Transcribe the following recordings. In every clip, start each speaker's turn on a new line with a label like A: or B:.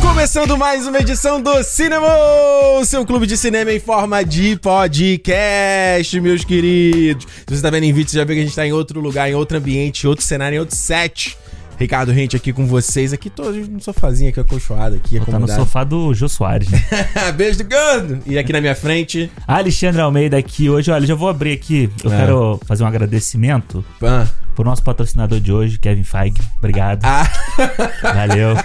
A: Começando mais uma edição do Cinema, o seu clube de cinema em forma de podcast, meus queridos. Se você tá vendo em vídeo, você já vê que a gente tá em outro lugar, em outro ambiente, em outro cenário, em outro set. Ricardo Rente aqui com vocês, aqui todo no sofazinho, aqui acolchoado, aqui
B: Tá no
A: acomodado.
B: sofá do Jô Soares. né?
A: Beijo do Gando! E aqui na minha frente...
B: Alexandre Almeida aqui hoje. Olha, já vou abrir aqui. Eu
A: Ah.
B: quero fazer um agradecimento
A: Ah,
B: pro nosso patrocinador de hoje, Kevin Feige. Obrigado.
A: Ah.
B: Valeu.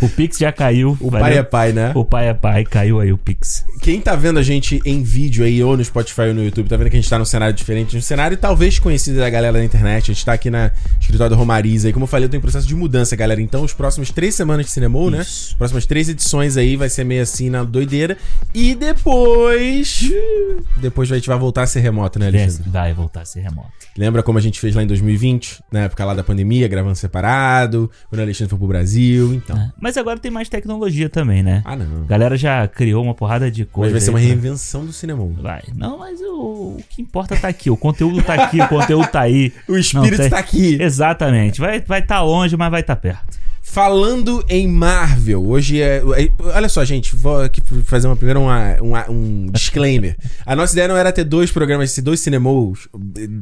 B: O Pix já caiu.
A: o pai é pai, né?
B: O pai é pai. Caiu aí o Pix.
A: Quem tá vendo a gente em vídeo aí, ou no Spotify ou no YouTube, tá vendo que a gente tá num cenário diferente, um cenário talvez conhecido da galera da internet. A gente tá aqui na escritório da Romariz aí. Como eu falei, eu tô em processo de mudança, galera. Então, os próximos três semanas de cinema, né?
B: Isso.
A: Próximas três edições aí vai ser meio assim na doideira. E depois. Depois a gente vai voltar a ser remoto, né,
B: Vem, assim,
A: Alexandre?
B: Vai voltar a ser remoto.
A: Lembra como a gente fez lá em 2020, na época lá da pandemia, gravando separado, quando o Alexandre foi pro Brasil, então.
B: né? Mas agora tem mais tecnologia também, né?
A: Ah,
B: A
A: não.
B: galera já criou uma porrada de
A: Mas
B: coisa.
A: vai ser
B: aí
A: uma
B: pra-
A: reinvenção do cinema.
B: Vai. é, Não, mas o, o que importa tá aqui. O conteúdo tá aqui, o conteúdo tá aí.
A: O
B: Não,
A: espírito
B: tem-
A: tá aqui.
B: Exatamente. Vai vai tá longe, mas vai tá perto.
A: Falando em Marvel, hoje é. é- Olha só, gente, vou aqui fazer uma, primeiro uma- uma- um disclaimer. A nossa ideia não era ter dois programas, dois cinemas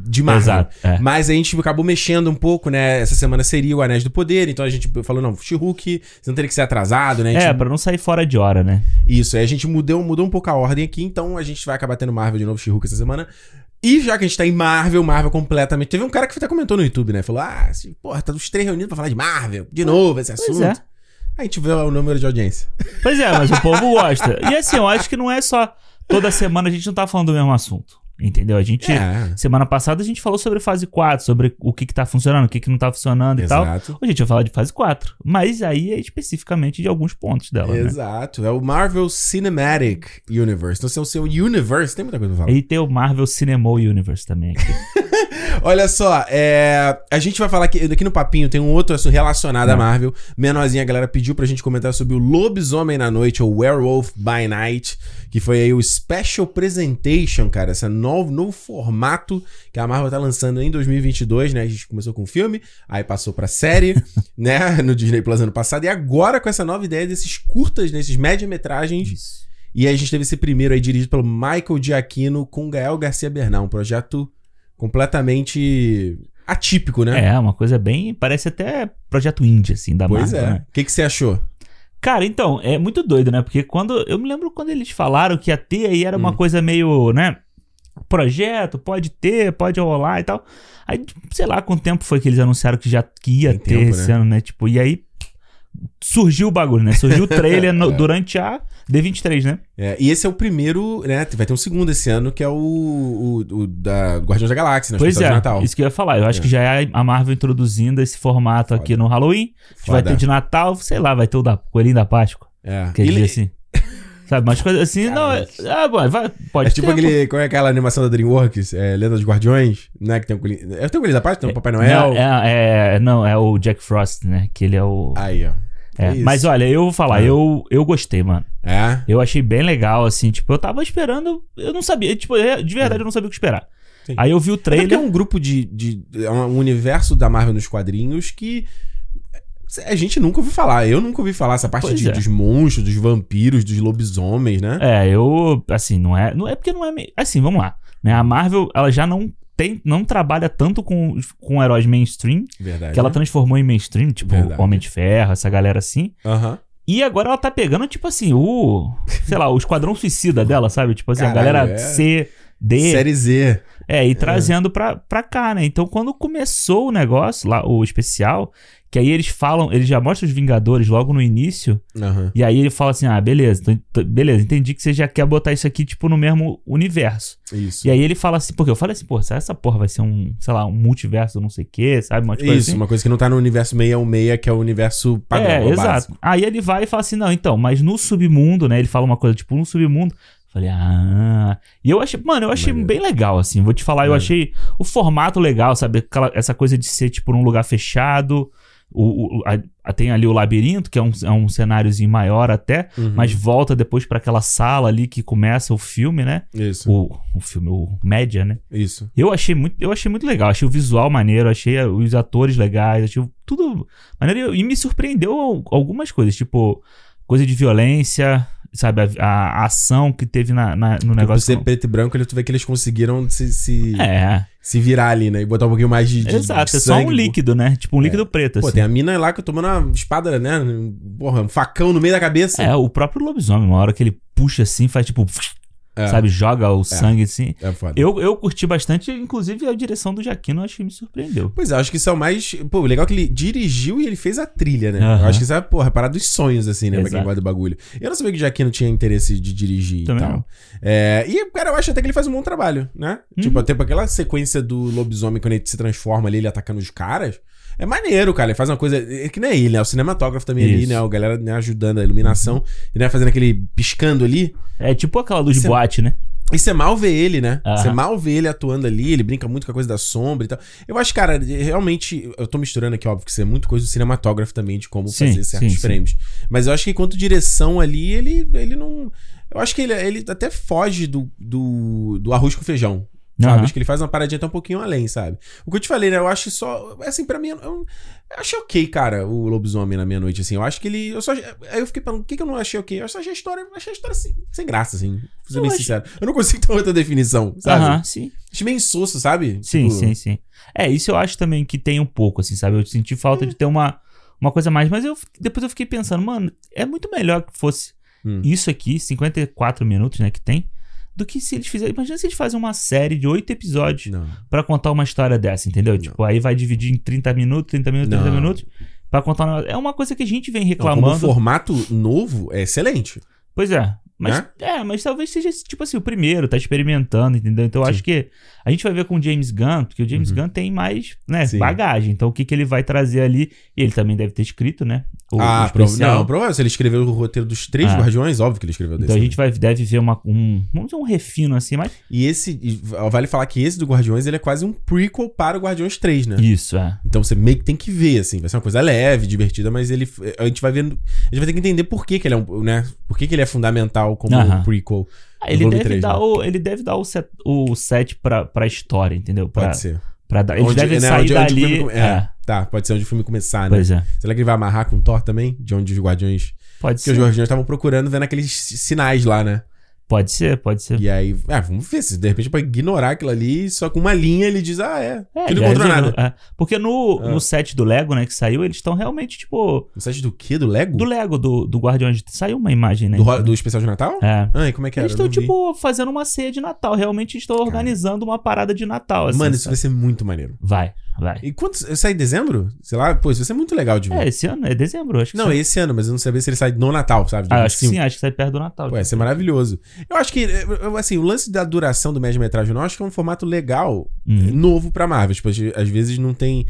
A: de Marvel.
B: Exato, é.
A: Mas a gente acabou mexendo um pouco, né? Essa semana seria o Anéis do Poder, então a gente falou, não, She-Hulk, você não teria que ser atrasado, né? A gente
B: É, pra não sair fora de hora, né?
A: Isso, aí a gente mudou, mudou um pouco a ordem aqui, então a gente vai acabar tendo Marvel de novo, She-Hulk essa semana. E já que a gente tá em Marvel, Marvel completamente. Teve um cara que até comentou no YouTube, né? Falou: Ah, assim, porra, tá os três reunidos pra falar de Marvel, de novo, esse
B: Pois
A: assunto.
B: é.
A: Aí a gente vê o número de audiência.
B: Pois é, mas o povo gosta. E assim, eu acho que não é só toda semana a gente não tá falando do mesmo assunto. Entendeu? A gente.
A: É,
B: Semana passada a gente falou sobre fase 4, sobre o que, que tá funcionando, o que, que não tá funcionando e tal.
A: exato.
B: Hoje a gente vai falar de fase 4. Mas aí é especificamente de alguns pontos dela. Né?
A: Exato. É o Marvel Cinematic Universe. Então, se é o seu universe, tem muita coisa pra falar.
B: E tem o Marvel Cinema Universe também aqui.
A: Olha só, é, a gente vai falar aqui, aqui no papinho, tem um outro assunto relacionado à Marvel. Menorzinha, a galera pediu pra gente comentar sobre o Lobisomem na Noite, ou Werewolf by Night, que foi aí o Special Presentation, cara, esse novo, novo formato que a Marvel tá lançando em 2022, né? A gente começou com o filme, aí passou pra série, né, no Disney Plus ano passado, e agora com essa nova ideia desses curtas, nesses média-metragens
B: Isso.
A: e aí a gente teve esse primeiro aí dirigido pelo Michael Giacchino com Gael Garcia Bernal, um projeto completamente atípico, né?
B: É, uma coisa bem. Parece até projeto indie, assim, da
A: pois
B: Marvel.
A: é. O
B: né?
A: que, que você achou?
B: Cara, então, é muito doido, né? Porque quando. Eu me lembro quando eles falaram que ia ter aí era uma
A: Hum.
B: coisa meio, né? Projeto, pode ter, pode rolar e tal. Aí, sei lá quanto tempo foi que eles anunciaram que já que ia
A: Tem
B: ter
A: tempo,
B: esse
A: né?
B: ano, né? Tipo, e aí surgiu o bagulho, né? Surgiu o trailer no- durante a D23, né?
A: É, e esse é o primeiro, né? Vai ter um segundo esse ano, que é o, o, o da Guardiões da Galáxia, né?
B: pois
A: Hospital
B: é,
A: de Natal.
B: isso que eu ia falar. Eu acho
A: É.
B: que já é a Marvel introduzindo esse formato aqui no Halloween. A gente vai
A: Foda.
B: ter de Natal, sei lá, vai ter o da Coelhinho da Páscoa.
A: É.
B: Quer
A: Ele-
B: dizer assim. Sabe, mas coisas assim, não. é- Ah, bom, vai, pode
A: é tipo
B: ter,
A: aquele. Qual é aquela animação da Dreamworks? É, Lenda dos Guardiões, né? Que tem o coelhinho. É, tem o coelhinho da parte? Tem o Papai Noel.
B: Não, é, é- não, é o Jack Frost, né? Que ele é o.
A: Aí, ó.
B: é.
A: Ah, isso.
B: Mas olha, eu vou falar,
A: É.
B: eu, eu gostei, mano.
A: É.
B: Eu achei bem legal, assim, tipo, eu tava esperando. Eu não sabia, tipo, eu- de verdade eu não sabia o que esperar.
A: Sim.
B: Aí eu vi o
A: Até porque é
B: trailer.
A: um grupo de, de. É um universo da Marvel nos quadrinhos que. é, A gente nunca ouviu falar. Eu nunca ouvi falar essa parte
B: Pois
A: de-
B: é.
A: dos monstros, dos vampiros, dos lobisomens, né?
B: É, eu. Assim, não é. Não é porque não é. me- Assim, vamos lá. Né? A Marvel, ela já não tem. Não trabalha tanto com, com heróis mainstream,
A: Verdade.
B: É,
A: né?
B: que ela transformou em mainstream, tipo,
A: É. Verdade.
B: Homem de Ferro, essa galera assim.
A: Aham.
B: E agora ela tá pegando, tipo assim, o. Sei lá, o Esquadrão Suicida dela, sabe? Tipo assim,
A: Caralho,
B: a galera
A: é.
B: C, D.
A: Série Z.
B: É, e trazendo pra, pra cá, né? Então, quando começou o negócio, lá, o especial, que aí eles falam, eles já mostram os Vingadores logo no início,
A: Aham.
B: e aí ele fala assim: ah, beleza, tô- tô- beleza, entendi que você já quer botar isso aqui, tipo, no mesmo universo.
A: Isso.
B: E aí ele fala assim, porque eu falei assim, pô, será que essa porra vai ser um, sei lá, um multiverso, não sei o quê, sabe? Uma coisa
A: Isso,
B: assim.
A: uma coisa que não tá no universo 616, que é o universo padrão.
B: é,
A: o
B: exato.
A: básico.
B: Aí ele vai e fala assim, não, então, mas no submundo, né? Ele fala uma coisa, tipo, no submundo. Eu Falei, ah. E eu achei, mano, eu achei
A: Maneiro.
B: bem legal, assim. Vou te falar, eu
A: É.
B: achei o formato legal, sabe? Aquela- essa coisa de ser, tipo, num lugar fechado. O, o- a- a- tem ali o labirinto, que é um, é um cenáriozinho maior até,
A: Uhum.
B: mas volta depois pra aquela sala ali que começa o filme, né?
A: Isso,
B: O, o filme, o média, né?
A: isso.
B: Eu achei muito, eu achei muito legal, achei o visual maneiro, achei os atores legais, achei tudo maneiro e me surpreendeu al- algumas coisas, tipo coisa de violência, sabe, a, a- a ação que teve na, na- no
A: Porque Por
B: um negócio.
A: Tipo, ser preto e branco, ele- tu vê que eles conseguiram se, se,
B: É,
A: se virar ali, né? E botar um pouquinho mais de, de
B: exato,
A: de
B: é só um
A: sangue. É.
B: líquido, né? Tipo um líquido preto,
A: Pô,
B: assim.
A: tem a mina lá que tomando uma espada, né? Porra, um facão no meio da cabeça.
B: É, o próprio lobisomem, uma hora que ele puxa assim, faz tipo,
A: É.
B: sabe, joga o sangue assim.
A: É foda.
B: Eu, eu curti bastante, inclusive a direção do Jaquino, acho que me surpreendeu.
A: Pois é, acho que isso é o mais. Pô, legal que ele dirigiu e ele fez a trilha, né?
B: Aham.
A: Eu acho que isso é, porra, a parada dos sonhos, assim, né? Pra quem
B: Exato.
A: gosta do bagulho. Eu não sabia que o Jaquino tinha interesse de dirigir
B: Também
A: e tal.
B: não. Uhum.
A: É, e, cara, eu acho até que ele faz um bom trabalho, né? Tipo, até pra aquela sequência do lobisomem quando ele se transforma ali, ele atacando os caras. É maneiro, cara. Ele faz uma coisa. É que nem ele, né? O cinematógrafo também ali,
B: Isso. Uhum.
A: né? O galera né, ajudando a iluminação. E né, fazendo aquele piscando ali.
B: É tipo aquela luz de
A: Você-
B: boate, né?
A: E você mal vê ele, né?
B: Aham.
A: Você mal vê ele atuando ali, ele brinca muito com a coisa da sombra e tal. Eu acho, cara, realmente, eu tô misturando aqui, óbvio, que isso é muito coisa do cinematógrafo também, de como
B: Sim,
A: fazer certos
B: sim, sim.
A: frames. Mas eu acho que quanto direção ali, ele, ele não. Eu acho que ele, ele até foge do, do, do arroz com feijão. Sabe?
B: Aham.
A: Acho que ele faz uma paradinha até um pouquinho além, sabe? O que eu te falei, né? Eu acho só. Assim, pra mim, eu, eu achei ok, cara, o Lobisomem na meia-noite, assim. Eu acho que ele. Eu só, aí eu fiquei pensando, por que, que eu não achei ok? Eu só achei a história, achei a história sem, sem graça, assim. Vou ser
B: Eu
A: bem
B: acho-
A: sincero. Eu não consigo ter outra definição, sabe?
B: Aham, sim.
A: Achei meio insosso, sabe?
B: Sim,
A: Tipo,
B: sim, sim. É, isso eu acho também que tem um pouco, assim, sabe? Eu senti falta
A: É.
B: de ter uma, uma coisa a mais, mas eu fi- depois eu fiquei pensando, mano, é muito melhor que fosse
A: Hum.
B: isso aqui, 54 minutos, né, que tem, do que se eles fizerem. Imagina se eles fazem uma série de oito episódios
A: Não.
B: pra contar uma história dessa, entendeu? Tipo, aí vai dividir em 30 minutos, 30 minutos, 30
A: Não.
B: minutos. Pra contar um negócio. É uma coisa que a gente vem
A: Não, como um
B: reclamando.
A: formato novo é excelente.
B: Pois é. Mas,
A: Né?
B: é, mas talvez seja, esse, tipo assim, o primeiro, tá experimentando, entendeu? Então eu acho que a gente vai ver com o James Gunn, porque o James Gunn tem mais, né,
A: Uhum. Sim.
B: bagagem. Então o que, que ele vai trazer ali? E ele também deve ter escrito, né? O, o
A: ah, prova-
B: especial.
A: não, provável. Se ele escreveu o roteiro dos Três
B: Ah.
A: Guardiões, óbvio que ele escreveu desse. né?
B: Então a gente vai, deve ver uma, um, vamos dizer, um refino assim, mas...
A: E esse, e vale falar que esse do Guardiões, ele é quase um prequel para o Guardiões 3, né?
B: Isso, é.
A: Então você meio que tem que ver, assim. Vai ser uma coisa leve, divertida, mas ele. A gente vai vendo. A gente vai ter que entender por que, que ele é um. Né, por que, que ele é fundamental como
B: Aham.
A: um prequel.
B: Ah, ele,
A: volume
B: deve
A: três,
B: dar
A: né?
B: o, ele deve dar o set, o set pra, pra história, entendeu? Pra,
A: Pode ser.
B: pra dar, eles
A: Onde-
B: devem
A: né,
B: sair
A: onde- onde o
B: dali...
A: filme come-
B: é,
A: é. Tá, pode ser onde o filme começar, né?
B: pois é.
A: Será que ele vai amarrar com o Thor também? De onde os guardiões.
B: Pode
A: Porque os
B: ser,
A: guardiões estavam procurando, vendo aqueles sinais lá, né?
B: pode ser, pode ser.
A: E aí. Ah, vamos ver se de repente pra ignorar aquilo ali, só com uma linha ele diz, ah, é.
B: É,
A: que não
B: já
A: encontrou
B: resolveu.
A: nada.
B: É. Porque no,
A: Ah.
B: no set do Lego, né, que saiu, eles estão realmente, tipo.
A: No site Um do quê? Do Lego?
B: Do Lego, do, do Guardiões. Saiu uma imagem, né?
A: Do, ro- do especial de Natal?
B: É.
A: Ah, e como é que era?
B: Eles
A: Eu
B: estão,
A: não vi.
B: tipo, fazendo uma ceia de Natal. Realmente estão organizando uma parada de Natal. Assim,
A: Mano, isso
B: sabe?
A: vai ser muito maneiro.
B: vai. Vai,
A: E quantos. Sai em dezembro? Sei lá, pô, isso vai ser muito legal de ver.
B: É, esse ano, é dezembro, acho que
A: Não,
B: sai.
A: esse ano, mas eu não sabia se ele sai no Natal, sabe? Dia
B: Ah, acho que
A: 25.
B: sim, é. acho que sai perto do Natal. tipo.
A: Pô, é ia ser maravilhoso. Eu acho que, eh, eu- assim, o lance da duração do médio-metragem, eu acho que é um formato legal,
B: Uhum.
A: eh, novo pra Marvel. Tipo, às- às vezes não tem.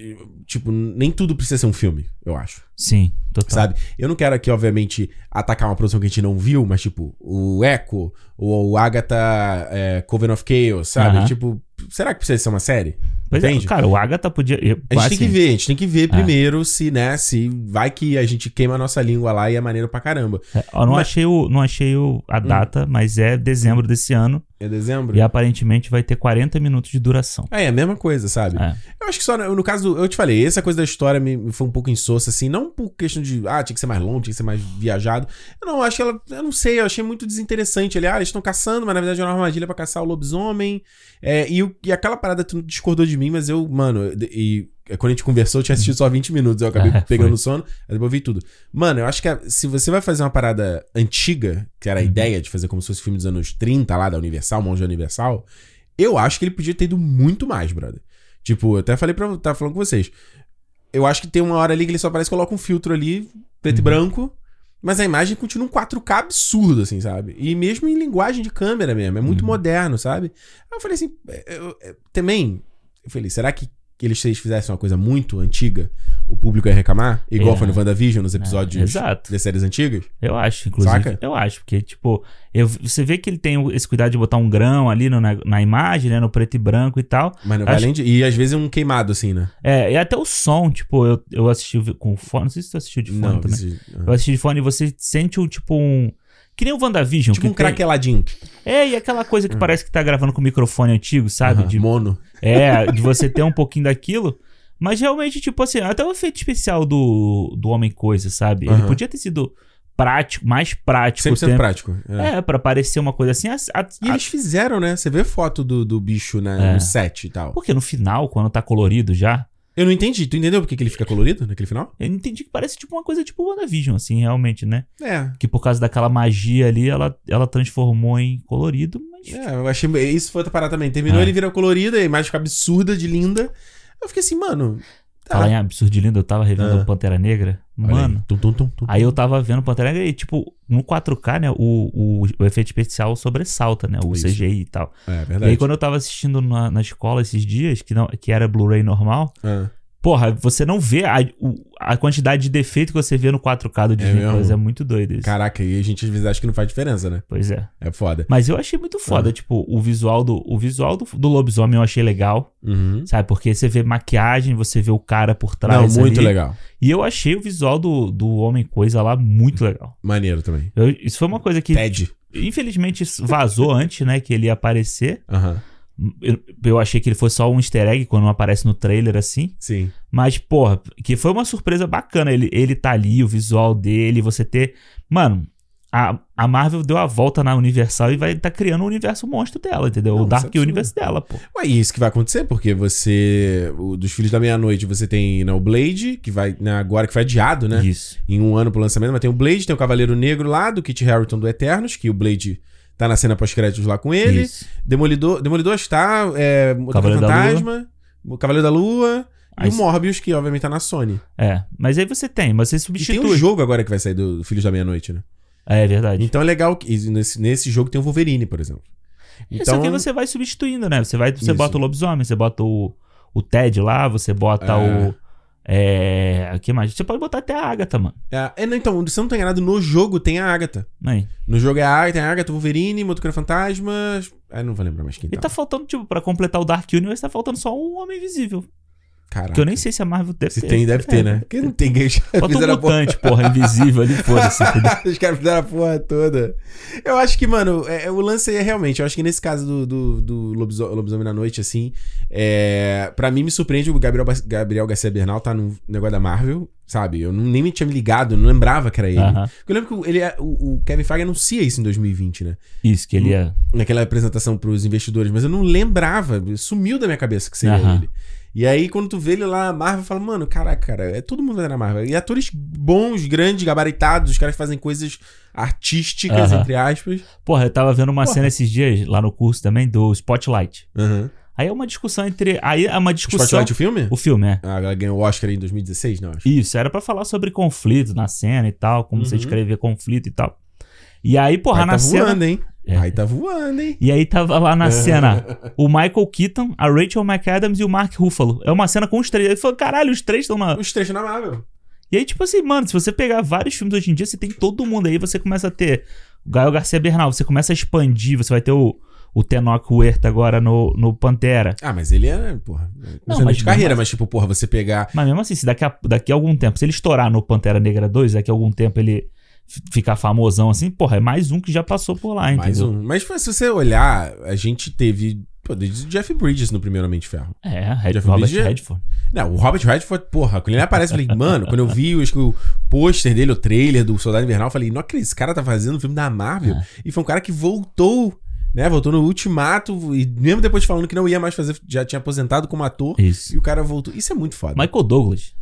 A: eh, Tipo, nem tudo precisa ser um filme, eu acho.
B: Sim, total.
A: Sabe? Eu não quero aqui, obviamente, atacar uma produção que a gente não viu, mas, tipo, o Echo ou o Agatha eh, Coven of Chaos, sabe?
B: Aham.
A: tipo, será que precisa ser uma série?
B: Pois é,
A: entende?
B: cara, o Agatha podia. eu-
A: A gente
B: assim,
A: tem que ver, a gente tem que ver primeiro se, né, se vai que a gente queima a nossa língua lá e é maneiro pra caramba.
B: é, eu não,
A: Mas- Hum.
B: achei o, não achei o, a data, mas é dezembro desse ano.
A: É dezembro?
B: E aparentemente vai ter 40 minutos de duração.
A: É, é a mesma coisa, sabe?
B: É.
A: Eu acho que só, né, no no caso, do- eu te falei, essa coisa da história me, me foi um pouco insossa, assim, não por questão de, ah, tinha que ser mais longo, tinha que ser mais viajado. Eu não, acho que ela, eu não sei, eu achei muito desinteressante. Ele, ah, eles estão caçando, mas na verdade é uma armadilha pra caçar o lobisomem. É, e, o- e aquela parada, tu discordou de mim, mas eu, mano, eu- e Quando a gente conversou, eu tinha assistido só 20 minutos. Eu acabei
B: É,
A: pegando
B: foi.
A: sono, aí depois eu vi tudo. Mano, eu acho que a- se você vai fazer uma parada antiga, que
B: Uhum.
A: era a ideia de fazer como se fosse filme dos anos 30 lá da Universal, Monge Universal, eu acho que ele podia ter ido muito mais, brother. Tipo, eu até falei pra. Tava falando com vocês. Eu acho que tem uma hora ali que ele só parece que coloca um filtro ali, preto e
B: Uhum.
A: branco. Mas a imagem continua um 4K absurdo, assim, sabe? E mesmo em linguagem de câmera mesmo, é muito
B: Uhum.
A: moderno, sabe? Aí eu falei assim, é, eu- é, também, eu falei, será que, que eles se eles fizessem uma coisa muito antiga, o público ia reclamar? Igual
B: É.
A: foi no WandaVision, nos
B: É,
A: episódios
B: exato.
A: das séries antigas?
B: Eu acho, inclusive.
A: Saca?
B: Eu acho, porque, tipo, eu- você vê que ele tem o- esse cuidado de botar um grão ali no- na, na imagem, né? No preto e branco e tal.
A: Mas não vai
B: Acho-
A: além de... E às vezes é um queimado, assim, né?
B: É, e até o som, tipo, eu, eu assisti vi- com fone. Não sei se tu assistiu de fone
A: Não,
B: também.
A: esse-
B: Eu assisti de fone e você sente o, tipo, um. Que nem o WandaVision.
A: Tipo
B: que
A: um
B: tem-
A: craqueladinho.
B: É, e aquela coisa que parece que tá gravando com microfone antigo, sabe?
A: Aham,
B: De
A: Mono.
B: É, de você ter um pouquinho daquilo. Mas realmente, tipo assim, até o efeito especial do, do Homem Coisa, sabe? Ele
A: Aham.
B: podia ter sido prático, mais prático.
A: 100%
B: tempo.
A: prático. É.
B: É, pra parecer uma coisa assim. a- a-
A: E
B: a-
A: eles fizeram, né? Você vê foto do, do bicho né,
B: É.
A: no set e tal.
B: porque no final, quando tá colorido já,
A: Eu não entendi. Tu entendeu por que que ele fica colorido naquele final?
B: eu entendi que parece tipo uma coisa tipo WandaVision, assim, realmente, né?
A: É.
B: Que por causa daquela magia ali, ela, ela transformou em colorido, mas.
A: É, eu achei. Isso foi outra parada também. Terminou,
B: É.
A: ele vira colorido, a imagem fica absurda de linda. Eu fiquei assim, mano. Tá.
B: Falar em absurdo e lindo, eu tava revendo
A: Ah.
B: Pantera Negra.
A: Olha aí.
B: Mano.
A: Tum, tum, tum, tum.
B: Aí eu tava vendo Pantera Negra e, tipo, no 4K, né, o, o, o efeito especial sobressalta, né, o
A: Isso.
B: CGI e tal.
A: É
B: E
A: verdade.
B: aí quando eu tava assistindo na, na escola esses dias, que, não, que era Blu-ray normal,
A: Ah,
B: porra, você não vê a, o- a quantidade de defeito que você vê no 4K do Disney
A: mesmo?
B: Plus, é muito doido isso.
A: caraca, e a gente às vezes acha que não faz diferença, né?
B: Pois é.
A: É foda.
B: Mas eu achei muito
A: Ah.
B: foda, tipo, o visual do o visual do, do lobisomem eu achei legal,
A: Uhum.
B: sabe? Porque você vê maquiagem, você vê o cara por
A: Não,
B: trás
A: muito
B: ali.
A: legal.
B: E eu achei o visual do, do Homem Coisa lá muito legal.
A: Maneiro também.
B: Eu- isso foi uma coisa que
A: Ted.
B: Infelizmente isso vazou antes, né, que ele ia aparecer.
A: Aham.
B: Eu, eu achei que ele foi só um easter egg quando aparece no trailer assim.
A: Sim.
B: Mas, porra, que foi uma surpresa bacana. Ele, ele tá ali, o visual dele, você ter. Mano, a, a Marvel deu a volta na Universal e vai tá criando o universo monstro dela, entendeu?
A: Não,
B: o
A: isso é
B: Dark
A: absurdo.
B: Universe dela, pô.
A: Ué, e isso que vai acontecer, porque você. o- dos Filhos da Meia-Noite, você tem né, o Blade, que vai. né, agora que foi adiado, né?
B: Isso.
A: em um ano pro lançamento, mas tem o Blade, tem o Cavaleiro Negro lá, do Kit Harington do Eternos, que o Blade tá na cena pós-créditos lá com ele.
B: Isso.
A: Demolidor, Demolidor está, é, Motoqueiro
B: Cavaleiro da
A: Fantasma, o Cavaleiro da Lua
B: Aí-
A: e o Morbius, que obviamente tá na Sony.
B: É, mas aí você tem, mas você
A: E tem
B: substitui.
A: um jogo agora que vai sair do Filhos da Meia-Noite, né?
B: É, é verdade.
A: Então é legal que e nesse, nesse jogo tem o Wolverine, por exemplo.
B: É, Só
A: Então,
B: que você vai substituindo, né? Você, vai, você
A: Isso.
B: bota o lobisomem, você bota o, o Ted lá, você bota
A: É.
B: o. É. O que mais? Você pode botar até a Agatha, mano.
A: é, é, não, então, se eu não tô enganado, no jogo tem a Agatha.
B: Aí.
A: No jogo é a Agatha, tem a Agatha, Wolverine, Motoqueiro Fantasma... Ah, não vou lembrar mais quem
B: E
A: tá.
B: tá faltando, tipo, pra completar o Dark Universe, tá faltando só um Homem Invisível.
A: Caraca.
B: Que eu nem sei se a Marvel deve
A: Se
B: ter.
A: tem, deve ter, né? Porque não tem quem já
B: Bota um
A: fizeram a porra
B: mutante, porra, invisível ali, foda-se. entendeu?
A: Os caras fizeram a porra toda. Eu acho que, mano, é- é, o lance aí é realmente. Eu acho que nesse caso do, do, do Lobiso- Lobisomem na Noite, assim, é, pra mim me surpreende o Gabriel, Ba- Gabriel Garcia Bernal tá no negócio da Marvel, sabe? Eu não- nem me tinha me ligado, não lembrava que era ele.
B: Aham.
A: Porque Eu lembro que ele, é, o, o Kevin Feige anuncia isso em 2020, né?
B: Isso, que ele é.
A: naquela apresentação pros investidores, mas eu não lembrava, sumiu da minha cabeça que seria
B: Aham.
A: ele. E aí, quando tu vê ele lá na Marvel, fala, mano, caraca, cara, é todo mundo vai na Marvel. E atores bons, grandes, gabaritados, os caras que fazem coisas artísticas,
B: Aham.
A: entre aspas.
B: Porra, eu tava vendo uma
A: Porra.
B: cena esses dias, lá no curso também, do Spotlight.
A: Uhum.
B: Aí é uma discussão entre. Aí é uma discussão.
A: Spotlight, o filme?
B: O filme, é.
A: Ah, ela ganhou o Oscar em 2016, não, acho.
B: Isso, era pra falar sobre conflito na cena e tal, como você
A: Uhum.
B: escrever conflito e tal. E aí, porra,
A: Aí
B: na
A: tá
B: cena.
A: voando, Uhum. hein?
B: É.
A: Aí tá voando, hein?
B: E aí tava lá na cena o Michael Keaton, a Rachel McAdams e o Mark Ruffalo. É uma cena com os três. Aí falou, caralho, os três estão na.
A: Os trechos na Marvel.
B: E aí, tipo assim, mano, se você pegar vários filmes hoje em dia, você tem todo mundo aí, você começa a ter o Gael Garcia Bernal, você começa a expandir, você vai ter o, o Tenoch Huerta agora no, no Pantera.
A: Ah, mas ele é, porra. Não,
B: mas
A: mas de carreira, mas tipo, porra, você pegar.
B: Mas mesmo assim, se daqui a, daqui a algum tempo, se ele estourar no Pantera Negra 2, daqui a algum tempo ele f- ficar famosão assim, porra, é mais um que já passou por lá, entendeu?
A: mais um. Mas se você olhar, a gente teve. Pô, desde o Jeff Bridges no primeiro Homem de Ferro.
B: É, Red,
A: um. Já foi
B: Robert
A: BG?
B: Redford.
A: Não, o Robert Redford, porra, quando ele aparece, eu falei, mano, quando eu vi acho que o pôster dele, o trailer do Soldado Invernal, eu falei, não acredito, esse cara tá fazendo um filme da Marvel.
B: É.
A: E foi um cara que voltou né? Voltou no Ultimato e mesmo depois de falando que não ia mais fazer, já tinha aposentado como ator.
B: Isso.
A: E o cara voltou. Isso é muito foda.
B: Michael Douglas.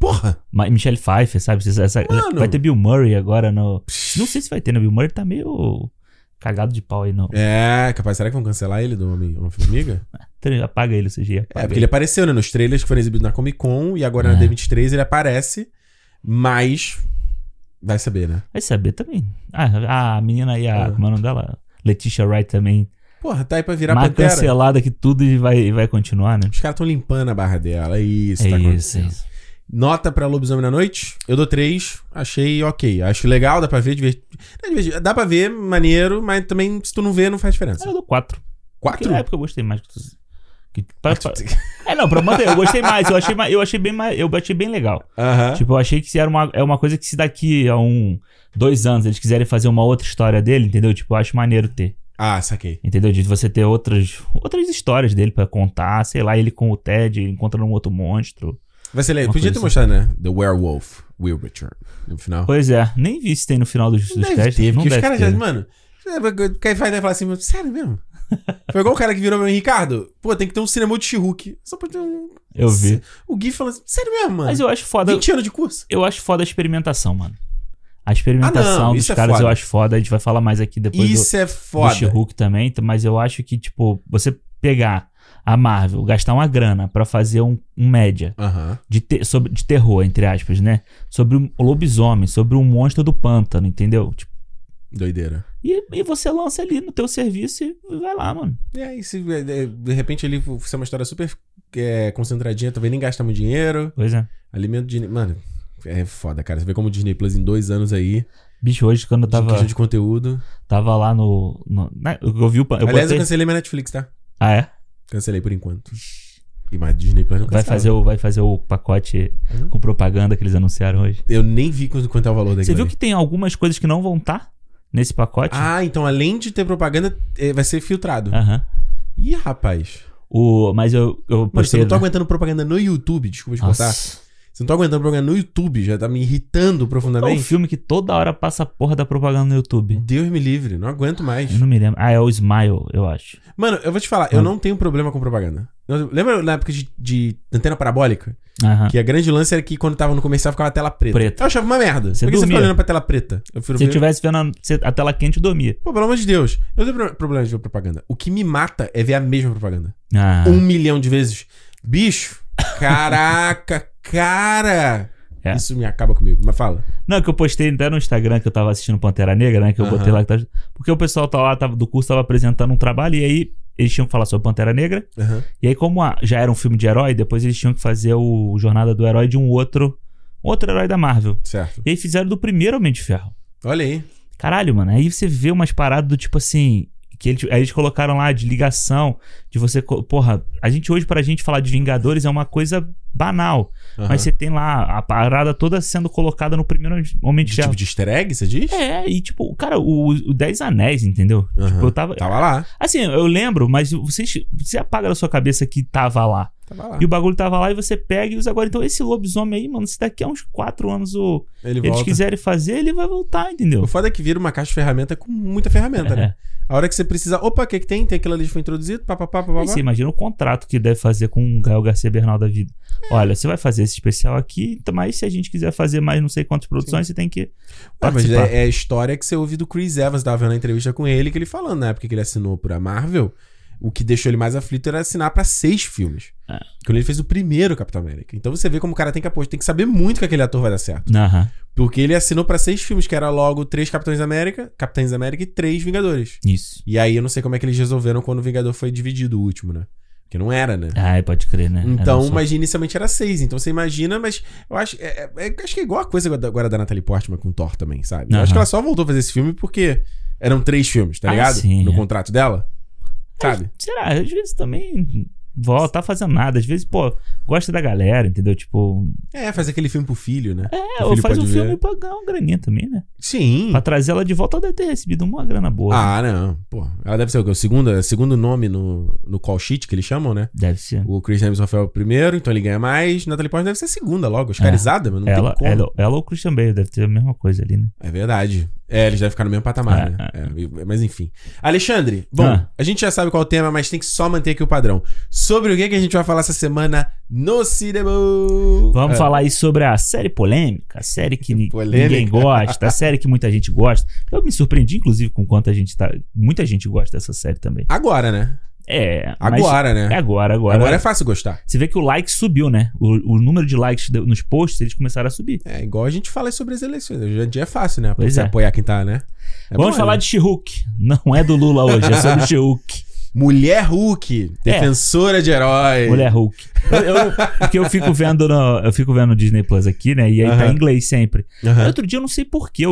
A: Porra!
B: Ma- Michelle Pfeiffer, sabe? Essa- essa-
A: Mano.
B: vai ter Bill Murray agora no. Não sei se vai ter, né? Bill Murray tá meio cagado de pau aí, não.
A: É, capaz. Será que vão cancelar ele do Homem- Homem-Formiga?
B: Tre- Apaga ele, CG.
A: é, porque ele apareceu, né? Nos trailers que foram exibidos na Comic Con e agora na
B: É.
A: D23 ele aparece, mas. Vai saber, né?
B: Vai saber também. Ah, a menina aí, a,
A: É.
B: como é o nome dela? Letícia Wright também.
A: Porra, tá aí pra virar
B: Mais
A: pantera.
B: cancelada que tudo e vai, vai continuar, né?
A: Os caras tão limpando a barra dela. É isso,
B: é
A: tá
B: isso, é
A: acontecendo.
B: isso.
A: Nota pra Lobisomem na Noite? Eu dou 3. Achei ok. Acho legal, dá pra ver. divertido. É divertido. Dá pra ver, maneiro, mas também se tu não vê, não faz
B: Ah,
A: diferença.
B: eu dou quatro. Porque
A: 4?
B: na época eu gostei mais que tu- que- pra- pra- É, não, pra manter, eu gostei mais, eu achei, mais- eu achei bem mais, eu achei bem legal.
A: Aham.
B: Tipo, eu achei que se era uma, é uma coisa que se daqui a um, dois anos eles quiserem fazer uma outra história dele, entendeu? Tipo, eu acho maneiro ter,
A: Ah, saquei.
B: entendeu? De você ter outras, outras histórias dele pra contar, sei lá, ele com o Ted encontrando um outro monstro.
A: Vai ser legal.
B: Uma
A: Podia ter
B: coisa assim.
A: mostrado, né? The Werewolf Will Return. No final.
B: Pois é, nem vi se tem no final dos, dos
A: deve
B: testes.
A: ter,
B: não
A: porque os
B: deve
A: caras
B: ter,
A: já.
B: né?
A: Mano, o cara vai falar assim, mas sério mesmo? Foi igual o cara que virou meu Ricardo. Pô, tem que ter um cinema de She-Hulk. Só pra ter um.
B: Eu vi.
A: O Gui falando assim, sério mesmo, mano?
B: Mas eu acho foda,
A: 20 anos de curso?
B: eu acho foda a experimentação, mano. A experimentação dos
A: isso é
B: caras
A: foda.
B: eu acho foda, a gente vai falar mais aqui depois do-
A: Isso é
B: do
A: foda.
B: She-Hulk também, t- mas eu acho que, tipo, você pegar a Marvel, gastar uma grana pra fazer um, um média
A: Aham.
B: de, te- sobre, de terror, entre aspas, né? Sobre um lobisomem, sobre um monstro do pântano, entendeu? Tipo,
A: Doideira.
B: e, e você lança ali no teu serviço e vai lá, mano.
A: E aí, se, é, é, de repente, ele for é uma história super é, concentradinha, talvez nem gasta muito dinheiro.
B: Pois é.
A: Alimento de. Mano, é foda, cara. Você vê como o Disney Plus em dois anos aí,
B: Bicho, hoje quando eu
A: de
B: tava,
A: questão de conteúdo.
B: tava lá no. no- na- eu vi o. pan- Eu
A: Aliás, eu
B: botei-
A: cancelei minha Netflix, tá?
B: Ah, é?
A: Cancelei por enquanto. E mais Disney Plus não
B: Vai
A: cancela.
B: fazer, o, vai fazer o pacote
A: Hum.
B: com propaganda que eles anunciaram hoje.
A: Eu nem vi quanto, quanto é o valor daquele.
B: Você viu que tem algumas coisas que não vão estar nesse pacote?
A: Ah, então além de ter propaganda, é, vai ser filtrado.
B: Aham.
A: Ih, rapaz.
B: O, mas eu, eu
A: Mano, você
B: postei.
A: não tá
B: né?
A: aguentando propaganda no YouTube, desculpa te
B: Nossa.
A: contar. Você não tá aguentando propaganda no YouTube, já tá me irritando
B: É um
A: profundamente.
B: filme que toda hora passa a porra da propaganda no YouTube.
A: Deus me livre, não aguento mais.
B: Eu não me lembro. Ah, é o Smile, eu acho.
A: Mano, eu vou te falar, eu
B: Ah.
A: não tenho problema com propaganda. Eu- lembra na época de, de antena parabólica?
B: Aham.
A: Que a grande lance era que quando tava no comercial ficava a tela Ah. preta.
B: Preta.
A: Eu achava uma merda.
B: Você
A: Por que você
B: dormia.
A: fica olhando pra tela preta? Eu prefiro
B: Se eu
A: ver-
B: tivesse vendo a, se a tela quente, eu dormia.
A: Pô, pelo amor de Deus. Eu não tenho pro- problema de ver propaganda. O que me mata é ver a mesma propaganda.
B: Ah,
A: Um milhão de vezes. Bicho, caraca, cara.
B: É.
A: Isso me acaba comigo. Mas fala.
B: Não, que eu postei até no Instagram que eu tava assistindo Pantera Negra, né? Que eu
A: Aham.
B: botei lá que tava... Porque o pessoal tá lá, tava, do curso tava apresentando um trabalho e aí eles tinham que falar sobre Pantera Negra.
A: Aham.
B: E aí, como a- já era um filme de herói, depois eles tinham que fazer o Jornada do Herói de um outro. Outro herói da Marvel.
A: Certo.
B: E aí fizeram do primeiro Homem de Ferro.
A: Olha aí.
B: Caralho, mano, aí você vê umas paradas do tipo assim. Que eles, aí eles colocaram lá de ligação, de você. co- Porra, a gente hoje, pra gente falar de Vingadores, é uma coisa banal.
A: Aham.
B: Mas você tem lá a parada toda sendo colocada no primeiro Homem de
A: De tipo
B: Ferro.
A: de easter egg, você diz?
B: É, e tipo, cara, o, o Dez Anéis, entendeu?
A: Aham.
B: Tipo, eu tava.
A: Tava lá.
B: Assim, eu lembro, mas você, você apaga da sua cabeça que tava lá.
A: Tava lá.
B: E o bagulho tava lá e você pega e usa agora. Então, esse lobisomem aí, mano, se daqui a uns quatro anos o,
A: Ele
B: eles
A: volta.
B: quiserem fazer, ele vai voltar, entendeu? É,
A: O foda é que vira uma caixa de ferramenta com muita ferramenta, né? A hora que você precisa. Opa, o que, que tem? Tem aquilo ali que foi introduzido? Pá, pá, pá, pá, pá,
B: Aí
A: pá.
B: você imagina o contrato que deve fazer com o Gael Garcia Bernal da vida.
A: É.
B: Olha, você vai fazer esse especial aqui, então, mas se a gente quiser fazer mais não sei quantas produções, você tem que
A: Ah, mas
B: participar.
A: é, é a história que você ouve do Chris Evans, tava vendo a entrevista com ele, que ele falando, na época que ele assinou por a Marvel, o que deixou ele mais aflito era assinar pra seis filmes.
B: É.
A: Quando ele fez o primeiro Capitão América. Então você vê como o cara tem que apostar, tem que saber muito que aquele ator vai dar certo.
B: Aham,
A: Porque ele assinou pra seis filmes, que era logo três Capitães América, Capitães América e três Vingadores.
B: isso.
A: E aí eu não sei como é que eles resolveram quando o Vingador foi dividido, o último, né? Porque não era, né?
B: Ah, pode crer, né? Era
A: Então,
B: só-
A: mas inicialmente era seis. Então você imagina, mas eu acho, é- é- é- acho que é igual a coisa da- agora da Natalie Portman com Thor também, sabe? Eu
B: Aham.
A: acho que ela só voltou a fazer esse filme porque eram três filmes, tá
B: Ah,
A: ligado?
B: sim,
A: no
B: é.
A: contrato dela. Sabe?
B: Será? Às vezes também volta, tá fazendo nada. Às vezes, pô, gosta da galera, entendeu? Tipo,
A: É, fazer aquele filme pro filho, né?
B: é,
A: O
B: ou
A: filho
B: faz um
A: pode
B: filme
A: ver.
B: pra ganhar uma graninha também, né?
A: Sim.
B: Pra trazer ela de volta, ela deve ter recebido uma grana boa. né?
A: Ah, não. Pô, ela deve ser o quê? O segundo, o segundo nome no, no call sheet que eles chamam, né?
B: Deve ser.
A: O Chris Hemsworth é o primeiro, então ele ganha mais. Natalie Portman deve ser a segunda logo, oscarizada, mas não
B: É. Ela,
A: tem como.
B: ela, ela ou o Christian Bale deve ter a mesma coisa ali, né?
A: É verdade. É, eles devem ficar no mesmo patamar,
B: É,
A: né? É, mas enfim. Alexandre, bom,
B: Ah.
A: a gente já sabe qual é o tema, mas tem que só manter aqui o padrão. Sobre o que, que a gente vai falar essa semana no cinema?
B: Vamos
A: É.
B: falar aí sobre a série polêmica, a série que ni-
A: Polêmica.
B: ninguém gosta, a série que muita gente gosta. Eu me surpreendi, inclusive, com quanto a gente tá. Muita gente gosta dessa série também.
A: Agora, né?
B: É. mas-
A: Agora, né?
B: É agora, agora.
A: Agora é fácil gostar.
B: Você vê que o like subiu, né? O, o número de likes de- nos posts, eles começaram a subir.
A: É igual a gente fala aí sobre as eleições. Hoje em dia é fácil, né?
B: Pois
A: Você
B: é.
A: apoiar quem tá, né? É
B: Vamos
A: bom,
B: falar
A: né?
B: de She-Hulk. Não é do Lula hoje, é sobre She-Hulk.
A: Mulher Hulk,
B: É.
A: defensora de herói.
B: Mulher Hulk. Eu, eu- porque eu fico vendo no, eu fico vendo no Disney Plus aqui, né? E aí tá
A: Aham.
B: em inglês sempre.
A: Aham,
B: Outro dia eu não sei porquê,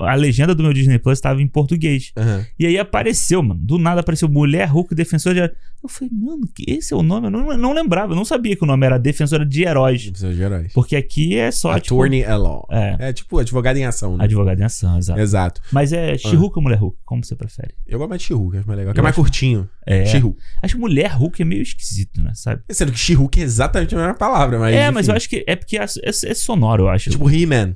B: a legenda do meu Disney Plus tava em português.
A: aham.
B: E aí apareceu, mano. Do nada apareceu Mulher Hulk Defensora de Herói. Eu falei, mano, que esse é o nome? Eu não, não lembrava, eu não sabia que o nome era Defensora de Heróis.
A: Defensora de heróis.
B: Porque aqui é só. tipo,
A: Attorney at law.
B: é,
A: É tipo advogado em ação, né?
B: advogado em ação, exato.
A: Exato.
B: Mas é
A: Ah.
B: She-Hulk ou Mulher Hulk? Como você prefere?
A: Eu gosto mais de She-Hulk, acho mais legal. Que é
B: Eu
A: mais curtinho.
B: É.
A: She-Hulk.
B: Acho que Mulher Hulk é meio esquisito, né? Sabe?
A: Sendo que She-Hulk é exatamente a mesma palavra, mas.
B: é, mas
A: enfim.
B: eu acho que é porque é, é- é sonoro, eu acho.
A: Tipo He-Man,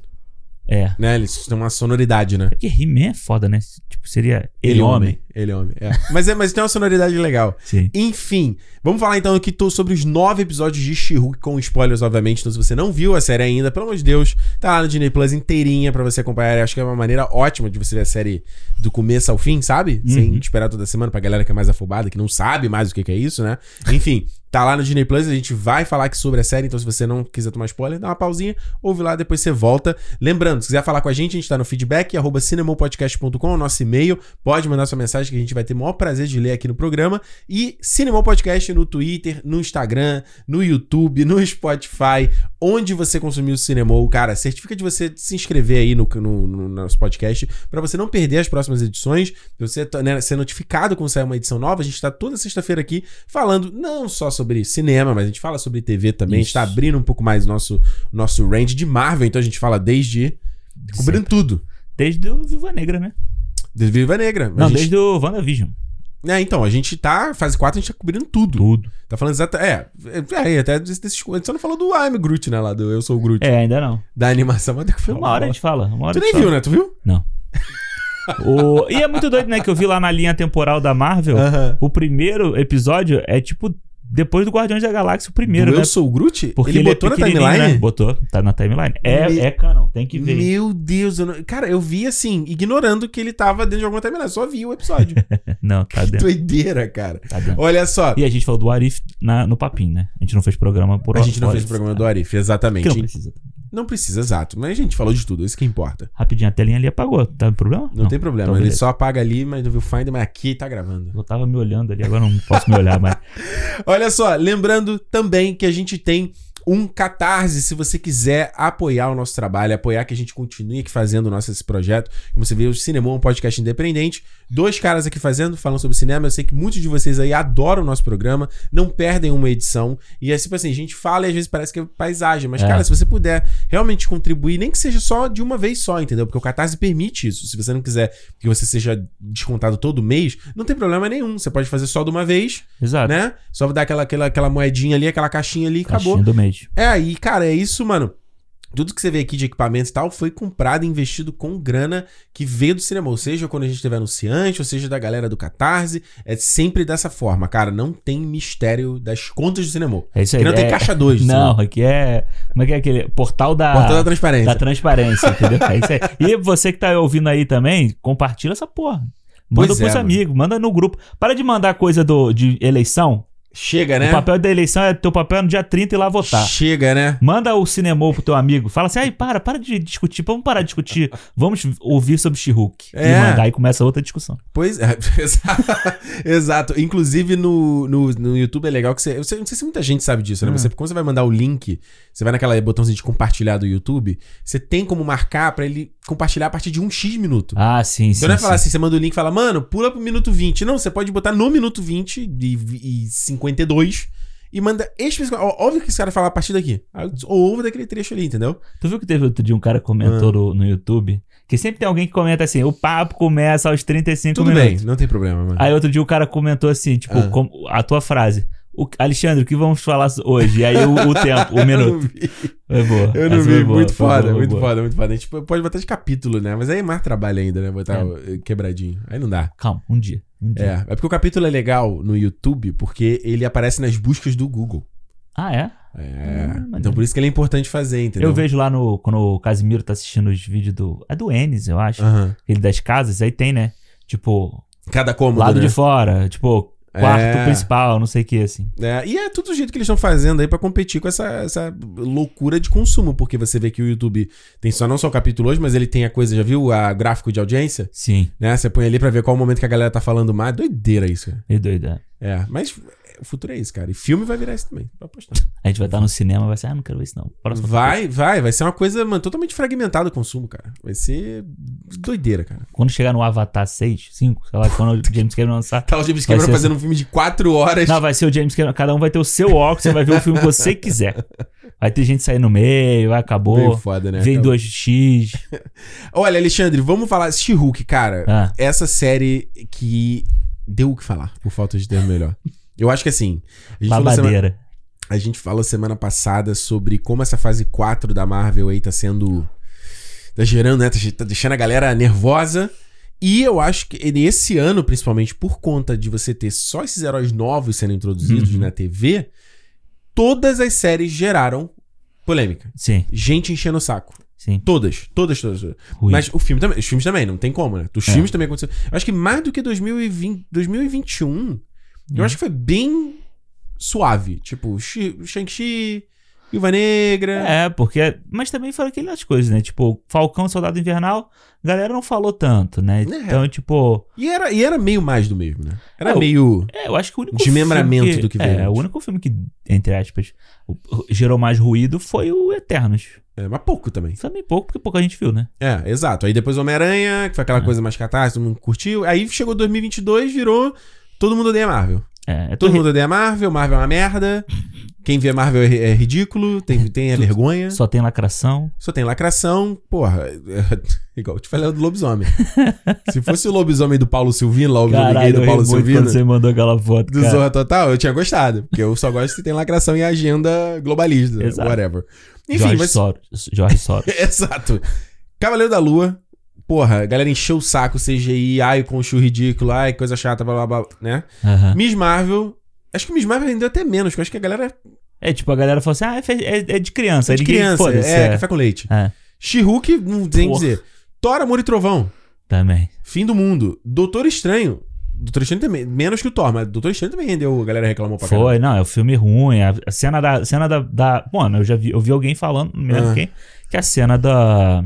B: é.
A: né? Eles têm uma sonoridade, né?
B: É porque He-Man é foda, né? Tipo, seria Ele Homem.
A: Ele é um homem, é. mas, é, mas tem uma sonoridade legal.
B: Sim.
A: Enfim, vamos falar então aqui tô sobre os nove episódios de She-Hulk com spoilers, obviamente. Então, se você não viu a série ainda, pelo amor de Deus, tá lá no Disney Plus inteirinha pra você acompanhar. Eu Acho que é uma maneira ótima de você ver a série do começo ao fim, sabe? Sem esperar toda semana pra galera que é mais afobada, que não sabe mais o que que é isso, né? Enfim, tá lá no Disney Plus, a gente vai falar aqui sobre a série, então se você não quiser tomar spoiler, dá uma pausinha, ouve lá, depois você volta. Lembrando, se quiser falar com a gente, a gente tá no feedback, arroba cinemopodcast.com, o nosso e-mail, pode mandar sua mensagem que a gente vai ter o maior prazer de ler aqui no programa. E Cinemol Podcast no Twitter, no Instagram, no YouTube, no Spotify, onde você consumiu o Cinemol, cara, certifica de você se inscrever aí no, no- no nosso podcast pra você não perder as próximas edições, pra você to- né, ser notificado quando sair uma edição nova. A gente tá toda sexta-feira aqui falando não só sobre cinema, mas a gente fala sobre TV também. A gente
B: Isso.
A: tá abrindo um pouco mais o nosso, o nosso range de Marvel, então a gente fala desde. cobrindo tudo.
B: Desde o Viva Negra, né?
A: Desde Viva Negra. A
B: Não,
A: gente-
B: desde o WandaVision.
A: é, então, a gente tá. Fase 4, a gente tá cobrindo tudo.
B: Tudo.
A: Tá falando exatamente. É, é, até des- desses. Você não falou do I'm Groot, né? Lá do Eu Sou o Groot.
B: É, ainda não.
A: Da animação, mas até que foi
B: Uma hora a gente fala. Uma hora
A: Tu
B: a gente
A: nem
B: fala.
A: viu, né? Tu viu?
B: O- E é muito doido, né? Que eu vi lá na linha temporal da Marvel.
A: Aham.
B: O primeiro episódio é tipo depois do Guardiões da Galáxia, o primeiro,
A: Do
B: né?
A: Eu Sou o Groot?
B: Porque
A: ele,
B: ele,
A: botou
B: é
A: na
B: pequenininho, Né?
A: timeline?
B: Botou, tá na timeline. É,
A: Me-
B: é canon, tem que ver.
A: Meu Deus, eu não... cara, eu vi assim, ignorando que ele tava dentro de alguma timeline. Só vi o episódio.
B: Não, tá
A: que
B: dentro,
A: doideira, cara.
B: tá dentro.
A: Olha só.
B: E a gente falou do Arif na, no papinho, né? A gente não fez programa por
A: A gente não
B: por
A: fez o
B: Arif,
A: programa
B: né?
A: do Arif,
B: Que
A: exatamente.
B: não precisa.
A: Não precisa, exato. Mas a gente falou de tudo, isso que importa.
B: Rapidinho, a telinha ali apagou. Tá problema?
A: Não, tem problema.
B: então
A: ele
B: beleza.
A: só apaga ali, mas no Viewfinder, mas aqui tá gravando.
B: Eu tava me olhando ali, agora não posso me olhar, mas.
A: Olha só, lembrando também que a gente tem um catarse se você quiser apoiar o nosso trabalho, apoiar que a gente continue aqui fazendo o nosso esse projeto. Como você vê, o Cinema é um podcast independente. Dois caras aqui fazendo, falando sobre cinema. Eu sei que muitos de vocês aí adoram o nosso programa, não perdem uma edição. E é tipo assim, a gente fala e às vezes parece que é paisagem, mas
B: É.
A: cara, se você puder realmente contribuir, nem que seja só de uma vez só, entendeu? Porque o Catarse permite isso. Se você não quiser que você seja descontado todo mês, não tem problema nenhum. Você pode fazer só de uma vez
B: Exato.
A: né? Só dar aquela, aquela, aquela moedinha ali, aquela caixinha ali e acabou.
B: Caixinha do mês.
A: É aí, cara, é isso, mano. Tudo que você vê aqui de equipamentos e tal foi comprado e investido com grana que veio do cinema. Ou seja, quando a gente teve anunciante, ou seja, da galera do Catarse. É sempre dessa forma, cara. Não tem mistério das contas do cinema.
B: É isso aí.
A: Que não tem
B: é-
A: caixa 2.
B: Não, Ah, aqui é. Como é que é aquele? Portal da.
A: Porta da transparência.
B: Da transparência, entendeu? É isso aí. E você que tá ouvindo aí também, compartilha essa porra. Manda
A: Pois é,
B: pros
A: mano.
B: amigos, manda no grupo. Para de mandar coisa do, de eleição.
A: Chega, né?
B: O papel da eleição é teu papel é no dia 30 e lá votar.
A: Chega, né?
B: Manda o cinema pro teu amigo. Fala assim, ai, para, para de discutir. Vamos parar de discutir. Vamos ouvir sobre She-Hulk.
A: É.
B: E mandar aí começa outra discussão.
A: Pois é, exa- exato. Inclusive no, no, no YouTube é legal que você. Eu sei- não sei se muita gente sabe disso, né? Mas
B: Hum.
A: Você, quando você vai mandar o link, você vai naquela botãozinho de compartilhar do YouTube, você tem como marcar pra ele compartilhar a partir de um X minuto.
B: Ah, sim, sim.
A: então não é
B: sim.
A: falar assim, você manda o link e fala, mano, pula pro minuto 20. Não, você pode botar no minuto 20 e, e 52 e manda especificamente. ó, Óbvio que esse cara fala a partir daqui. Aí, Ou ouve daquele trecho ali, entendeu?
B: Tu viu que teve outro dia um cara que
A: Ah.
B: comentou no, no YouTube? Que sempre tem alguém que comenta assim, o papo começa aos 35
A: Tudo
B: minutos.
A: bem, não tem problema, mano.
B: Aí outro dia o cara comentou assim, tipo,
A: Ah.
B: como- a tua frase. O, Alexandre, o que vamos falar hoje? E aí o, o tempo, o
A: Eu
B: Ah, um minuto.
A: não vi.
B: Foi boa.
A: Eu não
B: Essa
A: vi.
B: foi boa,
A: muito
B: foi
A: foda,
B: boa,
A: muito
B: boa.
A: foda, muito foda. A gente pode botar de capítulo, né? Mas aí é mais trabalho ainda, né? Botar
B: É.
A: o- quebradinho. Aí não dá.
B: Calma, um dia. Um dia.
A: É. É porque o capítulo é legal no YouTube porque ele aparece nas buscas do Google.
B: Ah, é?
A: É.
B: Ah, maneiro.
A: então por isso que ele é importante fazer, entendeu?
B: Eu vejo lá no. Quando o Casimiro tá assistindo os vídeos do. É do Enes, eu acho.
A: Aham.
B: Ele das casas, aí tem, né? Tipo,
A: Cada cômodo,
B: lado
A: né?
B: de fora. Tipo, quarto
A: É.
B: principal, não sei o que, assim.
A: É, e é tudo o jeito que eles estão fazendo aí pra competir com essa, essa loucura de consumo, porque você vê que o YouTube tem só não só o capítulo hoje, mas ele tem a coisa, já viu? A gráfico de audiência,
B: Sim,
A: né? Você põe ali pra ver qual o momento que a galera tá falando mais. Doideira isso. cara.
B: meio doida.
A: É, mas é, o futuro é isso, cara. E filme vai virar isso também. Pode apostar.
B: A gente vai estar no cinema e vai ser, ah, não quero ver isso não. Próximo.
A: Vai, vai, vai ser uma coisa, mano, totalmente fragmentada o consumo, cara. Vai ser doideira, cara.
B: Quando chegar no Avatar 6, 5, sei lá, quando o James Cameron lançar.
A: Tá o James
B: Vai
A: Cameron
B: ser
A: fazendo um filme de quatro horas.
B: Não, vai ser o James Cameron. Cada um vai ter o seu óculos, você vai ver o filme que você quiser. Vai ter gente saindo no meio, vai,
A: Meio
B: acabou.
A: foda, né?
B: Vem
A: Cara?
B: 2x.
A: Olha, Alexandre, vamos falar She-Hulk, cara.
B: Ah,
A: essa série que deu o que falar, por falta de termo melhor. Eu acho que assim, a gente, falou semana,
B: babadeira.
A: a gente falou semana passada sobre como essa fase 4 da Marvel aí tá sendo. tá gerando, né? Tá, ge- tá deixando a galera nervosa. E eu acho que nesse ano, principalmente por conta de você ter só esses heróis novos sendo introduzidos
B: Uhum.
A: na TV, todas as séries geraram polêmica.
B: Sim,
A: Gente enchendo o saco.
B: sim.
A: Todas, todas, todas. todas.
B: Ruim.
A: Mas o filme também, os filmes também, não tem como, né? Os
B: É.
A: filmes também aconteceu. Eu acho que mais do que 2020, 2021, eu
B: Hum.
A: acho que foi bem suave. Tipo, Shi- Shang-Chi, Viúva Negra.
B: É, porque. Mas também foram aquelas coisas, né? Tipo, Falcão, Soldado Invernal, a galera não falou tanto,
A: É.
B: né? Então, tipo.
A: E, era, e era meio mais do mesmo, né? Era
B: É, o-
A: meio.
B: É, eu acho que o único.
A: Desmembramento
B: filme
A: do que veio
B: É, o
A: antes.
B: único filme que, entre aspas, o- gerou mais ruído foi o Eternos.
A: É, mas pouco também.
B: Foi meio pouco, porque pouca gente viu, né?
A: É, exato. Aí depois Homem-Aranha, que foi aquela
B: É.
A: coisa mais catástrofe, todo mundo curtiu. Aí chegou 2022, virou. Todo mundo odeia Marvel.
B: É, é
A: Todo
B: terrível.
A: mundo odeia Marvel, Marvel é uma merda. Quem vê Marvel é, é ridículo, tem, tem é vergonha.
B: Só tem lacração.
A: Só tem lacração, porra. é, igual eu te falei do lobisomem. Se fosse o lobisomem do Paulo Silvino, lá o lobisomem
B: Caralho,
A: do
B: eu ri
A: Paulo
B: muito
A: Silvino,
B: quando você mandou aquela foto,
A: do
B: cara.
A: Zorra Total, eu tinha gostado. Porque eu só gosto se tem lacração e agenda globalista,
B: Exato.
A: whatever. Enfim,
B: Jorge
A: mas.
B: Soros. Jorge Soros.
A: Exato. Cavaleiro da Lua. Porra, a galera encheu o saco, CGI, ai, com chu ridículo, ai, coisa chata, blá blá blá, né?
B: Aham.
A: Miss Marvel. Acho que Miss Marvel rendeu até menos, porque eu acho que a galera
B: É tipo, a galera falou assim: ah, é, fe- é- é de criança.
A: é de criança.
B: Foda-se,
A: É,
B: é.
A: café com leite.
B: É.
A: She-Hulk, não tem o que
B: Porra.
A: dizer. Tora, Amor e Trovão.
B: Também.
A: Fim do mundo. Doutor Estranho. Doutor Estranho também. Menos que o Thor, mas Doutor Estranho também rendeu. A galera reclamou pra caralho.
B: Foi, não, é um filme ruim. A a cena da. Cena da, da mano, eu já vi, eu vi alguém falando, não me lembro
A: Ah.
B: quem, que a cena da.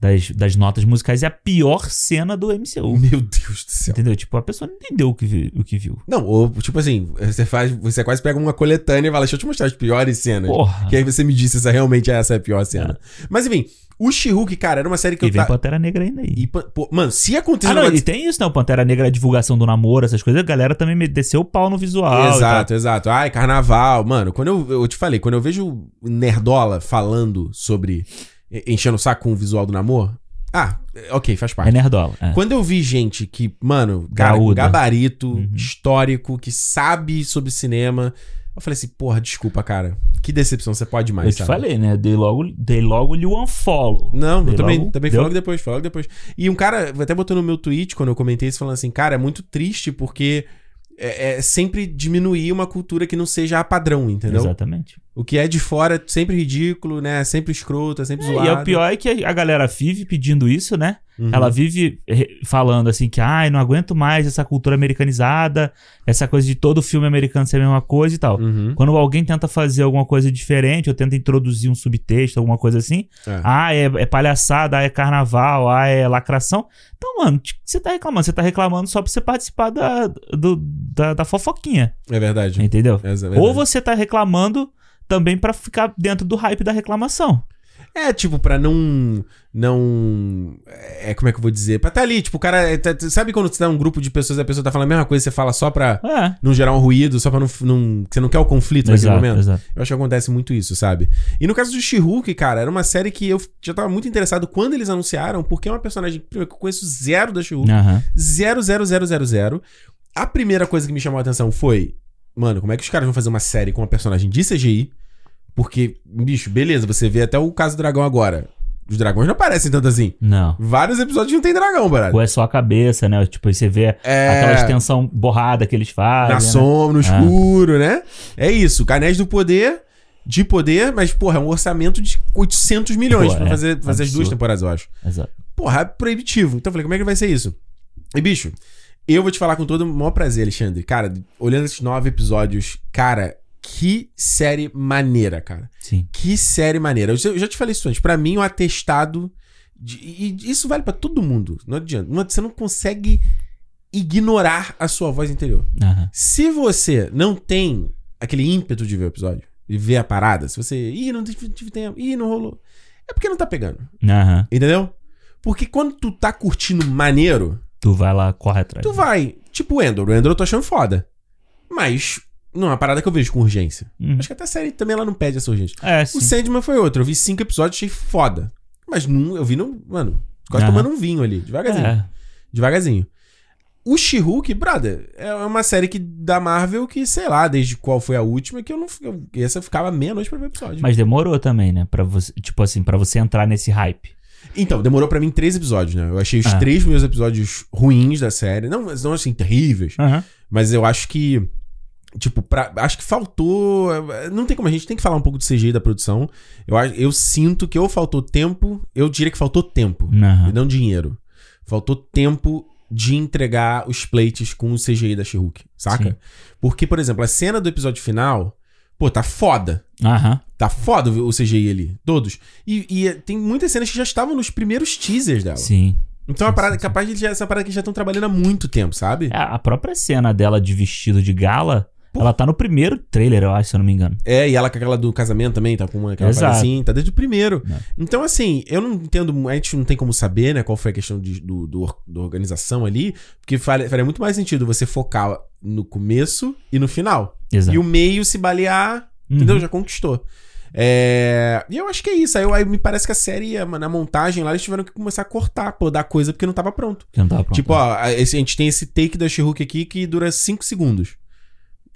B: Das, das notas musicais é a pior cena do MCU.
A: Meu Deus do céu.
B: Entendeu? Tipo, a pessoa não entendeu o que, vi- o que viu.
A: Não, ou, tipo assim, você faz. Você quase pega uma coletânea e fala: deixa eu te mostrar as piores cenas.
B: Porra.
A: Que é aí você me disse se realmente essa é a pior cena. Mas enfim, o She-Hulk, cara, era uma série que tá
B: E
A: eu
B: vem
A: tava.
B: Pantera Negra ainda aí.
A: E, pan- pô, mano, se acontecer
B: Ah,
A: um
B: não,
A: negócio-
B: e tem isso, né? O Pantera Negra, a divulgação do namoro, essas coisas, a galera também me desceu o pau no visual. e
A: Exato, exato. Ai, carnaval. Mano, quando eu, eu te falei, quando eu vejo o Nerdola falando sobre eh, enchendo o saco com o visual do namor. Ah, eh, ok, faz
B: tal. É
A: parte.
B: nerdola. é.
A: Quando eu vi gente que, mano, cara, com
B: Gaúda.
A: gabarito,
B: Uhum.
A: histórico, que sabe sobre cinema, eu falei assim, porra, desculpa, cara. Que decepção, você pode mais,
B: Eu te
A: sabe?
B: falei, né? Dei logo, dei logo lhe um follow.
A: Não, eu
B: Dei
A: também,
B: logo-
A: também foi
B: deu?
A: logo depois, foi logo depois. E um cara até botou no meu tweet, quando eu comentei isso, falando assim, cara, é muito triste porque é, é sempre diminuir uma cultura que não seja a padrão, entendeu?
B: Exatamente.
A: O que é de fora é sempre ridículo, né? É Sempre escroto, é sempre zoado.
B: E o pior é que a a galera vive pedindo isso, né?
A: Uhum.
B: Ela vive re- falando assim que, ai, não aguento mais essa cultura americanizada, essa coisa de todo filme americano ser a mesma coisa e tal.
A: Uhum.
B: Quando alguém tenta fazer alguma coisa diferente, ou tenta introduzir um subtexto, alguma coisa assim,
A: É.
B: ah, é, é palhaçada, ah, é carnaval, ah, é lacração. Então, mano, t- você tá reclamando, você tá reclamando só pra você participar da, do- da, da fofoquinha,
A: É verdade.
B: entendeu?
A: É verdade.
B: Ou você tá reclamando também pra ficar dentro do hype da reclamação.
A: É, tipo, pra não. Não. É, como é que eu vou dizer? Pra tá ali, tipo, o cara. é, tá- tá- sabe quando você tá num grupo de pessoas e a pessoa tá falando a mesma coisa, você fala só pra
B: É.
A: não gerar um ruído, só pra não. não que você não quer o conflito naquele
B: Exato,
A: momento?
B: exato.
A: Eu acho que acontece muito isso, sabe? E no caso do She-Hulk, cara, era uma série que eu já tava muito interessado quando eles anunciaram, porque é uma personagem primeiro, que eu conheço zero da She-Hulk.
B: Aham.
A: zero zero zero zero zero A primeira coisa que me chamou a atenção foi Mano, como é que os caras vão fazer uma série com uma personagem de CGI? Porque, bicho, beleza, você vê até o caso do dragão agora. Os dragões não aparecem tanto assim.
B: Não.
A: Vários episódios não tem dragão, baralho.
B: Ou é só a cabeça, né? Tipo, aí você vê
A: É.
B: aquela extensão borrada que eles fazem.
A: Na
B: né?
A: sombra, no
B: Ah.
A: escuro, né? É isso. Canéis do poder, de poder, mas, porra, é um orçamento de 800 milhões
B: Pô,
A: pra
B: é.
A: fazer, fazer as duas
B: Absurdo.
A: temporadas, eu acho.
B: Exato.
A: Porra, é proibitivo. Então eu falei, como é que vai ser isso? E, bicho, eu vou te falar com todo o maior prazer, Alexandre. Cara, olhando esses nove episódios, cara, que série maneira, cara.
B: Sim.
A: Que série maneira. Eu já- eu já te falei isso antes. Pra mim, o atestado. de- e e isso vale pra todo mundo. Não adianta. Não- Você não consegue ignorar a sua voz interior.
B: Aham.
A: Se você não tem aquele ímpeto de ver o episódio e ver a parada, se você. Ih, não tive tive tempo. Ih, não rolou. É porque não tá pegando.
B: Aham.
A: Entendeu? Porque quando tu tá curtindo maneiro,
B: Tu vai lá, corre atrás.
A: tu vai. Tipo o Endor. O Endor eu tô achando foda. Mas não é uma parada que eu vejo com urgência.
B: Uhum.
A: Acho que até a série também ela não pede essa urgência.
B: É,
A: O
B: sim.
A: Sandman foi outro. Eu vi cinco episódios, achei foda. Mas num, eu vi no. Mano, quase
B: Aham.
A: tomando um vinho ali, devagarzinho.
B: É.
A: Devagarzinho. O She-Hulk, brother, é uma série que, da Marvel que, sei lá, desde qual foi a última, que eu não. Eu, essa eu ficava meia-noite pra ver o episódio.
B: Mas demorou também, né? Pra você, tipo assim, pra você entrar nesse hype.
A: Então, demorou pra mim três episódios, né? Eu achei os
B: Ah.
A: três meus episódios ruins da série. Não, mas não assim, terríveis.
B: Aham.
A: Mas eu acho que. Tipo, pra- acho que faltou. eh, Não tem como, a gente tem que falar um pouco do CGI da produção. Eu, acho- eu sinto que ou faltou tempo. Eu diria que faltou tempo.
B: Aham.
A: E não dinheiro. Faltou tempo de entregar os plates com o CGI da She-Hulk, saca?
B: Sim.
A: Porque, por exemplo, a cena do episódio final, pô, tá foda.
B: Aham.
A: Tá foda o CGI ali, todos. E, e, eh, tem muitas cenas que já estavam nos primeiros teasers dela.
B: Sim.
A: Então é uma
B: Sim,
A: parada,
B: sim, sim.
A: capaz de já, essa parada que já estão trabalhando há muito tempo, sabe?
B: É, A própria cena dela de vestido de gala,
A: Pô.
B: ela tá no primeiro trailer, eu acho, se eu não me engano.
A: É, e ela com aquela do casamento também, tá com uma, aquela
B: Exato.
A: parada assim, tá desde o primeiro.
B: É.
A: Então, assim, eu não entendo, a gente não tem como saber, né, qual foi a questão de, do, do or- da organização ali, porque faria, faria muito mais sentido você focar no começo e no final.
B: Exato.
A: E o meio se balear,
B: Uhum.
A: entendeu? Já conquistou. É, E eu acho que é isso. Aí, eu- aí me parece que a série, a- na montagem lá, eles tiveram que começar a cortar, pô, dar coisa porque não tava pronto.
B: Que não tava pronto.
A: Tipo, ó, a- esse- a gente tem esse take da She-Hulk aqui que dura 5 segundos.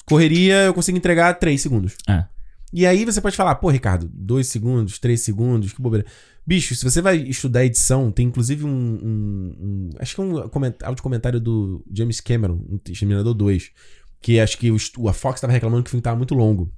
A: Correria, eu consigo entregar 3 segundos.
B: É.
A: E aí você pode falar, "Ah, pô, Ricardo, 2 segundos, 3 segundos, que bobeira. Bicho, se você vai estudar edição, tem inclusive um. um- um- acho que é um coment- áudio comentário do James Cameron, no Exterminador 2. Que acho que o estu- a Fox tava reclamando que o filme tava muito longo.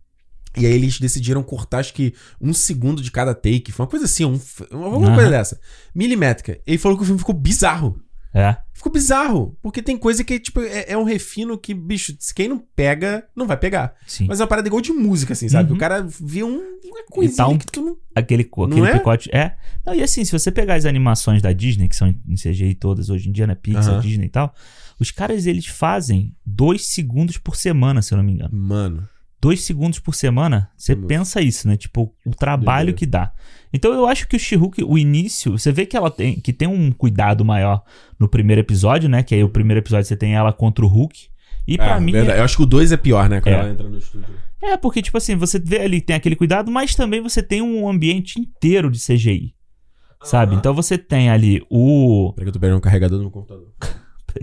A: E aí eles decidiram cortar, acho que um segundo de cada take. Foi uma coisa assim, um, f- alguma
B: Aham.
A: coisa dessa. Milimétrica. Ele falou que o filme ficou bizarro.
B: É.
A: Ficou bizarro, porque tem coisa que tipo, é, é um refino que, bicho, se quem não pega, não vai pegar.
B: Sim.
A: Mas é uma parada igual de música, assim, sabe?
B: Uhum.
A: O cara vê um, uma coisinha
B: um-
A: que tu não.
B: Aquele, co-
A: Não
B: aquele
A: é?
B: picote. É. Não, e assim, se você pegar as animações da Disney, que são em CGI todas hoje em dia, né? Pixar,
A: Aham.
B: Disney e tal. Os caras, eles fazem dois segundos por semana, se eu não me engano.
A: Mano.
B: dois segundos por semana, você
A: Hum.
B: pensa isso, né? Tipo, o trabalho
A: Doideira.
B: que dá. Então eu acho que o She-Hulk, o início, você vê que ela tem que tem um cuidado maior no primeiro episódio, né? Que aí o primeiro episódio você tem ela contra o Hulk. E pra
A: é,
B: mim.
A: verdade. Eu acho que o 2 é pior, né? Quando
B: É.
A: ela entra no estúdio.
B: É, porque, tipo assim, você vê ali, tem aquele cuidado, mas também você tem um ambiente inteiro de CGI. Sabe?
A: Aham.
B: Então você tem ali o.
A: Ah, Peraí que eu tô pegando um carregador no meu computador.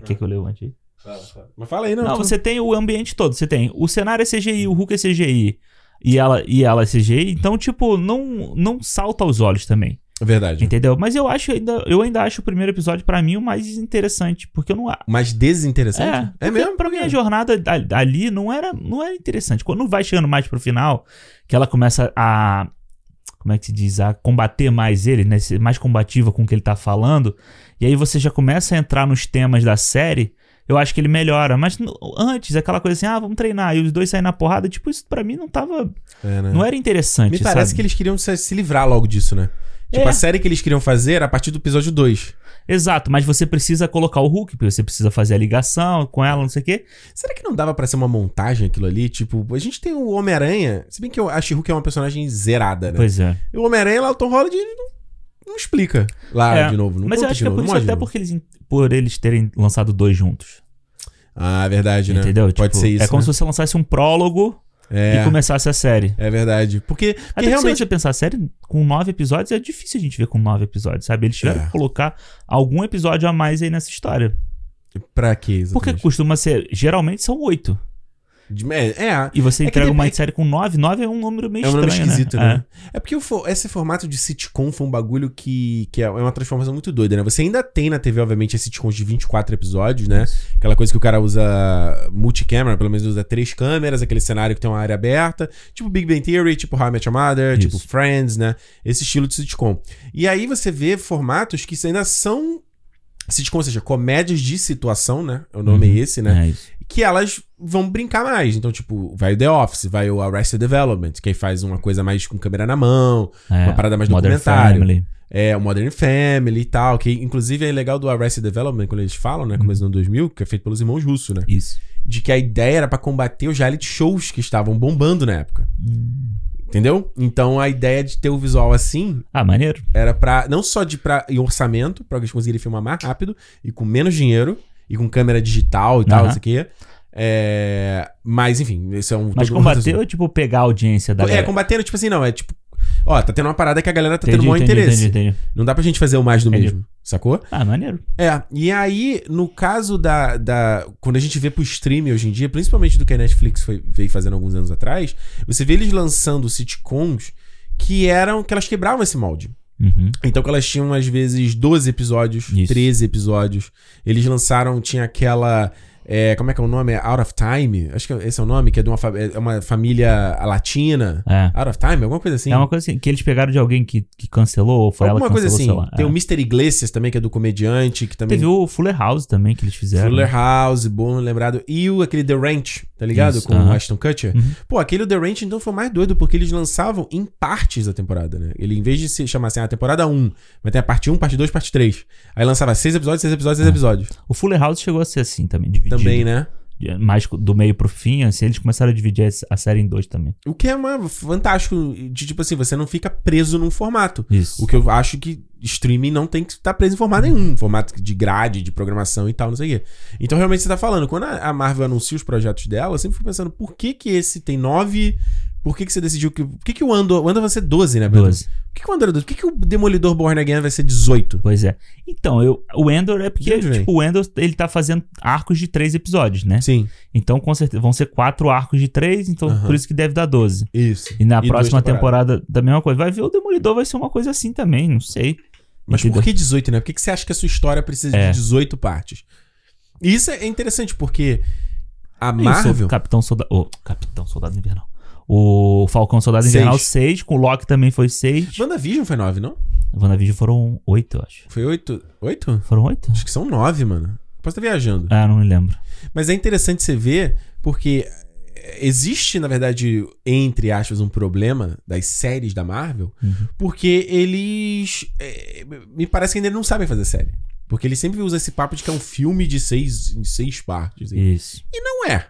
B: Quer que eu levante aí?
A: Fala, fala. Mas fala aí, não.
B: Não,
A: tu-
B: você tem o ambiente todo. Você tem o cenário é CGI, o Hulk é CGI e ela, e ela é CGI. Então, tipo, não, não salta aos olhos também.
A: Verdade.
B: Entendeu? Mas eu acho ainda, eu ainda acho o primeiro episódio pra mim o mais interessante, porque eu não a-
A: Mas desinteressante?
B: Então- é, mesmo? Pra mim a jornada da- ali não era, não era interessante. Quando vai chegando mais pro final, que ela começa a como é que se diz, a combater mais ele, né, ser mais combativa com o que ele tá falando, e aí você já começa a entrar nos temas da série. Eu acho que ele melhora, mas no- antes aquela coisa assim, ah, vamos treinar, e os dois saem na porrada, tipo, isso pra mim não tava,
A: É, né?
B: não era interessante,
A: Me parece
B: sabe?
A: que eles queriam se, se livrar logo disso, né? Tipo,
B: É.
A: a série que eles queriam fazer era a partir do episódio 2.
B: Exato, mas você precisa colocar o Hulk, porque você precisa fazer a ligação com ela, não sei o quê.
A: Será que não dava pra ser uma montagem aquilo ali? Tipo, a gente tem o Homem-Aranha. Se bem que eu- a She-Hulk é uma personagem zerada, né?
B: Pois é.
A: E o Homem-Aranha lá, o Tom Holland, ele não, não explica lá
B: É,
A: de novo. Não
B: Mas eu
A: conta
B: acho
A: de
B: que é
A: novo,
B: por
A: não
B: isso,
A: mostra de
B: até
A: novo.
B: porque eles, por eles terem lançado dois juntos.
A: Ah, verdade, né?
B: Entendeu?
A: Pode
B: Tipo,
A: ser isso.
B: É como
A: né?
B: se você lançasse um prólogo e
A: É,
B: começasse a série.
A: é verdade. Porque, porque
B: Até realmente... se
A: realmente.
B: você pensar, a série com nove episódios, é difícil a gente ver com nove episódios, sabe? Eles tiveram
A: É.
B: que colocar algum episódio a mais aí nessa história.
A: Pra quê?
B: Porque
A: Exatamente?
B: costuma ser. Geralmente são oito.
A: De- É, é,
B: E você
A: É que
B: entrega
A: depende-
B: uma série com 9, 9 é um número meio
A: É um
B: estranho,
A: nome esquisito,
B: né?
A: né? É, porque o fo- esse formato de sitcom foi um bagulho que, que é uma transformação muito doida, né? Você ainda tem na TV, obviamente, as sitcoms de 24
B: É.
A: episódios, né? Aquela coisa que o cara usa multicâmera, pelo menos usa três câmeras, aquele cenário que tem uma área aberta, tipo Big Bang Theory, tipo How I Met Your Mother,
B: Isso.
A: tipo Friends, né? Esse estilo de sitcom. E aí você vê formatos que ainda são sitcom, ou seja, comédias de situação, né? O nome é esse, né?
B: É, isso.
A: que elas vão brincar mais. Então, tipo, vai o The Office, vai o Arrested Development, que aí faz uma coisa mais com câmera na mão,
B: É,
A: uma parada mais
B: Modern
A: documentário.
B: Family.
A: É, o Modern Family e tal, que inclusive é legal do Arrested Development, quando eles falam, né, começo do ano 2000, que é feito pelos irmãos russos, né?
B: Isso.
A: De que a ideia era pra combater os reality shows que estavam bombando na época, entendeu? Então, a ideia de ter o visual assim
B: Ah, maneiro.
A: era pra, não só de pra, em orçamento, pra eles conseguirem filmar mais rápido e com menos dinheiro, e com câmera digital e tal,
B: Aham.
A: não sei o quê. É, mas, enfim, esse é um...
B: Mas
A: todo um outro
B: combater ou, tipo, pegar a audiência da
A: É,
B: galera?
A: combatendo, tipo assim, não, é tipo... Ó, tá tendo uma parada que a galera tá tendo um
B: Entendi,
A: maior
B: entendi,
A: interesse.
B: entendi, entendi.
A: Não dá pra gente fazer o mais do
B: Entendi.
A: mesmo, sacou?
B: Ah, maneiro.
A: É, e aí, no caso da, da... Quando a gente vê pro stream hoje em dia, principalmente do que a Netflix foi- veio fazendo alguns anos atrás, você vê eles lançando sitcoms que eram... Que elas quebravam esse molde.
B: Uhum.
A: Então que elas tinham, às vezes, 12 episódios,
B: Isso.
A: 13 episódios. Eles lançaram, tinha aquela. é, como é que é o nome? É Out of Time? Acho que esse é o nome, que é de uma, fa- é uma família latina.
B: É.
A: Out of Time? Alguma coisa assim.
B: É uma coisa assim, que eles pegaram de alguém que, que cancelou, ou foi
A: Alguma
B: ela que
A: coisa
B: cancelou,
A: assim.
B: sei lá.
A: Tem
B: É.
A: o Mr. Iglesias também, que é do comediante, que também.
B: Teve o Fuller House também que eles fizeram.
A: Fuller House, bom lembrado. E o, aquele The Ranch, tá ligado?
B: Isso,
A: Com
B: aham.
A: o Ashton Kutcher.
B: Uhum.
A: Pô, aquele The Ranch então foi mais doido, porque eles lançavam em partes da temporada, né? Ele, em vez de se chamar assim, a temporada 1, vai ter a parte 1, parte 2, parte 3. Aí lançava 6 episódios, 6 episódios,
B: Ah,
A: 6 episódios.
B: O Fuller House chegou a ser assim também, dividido.
A: Também, né?
B: Mais do meio pro fim, assim, eles começaram a dividir a série em dois também.
A: O que é uma, fantástico, de tipo assim, você não fica preso num formato.
B: Isso.
A: O que eu acho que streaming não tem que estar preso em formato nenhum. Formato de grade, de programação e tal, não sei o quê. Então, realmente, você tá falando. Quando a a Marvel anuncia os projetos dela, eu sempre fui pensando, por que que esse tem nove... Por que que você decidiu que... Por que que o Andor... O Andor vai ser 12, né? Pedro?
B: 12.
A: Por que que o Andor é 12? Por que que o Demolidor Born Again vai ser 18?
B: Pois é. Então, eu, o Endor é porque,
A: Entendi.
B: tipo, o Endor, ele tá fazendo arcos de três episódios, né?
A: Sim,
B: Então, com certeza, vão ser quatro arcos de três, então
A: Aham.
B: por isso que deve dar 12.
A: isso.
B: E na
A: duas
B: próxima
A: temporadas.
B: temporada da mesma coisa. Vai ver o Demolidor, vai ser uma coisa assim também, não sei.
A: Mas
B: Entendeu?
A: por que 18, né? Por que que você acha que a sua história precisa
B: É.
A: de 18 partes? E isso é interessante, porque a
B: Isso,
A: Marvel...
B: o Capitão Soldado. O Capitão Soldado Invernal. O Falcão Soldado
A: Seis.
B: Invernal 6, com o Loki também foi 6.
A: WandaVision foi 9, não?
B: WandaVision foram 8, eu acho.
A: Foi 8? 8?
B: Foram 8?
A: Acho que são 9, mano. Posso estar viajando.
B: Ah, não me lembro.
A: Mas é interessante você ver, porque eh, existe, na verdade, entre aspas, um problema das séries da Marvel,
B: Uhum.
A: porque eles. eh, me parece que ainda não sabem fazer série. Porque eles sempre usam esse papo de que é um filme de seis, em seis partes. E
B: Isso.
A: não é.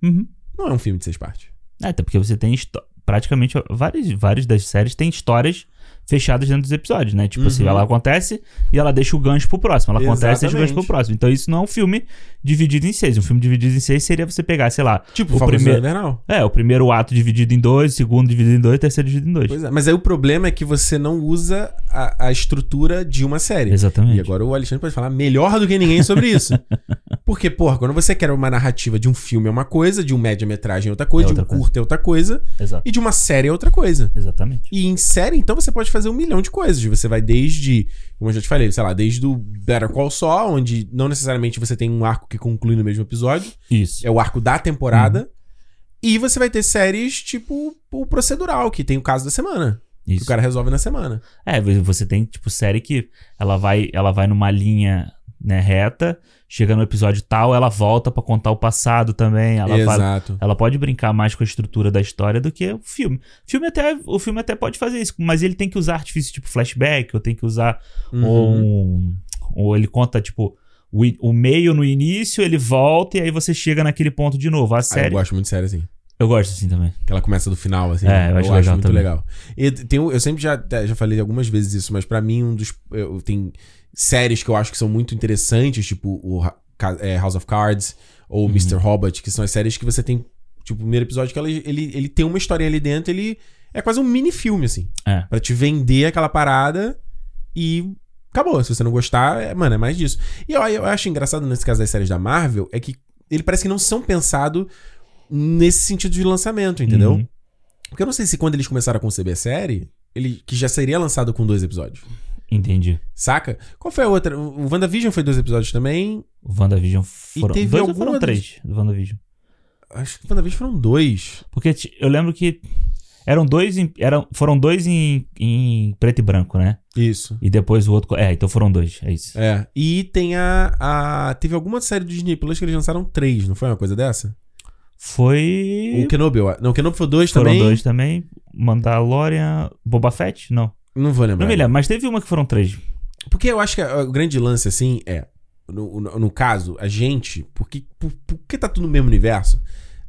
B: Uhum.
A: Não é um filme de seis partes.
B: É, até porque você tem histó- praticamente várias, várias das séries têm histórias fechadas dentro dos episódios, né? Tipo assim,
A: Uhum.
B: ela acontece e ela deixa o gancho pro próximo. Ela acontece e deixa o gancho
A: Exatamente.
B: pro próximo. Então isso não é um filme dividido em seis. Um filme dividido em seis seria você pegar, sei lá,
A: Tipo,
B: O
A: o Falcão
B: primeiro-
A: primeiro... Invernal.
B: é, o primeiro ato dividido em dois, o segundo dividido em dois, o terceiro dividido em dois.
A: Pois é. Mas aí o problema é que você não usa a, a estrutura de uma série.
B: Exatamente.
A: é. E agora o Alexandre pode falar melhor do que ninguém sobre isso. Porque, porra, quando você quer uma narrativa de um filme é uma coisa, de um média-metragem é outra coisa,
B: É
A: de um
B: outra coisa.
A: curta é outra coisa,
B: Exato.
A: e de uma série é outra coisa.
B: Exatamente.
A: E em série, então, você pode fazer um milhão de coisas. Você vai desde, como eu já te falei, sei lá, desde o Better Call Saul, onde não necessariamente você tem um arco que conclui no mesmo episódio,
B: Isso.
A: é o arco da temporada.
B: Uhum.
A: E você vai ter séries tipo o procedural, que tem o caso da semana, que
B: Isso.
A: o cara resolve na semana.
B: É, vo- você tem, tipo, série que ela vai, ela vai numa linha, né, reta, chega no episódio tal, ela volta pra contar o passado também, ela vai
A: Exato.
B: Ela pode brincar mais com a estrutura da história do que o filme. Filme até, o filme até pode fazer isso, mas ele tem que usar artifício tipo flashback, ou tem que usar
A: Uhum.
B: um. Ou ele conta, tipo, o, i- o meio no início, ele volta e aí você chega naquele ponto de novo.
A: Ah,
B: A
A: eu
B: série. eu,
A: gosto muito de série, assim.
B: gosto assim também.
A: Que ela começa do final, assim.
B: É, eu acho legal
A: muito
B: também.
A: legal. E tem, um- eu sempre já, já falei algumas vezes isso, mas pra mim, um dos. Eu, tem séries que eu acho que são muito interessantes, tipo o Ra- Ca- é, House of Cards
B: Uhum.
A: ou Mr. Hobbit, que são as séries que você tem. Tipo, o primeiro episódio que ela, ele, ele tem uma historinha ali dentro, ele. É quase um mini filme, assim.
B: É.
A: Pra te vender aquela parada e. Acabou. Se você não gostar, é- mano, é mais disso. E eu, eu acho engraçado nesse caso das séries da Marvel, é que ele parece que não são pensado nesse sentido de lançamento, entendeu?
B: Uhum.
A: Porque eu não sei se quando eles começaram a conceber a série, ele que já seria lançado com dois episódios.
B: Entendi.
A: Saca? Qual foi a outra? O WandaVision foi dois episódios também.
B: O WandaVision foram
A: teve
B: dois ou
A: alguma
B: foram
A: das-
B: três do WandaVision?
A: Acho que o WandaVision foram dois.
B: Porque ti- eu lembro que eram dois em, eram, foram dois em, em preto e branco, né?
A: Isso.
B: E depois o outro... co- É, então foram dois, é isso.
A: É. E tem a. a teve alguma série do Disney Plus que eles lançaram três, não foi uma coisa dessa?
B: Foi...
A: O Kenobi. eu- Não, o Kenobi foi dois
B: Foram
A: também.
B: dois também. Mandalorian... Boba Fett? Não.
A: Não vou lembrar.
B: Não me lembro, mas teve uma que foram três.
A: Porque eu acho que ah, o grande lance, assim, é. No, no, no caso, a gente. Porque, por, por que tá tudo no mesmo universo?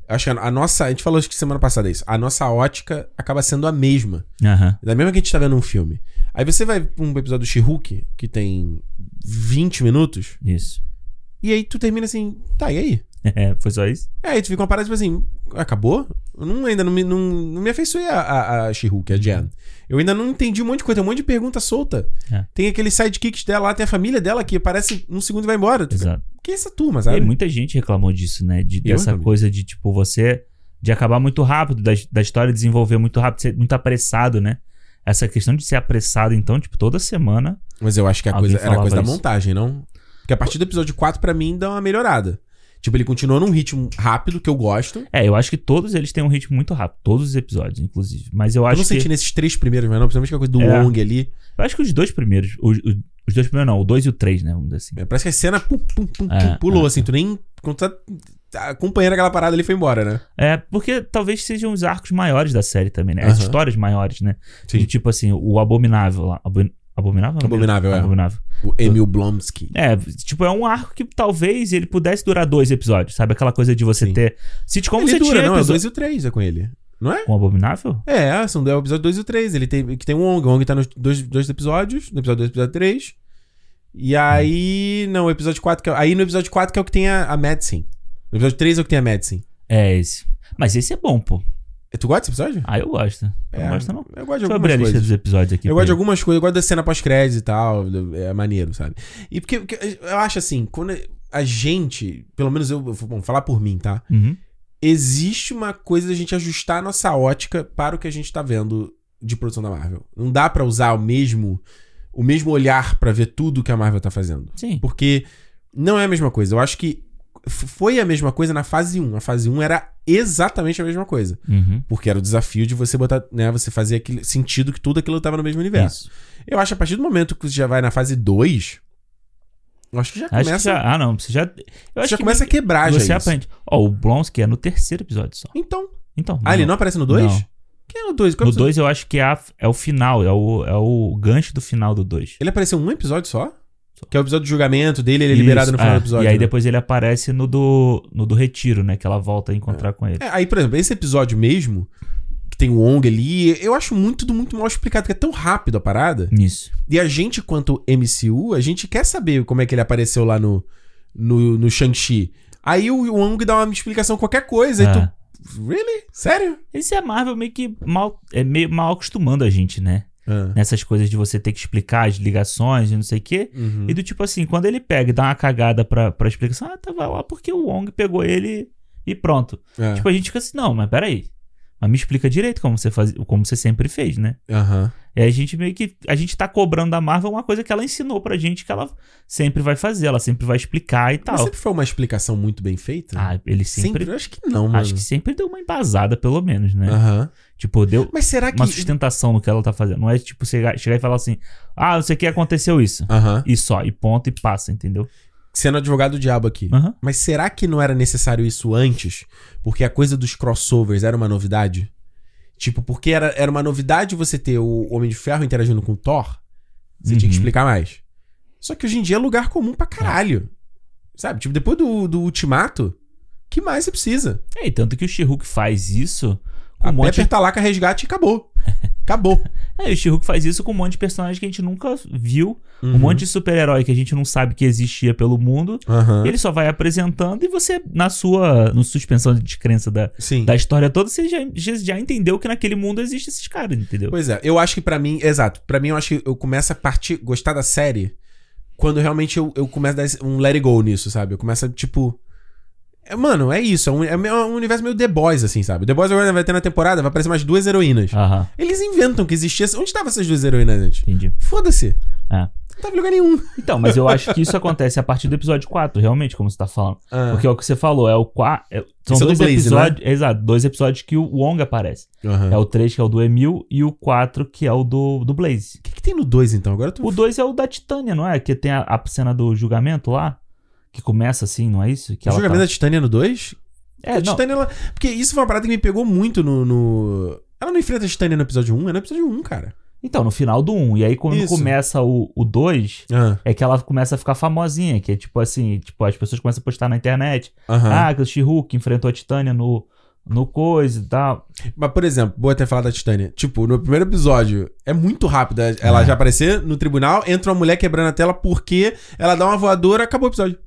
A: Eu Acho que a, a nossa. A gente falou acho que semana passada isso. A nossa ótica acaba sendo a mesma.
B: Aham.
A: Da mesma que a gente tá vendo um filme. Aí você vai pra um episódio do She-Hulk, que tem 20 minutos,
B: Isso.
A: e aí tu termina assim, tá, e aí?
B: É, foi só isso?
A: É, aí tu fica uma parada tipo assim, acabou? Eu não, ainda não me, não, não me afeiçoei a, a, a She-Hulk,
B: Uhum.
A: a Jen. Eu ainda não entendi um monte de coisa, tem um monte de pergunta solta.
B: É.
A: Tem aqueles sidekicks dela lá, tem a família dela que aparece um segundo e vai embora. Tu fica,
B: Exato.
A: que é essa turma,
B: E
A: sabe?
B: muita gente reclamou disso, né? De, dessa
A: reclamei.
B: coisa de, tipo, você... De acabar muito rápido, da, da história desenvolver muito rápido, ser muito apressado, né? Essa questão de ser apressado, então, tipo, toda semana...
A: Mas eu acho que a
B: Alguém
A: coisa, era a
B: falava
A: coisa da
B: isso.
A: montagem, não? Porque a partir do episódio 4, pra mim, dá uma melhorada. Tipo, ele continua num ritmo rápido, que eu gosto.
B: É, eu acho que todos eles têm um ritmo muito rápido. Todos os episódios, inclusive. Mas eu
A: Eu
B: acho
A: não
B: que...
A: senti nesses três primeiros, mas não, principalmente aquela coisa do
B: É.
A: Wong ali.
B: Eu acho que os dois primeiros... Os, os- os dois primeiros, não. O dois e o três, né? Vamos dizer assim.
A: É, Parece que a cena pum, pum, pum,
B: É,
A: pum, pulou,
B: é,
A: assim. Tu nem. Quando tá tá acompanhando aquela parada ali, foi embora, né?
B: É, porque talvez sejam os arcos maiores da série também, né? As
A: Aham.
B: histórias maiores, né?
A: Sim.
B: De tipo assim, o Abominável lá. Abomin- Abominável?
A: Abominável, é.
B: Abominável.
A: O Emil Blomsky.
B: É, tipo, é um arco que talvez ele pudesse durar dois episódios, sabe? Aquela coisa de você
A: Sim.
B: ter. Sitcom
A: ele
B: você
A: dura,
B: tinha
A: não? É o
B: episódio
A: 2 e o 3 é com ele. Não é?
B: com o Abominável?
A: É, são é o episódio 2 e o 3. Ele tem, que tem o Wong. O Wong tá nos dois, dois episódios, no episódio 2 e episódio 3. E aí.
B: Hum.
A: Não, o episódio 4 que é. Aí no episódio 4 que é o que tem a, a Madison. No episódio 3 é o que tem a Madison.
B: É esse. Mas esse é bom, pô.
A: Tu gosta desse episódio?
B: Ah, eu gosto. Eu
A: É,
B: não gosto, não.
A: Eu gosto de
B: Ah, Deixa eu
A: algumas
B: abrir a lista
A: coisas.
B: dos episódios aqui.
A: eu
B: pra
A: gosto de
B: ele.
A: algumas coisas, eu gosto da cena pós-crédito e tal, do- é maneiro, sabe? E porque, porque eu acho assim, quando a gente, pelo menos eu, eu vou bom, falar por mim, tá?
B: Uhum.
A: Existe uma coisa da gente ajustar a nossa ótica para o que a gente tá vendo de produção da Marvel. Não dá pra usar o mesmo o mesmo olhar pra ver tudo que a Marvel tá fazendo.
B: Sim.
A: Porque não é a mesma coisa. Eu acho que f- foi a mesma coisa na fase 1. A fase 1 era exatamente a mesma coisa.
B: Uhum.
A: Porque era o desafio de você botar, né, você fazer aquele sentido que tudo aquilo tava no mesmo universo.
B: Isso.
A: Eu acho que a partir do momento que você já vai na fase 2, eu acho que já
B: Acho
A: começa,
B: que já. Ah, não. Você já. Eu acho
A: já
B: que
A: começa a quebrar
B: Você
A: já isso.
B: aprende. Ó, o Blonsky é no terceiro episódio só.
A: Então,
B: Então.
A: ah, ele não aparece no 2?
B: Não.
A: Quem é no 2?
B: No 2 eu acho que é, a- é o final, é o, é o gancho do final do 2.
A: Ele apareceu em um episódio só?
B: Só.
A: Que é o episódio do julgamento dele, ele é liberado no final do episódio.
B: E aí
A: né?
B: depois ele aparece no do, no do retiro, né? Que ela volta a encontrar com ele.
A: É, aí, por exemplo, esse episódio mesmo, que tem o Wong ali, eu acho muito, tudo muito mal explicado, porque é tão rápido a parada.
B: Isso.
A: E a gente, quanto MCU, a gente quer saber como é que ele apareceu lá no, no, no Shang-Chi. Aí o Wong dá uma explicação qualquer coisa, aí
B: É.
A: tu... Really? Sério?
B: Esse é a Marvel meio que mal, é meio mal acostumando a gente, né?
A: Ah.
B: Nessas coisas de você ter que explicar as ligações e não sei o quê.
A: Uhum.
B: E do tipo assim, quando ele pega e dá uma cagada pra, pra explicação, ah, tava lá porque o Wong pegou ele e pronto.
A: É.
B: Tipo, a gente fica assim, não, mas peraí. Mas me explica direito como você, faz, como você sempre fez, né?
A: Aham.
B: É, a gente meio que. A gente tá cobrando da Marvel uma coisa que ela ensinou pra gente que ela sempre vai fazer, ela sempre vai explicar e
A: Mas
B: tal.
A: sempre foi uma explicação muito bem feita?
B: Ah, ele
A: sempre?
B: sempre.
A: Eu Acho que não, mano.
B: acho que sempre deu uma embasada, pelo menos, né?
A: Aham.
B: Tipo, deu
A: Mas será que...
B: uma sustentação no que ela tá fazendo. Não é tipo chegar, chegar e falar assim, ah, não sei o que aconteceu isso.
A: Aham.
B: E só, e ponto e passa, entendeu?
A: Sendo advogado do diabo aqui.
B: Aham.
A: Mas será que não era necessário isso antes? Porque a coisa dos crossovers era uma novidade? Tipo, porque era, era uma novidade você ter o Homem de Ferro interagindo com o Thor? Você tinha que
B: Uhum.
A: explicar mais. Só que hoje em dia é lugar comum pra caralho. Sabe? Tipo, depois do, do Ultimato, que mais você precisa?
B: É, e tanto que o She-Hulk faz isso com
A: A
B: um monte.
A: Pepper tá lá com a resgate e acabou. Acabou.
B: É, o She-Hulk faz isso com um monte de personagem que a gente nunca viu, um
A: Uhum.
B: monte de super-herói que a gente não sabe que existia pelo mundo.
A: Aham.
B: Ele só vai apresentando e você, na sua no suspensão de descrença da,
A: Sim.
B: da história toda, você já, já, já entendeu que naquele mundo existem esses caras, entendeu?
A: Pois é, eu acho que pra mim, exato, Pra mim eu acho que eu começo a partir, gostar da série quando realmente eu, eu começo a dar esse- um let it go nisso, sabe? Eu começo a, tipo, É, mano, é isso. É um, é um universo meio The Boys, assim, sabe? The Boys agora vai ter na temporada, vai aparecer mais duas heroínas.
B: Aham,
A: Eles inventam que existia. Onde estavam essas duas heroínas antes?
B: entendi.
A: Foda-se.
B: É.
A: Não tava em lugar nenhum.
B: Então, mas eu acho que isso acontece a partir do episódio 4, realmente, como você tá falando.
A: Ah.
B: Porque é o que você falou, é o 4. são
A: Isso é do
B: dois
A: Blaze, né?
B: episódios. Exato, dois episódios que o Wong aparece.
A: Aham.
B: É o 3, que é o do Emil, e o 4, que é o do, do Blaze.
A: O que, que tem no 2, então? Agora tu.
B: O 2 é o da Titânia, não é? Que tem a, a cena do julgamento lá. Que começa assim, não é isso?
A: O
B: Que ela
A: julgamento da Titânia no 2?
B: tá...
A: a
B: É, não,
A: Titânia, ela... Porque isso foi uma parada que me pegou muito no. no- Ela não enfrenta a Titânia no episódio 1, é no episódio 1, cara.
B: Então, no final do 1. Um, e aí, quando
A: Isso.
B: começa o 2,
A: Ah,
B: é que ela começa a ficar famosinha. Que é tipo assim, tipo, as pessoas começam a postar na internet.
A: aham.
B: Ah, que o She-Hulk enfrentou a Titânia no, no coisa e tal.
A: Mas, por exemplo, boa ter falado da Titânia. Tipo, no primeiro episódio, é muito rápido ela
B: É.
A: já aparecer no tribunal, entra uma mulher quebrando a tela porque ela dá uma voadora, acabou o episódio.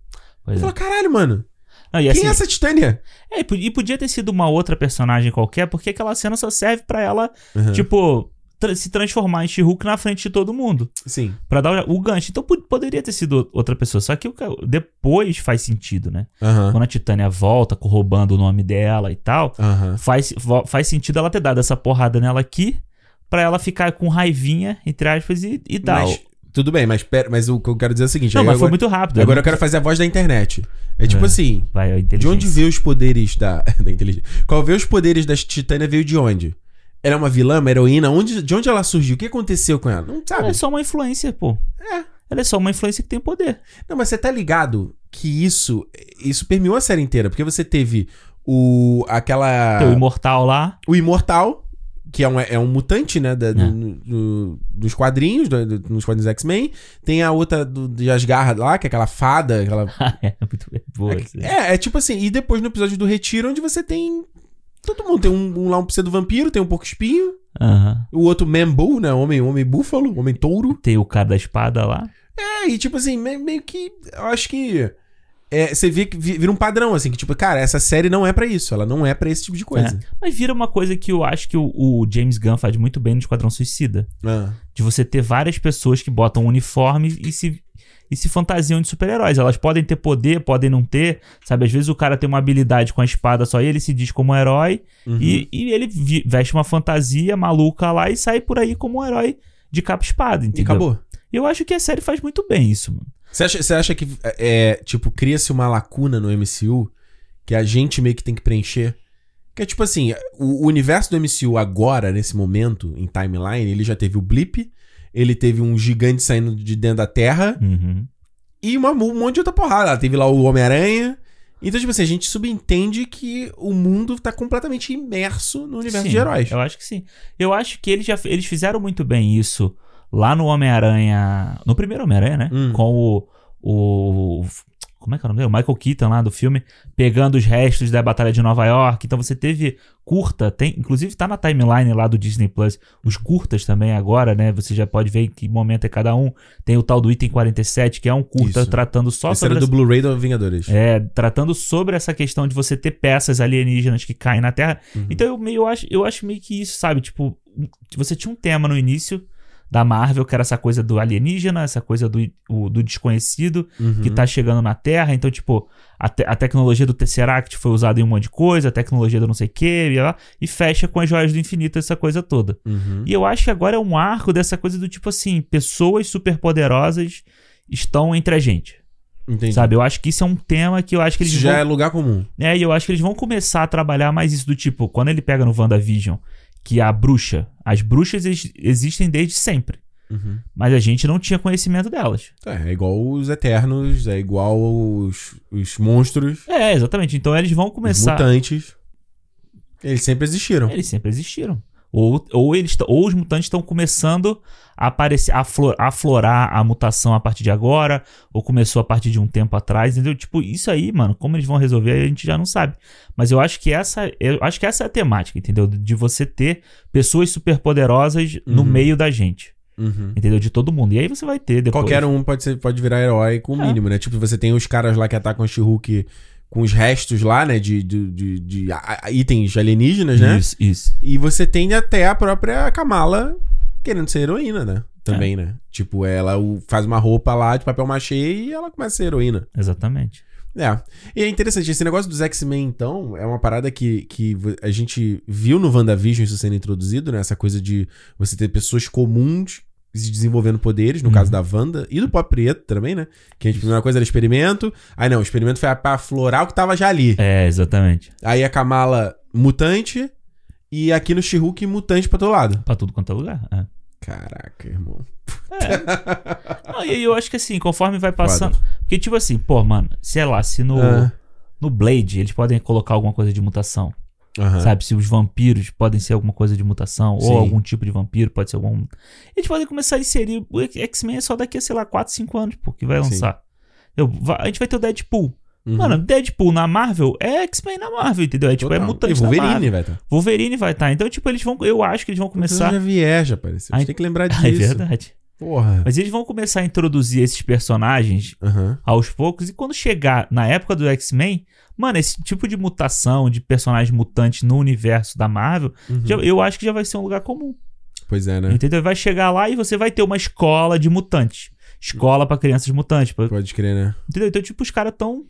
B: Pois
A: Eu
B: é.
A: falo, caralho, mano.
B: Não, e
A: Quem
B: assim,
A: é essa Titânia?
B: é, e po- e podia ter sido uma outra personagem qualquer, porque aquela cena só serve pra ela,
A: Aham.
B: tipo, tra- se transformar em She-Hulk na frente de todo mundo.
A: Sim.
B: Pra dar o, o gancho. Então po- poderia ter sido outra pessoa. Só que o ca- depois faz sentido, né?
A: Aham.
B: Quando a Titânia volta, corrobando o nome dela e tal,
A: Aham.
B: faz, vo- faz sentido ela ter dado essa porrada nela aqui. Pra ela ficar com raivinha, entre aspas, e, e tal.
A: Mas, tudo bem, mas, pera, mas o que eu quero dizer é o seguinte.
B: Não,
A: aí
B: mas foi
A: agora,
B: muito rápido.
A: agora eu quero fazer a voz da internet. É tipo
B: É.
A: assim,
B: Vai, ó,
A: de
B: inteligência.
A: onde veio os poderes da... da inteligência? Qual veio os poderes da Titânia veio de onde? Ela é uma vilã, uma heroína? Onde, de onde ela surgiu? O que aconteceu com ela? Não
B: Ela
A: sabe.
B: é só uma influencer, pô.
A: É.
B: Ela é só uma influencer que tem poder.
A: Não, mas você tá ligado que isso... Isso permeou a série inteira. Porque você teve o... Aquela...
B: Tem o imortal lá.
A: O Imortal, que é um, é um mutante, né? da- do-
B: É.
A: no- do- dos quadrinhos, do, do- nos quadrinhos X-Men. Tem a outra do, das garras lá, que é aquela fada, aquela.
B: Ah, é, muito bem. Boa. assim.
A: É, é tipo assim, e depois no episódio do Retiro, onde você tem. Todo mundo tem um, um lá um pseudo vampiro, tem um porco espinho,
B: Aham.
A: o outro Mambo, né? Homem, homem búfalo, homem touro.
B: Tem o cara da espada lá.
A: É, e tipo assim, me- meio que. Eu acho que. é, você vê que vi- vira um padrão, assim, que tipo, cara, essa série não é pra isso, ela não é pra esse tipo de coisa.
B: Mas vira uma coisa que eu acho que o, o James Gunn faz muito bem no Esquadrão Suicida.
A: Ah.
B: De você ter várias pessoas que botam um uniforme e se, e se fantasiam de super-heróis. Elas podem ter poder, podem não ter. Sabe, às vezes o cara tem uma habilidade com a espada só e ele se diz como um herói.
A: Uhum.
B: E, e ele vi- veste uma fantasia maluca lá e sai por aí como um herói de capa-espada,
A: e
B: entendeu?
A: acabou.
B: Eu acho que a série faz muito bem isso, mano.
A: Você acha, você acha que, é, tipo, cria-se uma lacuna no MCU que a gente meio que tem que preencher? Que é tipo assim, o, o universo do MCU agora, nesse momento, em timeline, ele já teve o blip, ele teve um gigante saindo de dentro da Terra
B: Uhum.
A: e uma, um monte de outra porrada. Teve lá o Homem-Aranha. Então, tipo assim, a gente subentende que o mundo tá completamente imerso no universo
B: Sim, É
A: de heróis.
B: Eu acho que sim. Eu acho que eles já eles fizeram muito bem isso lá no Homem-Aranha. No primeiro Homem-Aranha, né?
A: Hum.
B: Com o, o. Como é que é o nome dele? O Michael Keaton lá do filme, pegando os restos da Batalha de Nova York. Então você teve curta, tem. Inclusive tá na timeline lá do Disney Plus. Os curtas também agora, né? Você já pode ver em que momento é cada um. Tem o tal do item 47, que é um curta
A: Isso.
B: tratando só
A: Esse era
B: sobre.
A: do
B: essa-
A: Blu-ray do Vingadores.
B: é, tratando sobre essa questão de você ter peças alienígenas que caem na Terra.
A: Uhum.
B: Então eu meio acho, eu acho meio que isso, sabe? Tipo, você tinha um tema no início da Marvel, que era essa coisa do alienígena, essa coisa do, o- do desconhecido
A: Uhum.
B: que tá chegando na Terra. Então, tipo, a, te- a tecnologia do Tesseract foi usada em um monte de coisa, a tecnologia do não sei o que, e, lá, e fecha com as joias do infinito essa coisa toda.
A: Uhum.
B: E eu acho que agora é um arco dessa coisa do tipo assim, pessoas superpoderosas estão entre a gente.
A: Entendi.
B: Sabe, eu acho que isso é um tema que eu acho que eles
A: Isso já
B: vão...
A: é lugar comum.
B: É, e eu acho que eles vão começar a trabalhar mais isso do tipo, quando ele pega no WandaVision, que a bruxa, as bruxas ex- existem desde sempre,
A: Uhum.
B: mas a gente não tinha conhecimento delas.
A: É, é igual os Eternos, é igual os, os monstros,
B: É, exatamente. Então eles vão
A: os
B: começar.
A: mutantes. Eles sempre existiram.
B: Eles sempre existiram. Ou, ou, eles, t- ou os mutantes estão começando a aparecer, a aflo- a aflorar a mutação a partir de agora, ou começou a partir de um tempo atrás, entendeu? Tipo, isso aí, mano, como eles vão resolver, a gente já não sabe. Mas eu acho que essa, eu acho que essa é a temática, entendeu? De você ter pessoas superpoderosas no
A: Uhum.
B: meio da gente,
A: Uhum.
B: entendeu? De todo mundo. E aí você vai ter depois.
A: Qualquer um pode, ser, pode virar herói com o
B: É.
A: mínimo, né? Tipo, você tem os caras lá que atacam a She-Hulk com os restos lá, né? De, de, de, de a- a- itens alienígenas, né?
B: Isso, isso.
A: E você tem até a própria Kamala querendo ser heroína, né?
B: É.
A: Também, né? Tipo, ela o- faz uma roupa lá de papel machê e ela começa a ser heroína.
B: Exatamente.
A: É. E é interessante, esse negócio dos X-Men, então, é uma parada que, que a gente viu no WandaVision isso sendo introduzido, né? Essa coisa de você ter pessoas comuns se desenvolvendo poderes, no
B: Uhum.
A: caso da Wanda e do próprio Prieto também, né? Que a gente, a primeira coisa era experimento. Aí não, o experimento foi pra aflorar o que tava já ali.
B: É, exatamente.
A: Aí a Kamala mutante e aqui no She-Hulk mutante pra todo lado.
B: Pra tudo quanto é lugar.
A: Ah.
B: É.
A: Caraca, irmão.
B: Não, e aí eu acho que assim, conforme vai passando. Porque, tipo assim, pô, mano, sei lá, se no,
A: Ah,
B: no Blade eles podem colocar alguma coisa de mutação.
A: aham.
B: Sabe? Se os vampiros podem ser alguma coisa de mutação,
A: É. Sim.
B: ou algum tipo de vampiro, pode ser algum. Eles podem começar a inserir. O X-Men é só daqui a, sei lá, 4, 5 anos, pô, que vai
A: Sim.
B: lançar. Eu, va- a gente vai ter o Deadpool.
A: Uhum.
B: Mano, Deadpool na Marvel é X-Men na Marvel, entendeu? É tipo, é
A: Total.
B: mutante
A: E
B: na Marvel.
A: Wolverine, velho. tá?
B: Wolverine vai estar. Então, tipo, eles vão. Eu acho que eles vão
A: Você
B: começar.
A: já viaja, parece. A gente
B: Ai-
A: tem que lembrar disso.
B: Ah, é verdade.
A: Porra.
B: Mas eles vão começar a introduzir esses personagens
A: Aham.
B: aos poucos. E quando chegar na época do X-Men, mano, esse tipo de mutação de personagem mutante no universo da Marvel,
A: Uhum.
B: já- eu acho que já vai ser um lugar comum.
A: Pois é, né?
B: Entendeu? Vai chegar lá e você vai ter uma escola de mutantes. Escola pra crianças mutantes. pra-
A: Pode crer, né?
B: entendeu? Então, tipo, os caras tão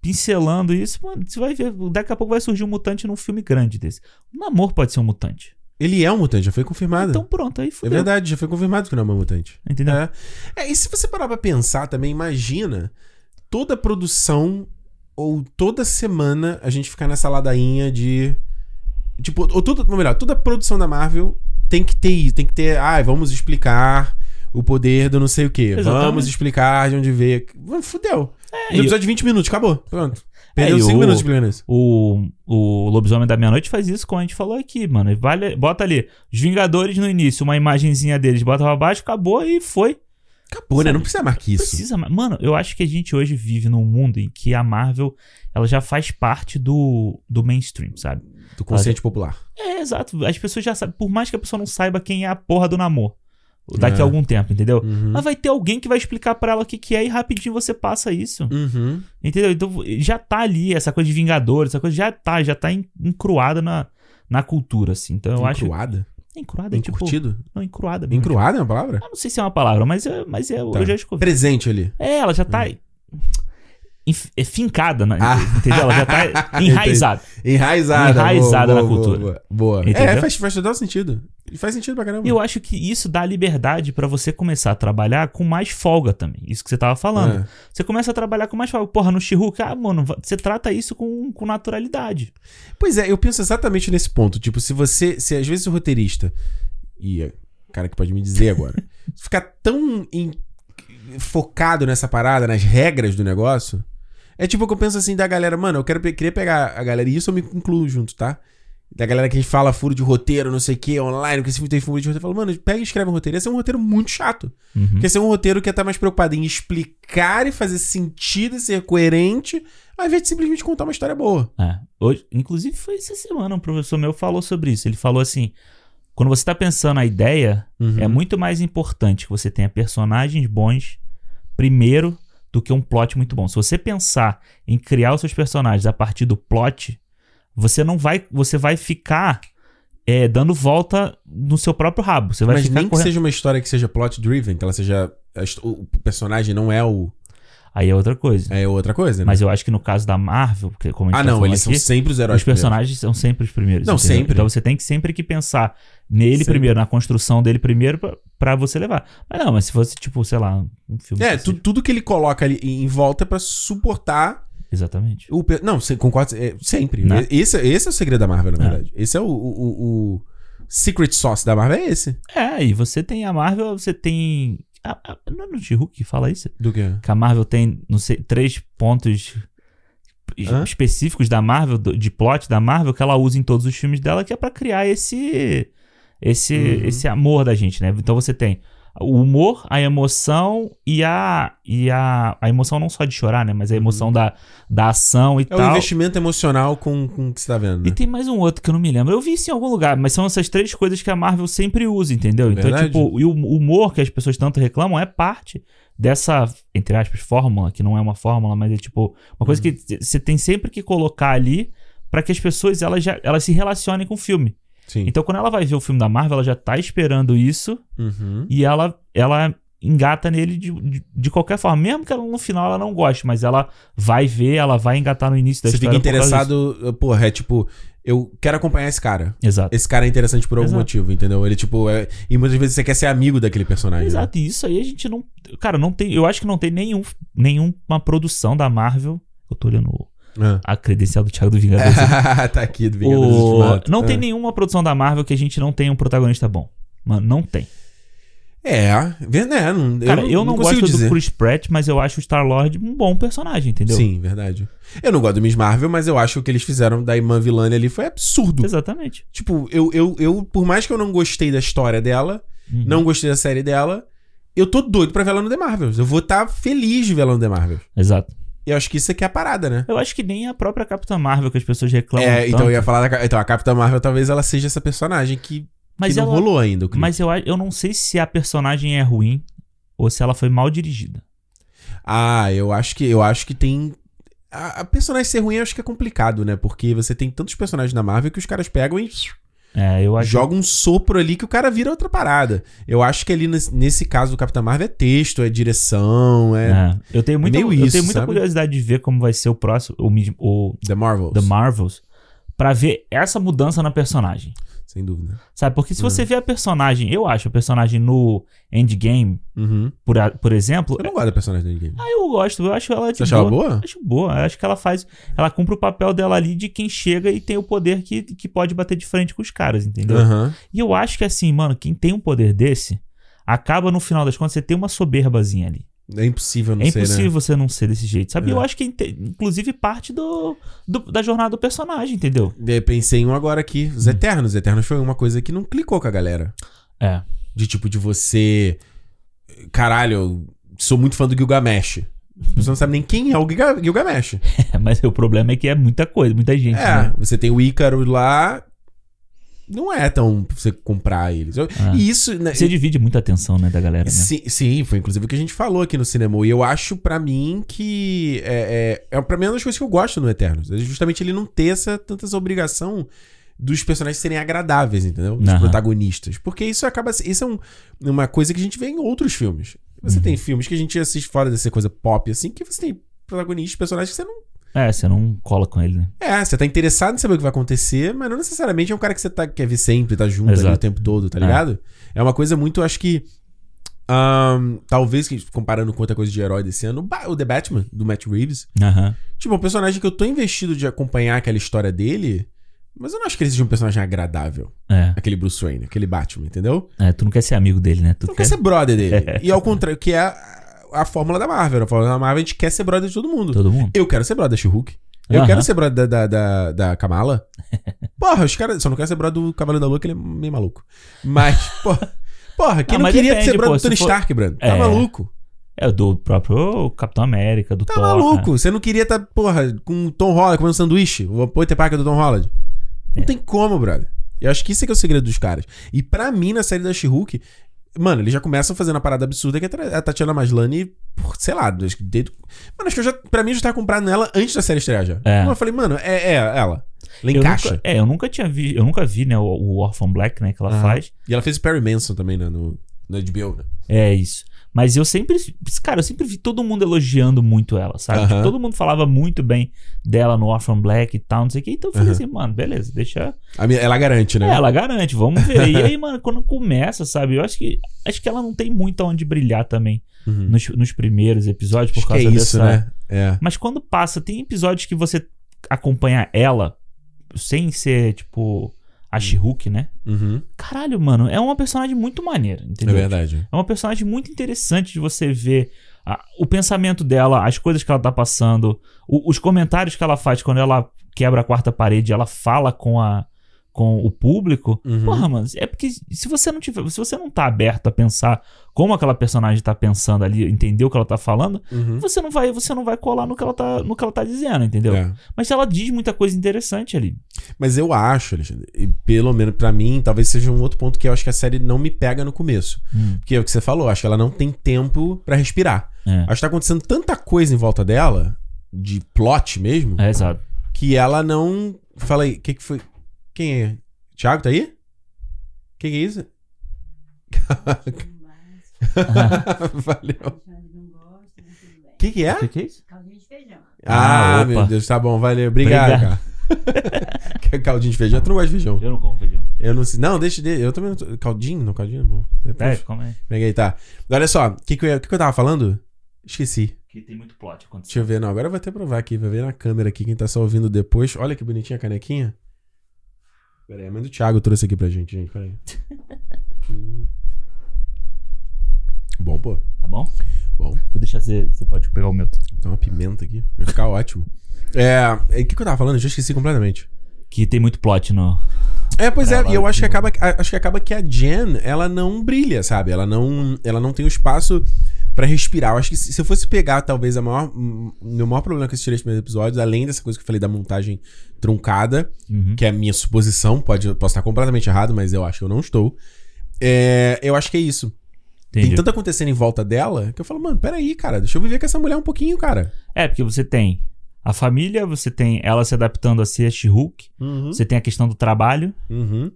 B: pincelando isso. Mano, você vai ver. Daqui a pouco vai surgir um mutante num filme grande desse. O Namor pode ser um mutante.
A: Ele é um mutante, já foi confirmado.
B: Então, pronto, aí
A: é
B: fudeu.
A: verdade, já foi confirmado que não é uma mutante.
B: Entendeu?
A: É. É, e se você parar pra pensar também, imagina toda produção ou toda semana a gente ficar nessa ladainha de. Tipo, ou toda, ou melhor, toda produção da Marvel tem que ter isso, tem que ter. Ai, vamos explicar o poder do não sei o quê.
B: Exatamente.
A: Vamos explicar de onde veio. Fudeu.
B: É,
A: Um
B: e-
A: episódio de 20 minutos, acabou. Pronto. Perdeu
B: e
A: 5
B: o-
A: minutos explicando isso.
B: O, o Lobisomem da Meia-Noite faz isso como a gente falou aqui, mano. Ele Vale, bota ali os Vingadores no início, uma imagenzinha deles, bota pra baixo, acabou e foi.
A: Acabou, né? Não precisa mais que isso.
B: Precisa mais. Mano, eu acho que a gente hoje vive num mundo em que a Marvel ela já faz parte do, do mainstream, sabe?
A: Do consciente popular.
B: É, exato. As pessoas já sabem, por mais que a pessoa não saiba quem é a porra do namoro daqui
A: É.
B: a algum tempo, entendeu?
A: Uhum.
B: Mas vai ter alguém que vai explicar pra ela o que, que é e rapidinho você passa isso.
A: Uhum.
B: Entendeu? Então já tá ali, essa coisa de Vingadores, essa coisa já tá, já tá en- encruada na, na cultura, assim. Então eu acho.
A: Encruada?
B: É encruada, é tipo.
A: Encurtido?
B: Não, encruada. mesmo.
A: Encruada é uma palavra?
B: Eu não sei se é uma palavra, mas, é, mas é,
A: Tá.
B: eu já escutei.
A: Presente ali.
B: É, ela já tá. enf- é fincada, né?
A: Ah.
B: entendeu? Ela já tá enraizada.
A: Enraizada.
B: Enraizada na cultura.
A: Boa. boa.
B: Entendeu?
A: É, faz, faz total sentido. E Faz sentido pra caramba.
B: Eu acho que isso dá liberdade pra você começar a trabalhar com mais folga também. Isso que você tava falando.
A: É.
B: Você começa a trabalhar com mais folga. Porra, no Shihulk, ah, mano, va- você trata isso com, com naturalidade.
A: Pois é, eu penso exatamente nesse ponto. Tipo, se você. Se às vezes o roteirista. E é o cara que pode me dizer agora. se ficar tão em- focado nessa parada, nas regras do negócio. É tipo que eu penso assim da galera, mano, eu quero pe- queria pegar a galera, e isso eu me incluo junto, tá? Da galera que fala furo de roteiro, não sei o que, online, que esse filme tem furo de roteiro. Eu falo, mano, pega e escreve um roteiro. Esse é um roteiro muito chato.
B: Uhum.
A: Porque esse é um roteiro que ia estar mais preocupado em explicar e fazer sentido e ser coerente, ao invés de simplesmente contar uma história boa.
B: É. Hoje, inclusive, foi essa semana um professor meu falou sobre isso. Ele falou assim: quando você tá pensando a ideia, é
A: Uhum.
B: muito mais importante que você tenha personagens bons primeiro do que um plot muito bom. Se você pensar em criar os seus personagens a partir do plot, você não vai, você vai ficar é, dando volta no seu próprio rabo. Você vai
A: Mas
B: ficar
A: nem que
B: correndo.
A: seja uma história que seja plot driven, que ela seja. a hist- O o personagem não é o.
B: Aí é outra coisa.
A: É outra coisa, né?
B: Mas eu acho que no caso da Marvel, porque como a gente
A: ah,
B: tá
A: não,
B: falando
A: eles são
B: aqui,
A: sempre os heróis.
B: Os personagens são sempre os primeiros.
A: Não,
B: entendeu?
A: sempre.
B: Então você tem que sempre que pensar nele
A: Sempre.
B: primeiro, na construção dele primeiro, pra, pra você levar. Mas não, mas se fosse, tipo, sei lá, um filme.
A: primeiro. É, tu-
B: específico.
A: tudo que ele coloca ali em volta é pra suportar
B: Exatamente.
A: O pe- não, se- concordo. é, sempre.
B: Né?
A: E- Esse, esse é o segredo da Marvel, na
B: É.
A: verdade. Esse é o, o- o- o secret sauce da Marvel, é esse.
B: É, e você tem a Marvel, você tem. a- a- não é no She-Hulk que fala isso?
A: Do quê?
B: Que a Marvel tem, não sei, três pontos es-
A: Hã?
B: específicos da Marvel, do- de plot da Marvel, que ela usa em todos os filmes dela, que é pra criar esse. Esse,
A: Uhum.
B: esse amor da gente, né? Então você tem o humor, a emoção e a. E a, a emoção não só de chorar, né?
A: Uhum.
B: Mas a emoção da, da ação e
A: É o
B: tal.
A: investimento emocional com, com o que você tá vendo.
B: E
A: Né?
B: tem mais um outro que eu não me lembro. Eu vi isso em algum lugar, mas são essas três coisas que a Marvel sempre usa, entendeu? Então,
A: É Verdade.
B: tipo, e o humor que as pessoas tanto reclamam é parte dessa, entre aspas, fórmula, que não é uma fórmula, mas é tipo uma coisa
A: Uhum.
B: que você tem sempre que colocar ali pra que as pessoas elas, já, elas se relacionem com o filme.
A: Sim.
B: Então, quando ela vai ver o filme da Marvel, ela já tá esperando isso
A: Uhum.
B: e ela, ela engata nele de, de, de qualquer forma. Mesmo que ela, no final ela não goste, mas ela vai ver, ela vai engatar no início da
A: Você fica
B: história. por causa disso.
A: interessado, porra, é tipo, eu quero acompanhar esse cara.
B: Exato.
A: Esse cara é interessante por algum
B: Exato.
A: motivo, entendeu? Ele, tipo, é- e muitas vezes você quer ser amigo daquele personagem. né?
B: Exato, e isso aí a gente não. Cara, não tem. Eu acho que não tem nenhum, nenhuma produção da Marvel. Eu tô olhando
A: Ah.
B: a credencial do Thiago do Vingador.
A: tá aqui, do Vingadores
B: o...
A: Ultimato.
B: Não
A: Ah.
B: tem nenhuma produção da Marvel que a gente não tenha um protagonista bom. Mano, não tem.
A: É, ver- né? não-
B: Cara, eu não,
A: consigo
B: gosto
A: dizer.
B: do Chris Pratt, mas eu acho o Star-Lord um bom personagem, entendeu?
A: Sim, verdade. Eu não gosto do Miss Marvel, mas eu acho que o que eles fizeram da irmã vilânia ali foi absurdo.
B: Exatamente.
A: Tipo, eu, eu, eu, por mais que eu não gostei da história dela,
B: Uhum.
A: não gostei da série dela, eu tô doido pra ver ela no The Marvels. Eu vou estar feliz de ver ela no The Marvels.
B: Exato.
A: E eu acho que isso aqui é a parada, né?
B: Eu acho que nem a própria Capitã Marvel que as pessoas reclamam.
A: É, então
B: tanto,
A: eu ia falar da. Ca- Então, a Capitã Marvel talvez ela seja essa personagem que,
B: mas
A: que não
B: ela-
A: rolou ainda. o clipe.
B: Mas eu, a- eu não sei se a personagem é ruim ou se ela foi mal dirigida.
A: Ah, eu acho que eu acho que tem. A, a personagem ser ruim eu acho que é complicado, né? Porque você tem tantos personagens na Marvel que os caras pegam e
B: É, eu acho.
A: jogam um sopro ali que o cara vira outra parada. Eu acho que ali nesse, nesse caso do Capitã Marvel é texto, é direção, é.
B: É, eu tenho muita,
A: Meio
B: eu
A: isso,
B: tenho muita
A: sabe?
B: curiosidade de ver como vai ser o próximo, o, Mid- o
A: The Marvels.
B: The Marvels, pra ver essa mudança na personagem.
A: Sem dúvida.
B: Sabe? Porque
A: Hum.
B: se você vê a personagem, eu acho a personagem no Endgame,
A: Uhum.
B: por, a- por exemplo.
A: Eu não gosto da personagem do Game.
B: Ah, eu gosto, eu acho ela de
A: Você achava boa?
B: Acho boa. Eu acho que ela faz. Ela cumpre o papel dela ali de quem chega e tem o poder que, que pode bater de frente com os caras, entendeu?
A: Aham.
B: E eu acho que assim, mano, quem tem um poder desse, acaba no final das contas, você tem uma soberbazinha ali.
A: É impossível não
B: é
A: ser,
B: impossível
A: né?
B: você não ser desse jeito, sabe?
A: É.
B: Eu acho que, inte- inclusive, parte do, do- da jornada do personagem, entendeu?
A: Eu pensei em um agora aqui. Os Eternos. Os Eternos foi uma coisa que não clicou com a galera.
B: É.
A: De tipo, de você. Caralho, eu sou muito fã do Gilgamesh. A pessoa não sabe nem quem é o Giga- Gilgamesh.
B: Mas o problema é que é muita coisa, muita gente,
A: É,
B: né?
A: você tem o Ícaro lá. Não é tão pra você comprar eles. Eu-
B: É.
A: E isso. né,
B: Você divide muita atenção, né, da galera, né?
A: Sim, sim, foi inclusive o que a gente falou aqui no cinema. E eu acho, pra mim, que. É, é, é pra mim uma das coisas que eu gosto no Eternos. É justamente ele não ter essa, tanta essa obrigação dos personagens serem agradáveis, entendeu? Dos
B: Aham.
A: protagonistas. Porque isso acaba. se- Isso é um- uma coisa que a gente vê em outros filmes. Você
B: Uhum.
A: tem filmes que a gente assiste fora dessa coisa pop, assim, que você tem protagonistas, personagens que você não.
B: É, você não cola com ele, né?
A: É, você tá interessado em saber o que vai acontecer, mas não necessariamente é um cara que você tá, quer ver sempre, tá junto ali
B: Exato.
A: o tempo todo, tá
B: É.
A: ligado? É, uma coisa muito, acho que. ahn, talvez, que comparando com outra coisa de herói desse ano, o Ba- o The Batman, do Matt Reeves.
B: Aham.
A: Tipo, é um personagem que eu tô investido de acompanhar aquela história dele, mas eu não acho que ele seja um personagem agradável.
B: É,
A: Aquele Bruce Wayne, aquele Batman, entendeu?
B: é, tu não quer ser amigo dele, né? Tu
A: Tu não quer ser brother dele. E ao contrário, que é a, a fórmula da Marvel. A fórmula da Marvel, a gente quer ser brother de todo mundo.
B: todo mundo.
A: Eu quero ser brother da She-Hulk. Eu
B: Aham.
A: quero ser brother da, da, da, da Kamala. Porra, os caras. Só não quero ser brother do Cavaleiro da Lua, que ele é meio maluco. Mas, porra. Porra, quem
B: Ah,
A: não,
B: mas
A: queria
B: depende,
A: ser brother
B: pô,
A: do
B: se
A: Tony
B: for-
A: Stark, Brando? Tá
B: É.
A: maluco.
B: É do próprio Capitão América, do
A: Tá
B: Thor.
A: maluco. Você não queria tá, porra, com o Tom Holland comendo sanduíche? O Peter Parker do Tom Holland. Não
B: É.
A: tem como, brother. Eu acho que isso é que é o segredo dos caras. E pra mim, na série da She-Hulk, mano, eles já começam fazendo a parada absurda que a Tra- a Tatiana Maslany, por, sei lá, acho que desde... Mano, acho que eu já, pra mim, eu já tava comprado nela antes da série estrear já.
B: É.
A: Eu falei, mano, é, é ela. Ela
B: Eu
A: encaixa.
B: nunca- é, eu nunca tinha vi, eu nunca vi, né, o, o Orphan Black, né, que ela
A: Aham.
B: faz.
A: E ela fez o Perry Manson também, né, no, no HBO, né?
B: É isso. Mas eu sempre, cara, eu sempre vi todo mundo elogiando muito ela, sabe?
A: Aham.
B: Tipo, todo mundo falava muito bem dela no Orphan Black e tal, não sei o que. Então eu falei
A: Aham.
B: assim, mano, beleza, deixa.
A: A minha- ela garante,
B: É,
A: né?
B: ela garante, vamos ver. e aí, mano, quando começa, sabe? Eu acho que acho que ela não tem muito aonde brilhar também
A: Uhum.
B: nos, nos primeiros episódios É. por
A: Acho que é
B: causa
A: isso,
B: dessa.
A: né? É.
B: Mas quando passa, tem episódios que você acompanha ela sem ser, tipo, a She-Hulk, né?
A: Uhum.
B: Caralho, mano, é uma personagem muito maneira,
A: É
B: entendeu?
A: verdade.
B: É uma personagem muito interessante de você ver a- o pensamento dela, as coisas que ela tá passando, o- os comentários que ela faz quando ela quebra a quarta parede, ela fala com a com o público.
A: Uhum.
B: Porra, mano, é porque se você não tiver, se você não tá aberto a pensar como aquela personagem tá pensando ali, entender o que ela tá falando,
A: Uhum.
B: você não vai, você não vai colar no que ela tá, no que ela tá dizendo, entendeu?
A: É.
B: Mas ela diz muita coisa interessante ali.
A: Mas eu acho, Alexandre, e pelo menos pra mim, talvez seja um outro ponto que eu acho que a série não me pega no começo.
B: Hum,
A: Porque é o que você falou, acho que ela não tem tempo pra respirar.
B: é.
A: Acho que tá acontecendo tanta coisa em volta dela, de plot mesmo,
B: É, exato.
A: que ela não. Fala aí, o que, que foi? Quem é? Thiago, tá aí? O que, que é isso? Valeu.
C: não gosta, mas tudo bem.
A: O que, que é?
B: O que, que é isso?
C: Caldinha de feijão.
A: Ah,
B: Ah,
A: meu
B: opa.
A: Deus, tá bom, valeu. Obrigado,
B: Obrigado.
A: cara. Quer caldinho de feijão? Tu não gosta de feijão?
B: Eu não como feijão.
A: Eu não sei. Não, deixa de. Eu também não tô... Caldinho? Não, caldinho é bom.
B: É,
A: Depois,
B: como é?
A: peguei, tá. Olha só, o que, que, eu ia- que que eu tava falando? Esqueci.
B: Que tem muito plot acontecendo.
A: Deixa eu ver, não. Agora eu vou até provar aqui, vai ver na câmera aqui, quem tá só ouvindo depois. Olha que bonitinha a canequinha. Pera aí, a mãe do Thiago trouxe aqui pra gente, gente. Pera aí. Hum. Bom, pô.
B: Tá bom?
A: Bom.
B: Vou deixar você. Você pode pegar o meu.
A: Tá uma pimenta aqui. Vai ficar ótimo. É. é, O que, que eu tava falando? Eu já esqueci completamente.
B: Que tem muito plot no.
A: É, pois é,
B: Ela-
A: e eu acho que acaba a- acho que acaba que a Jen, ela não brilha, sabe? Ela não ela não tem o espaço pra respirar. Eu acho que se se eu fosse pegar talvez a maior hum, meu maior problema com esses três primeiros episódios, além dessa coisa que eu falei da montagem truncada,
B: Uhum.
A: que é a minha suposição, pode eu posso estar completamente errado, mas eu acho que eu não estou. É, eu acho que é isso.
B: Entendi.
A: Tem tanto acontecendo em volta dela que eu falo, mano, peraí, cara, deixa eu viver com essa mulher um pouquinho, cara.
B: É, porque você tem a família, você tem ela se adaptando a ser She-Hulk,
A: Uhum.
B: você tem a questão do trabalho,
A: Uhum.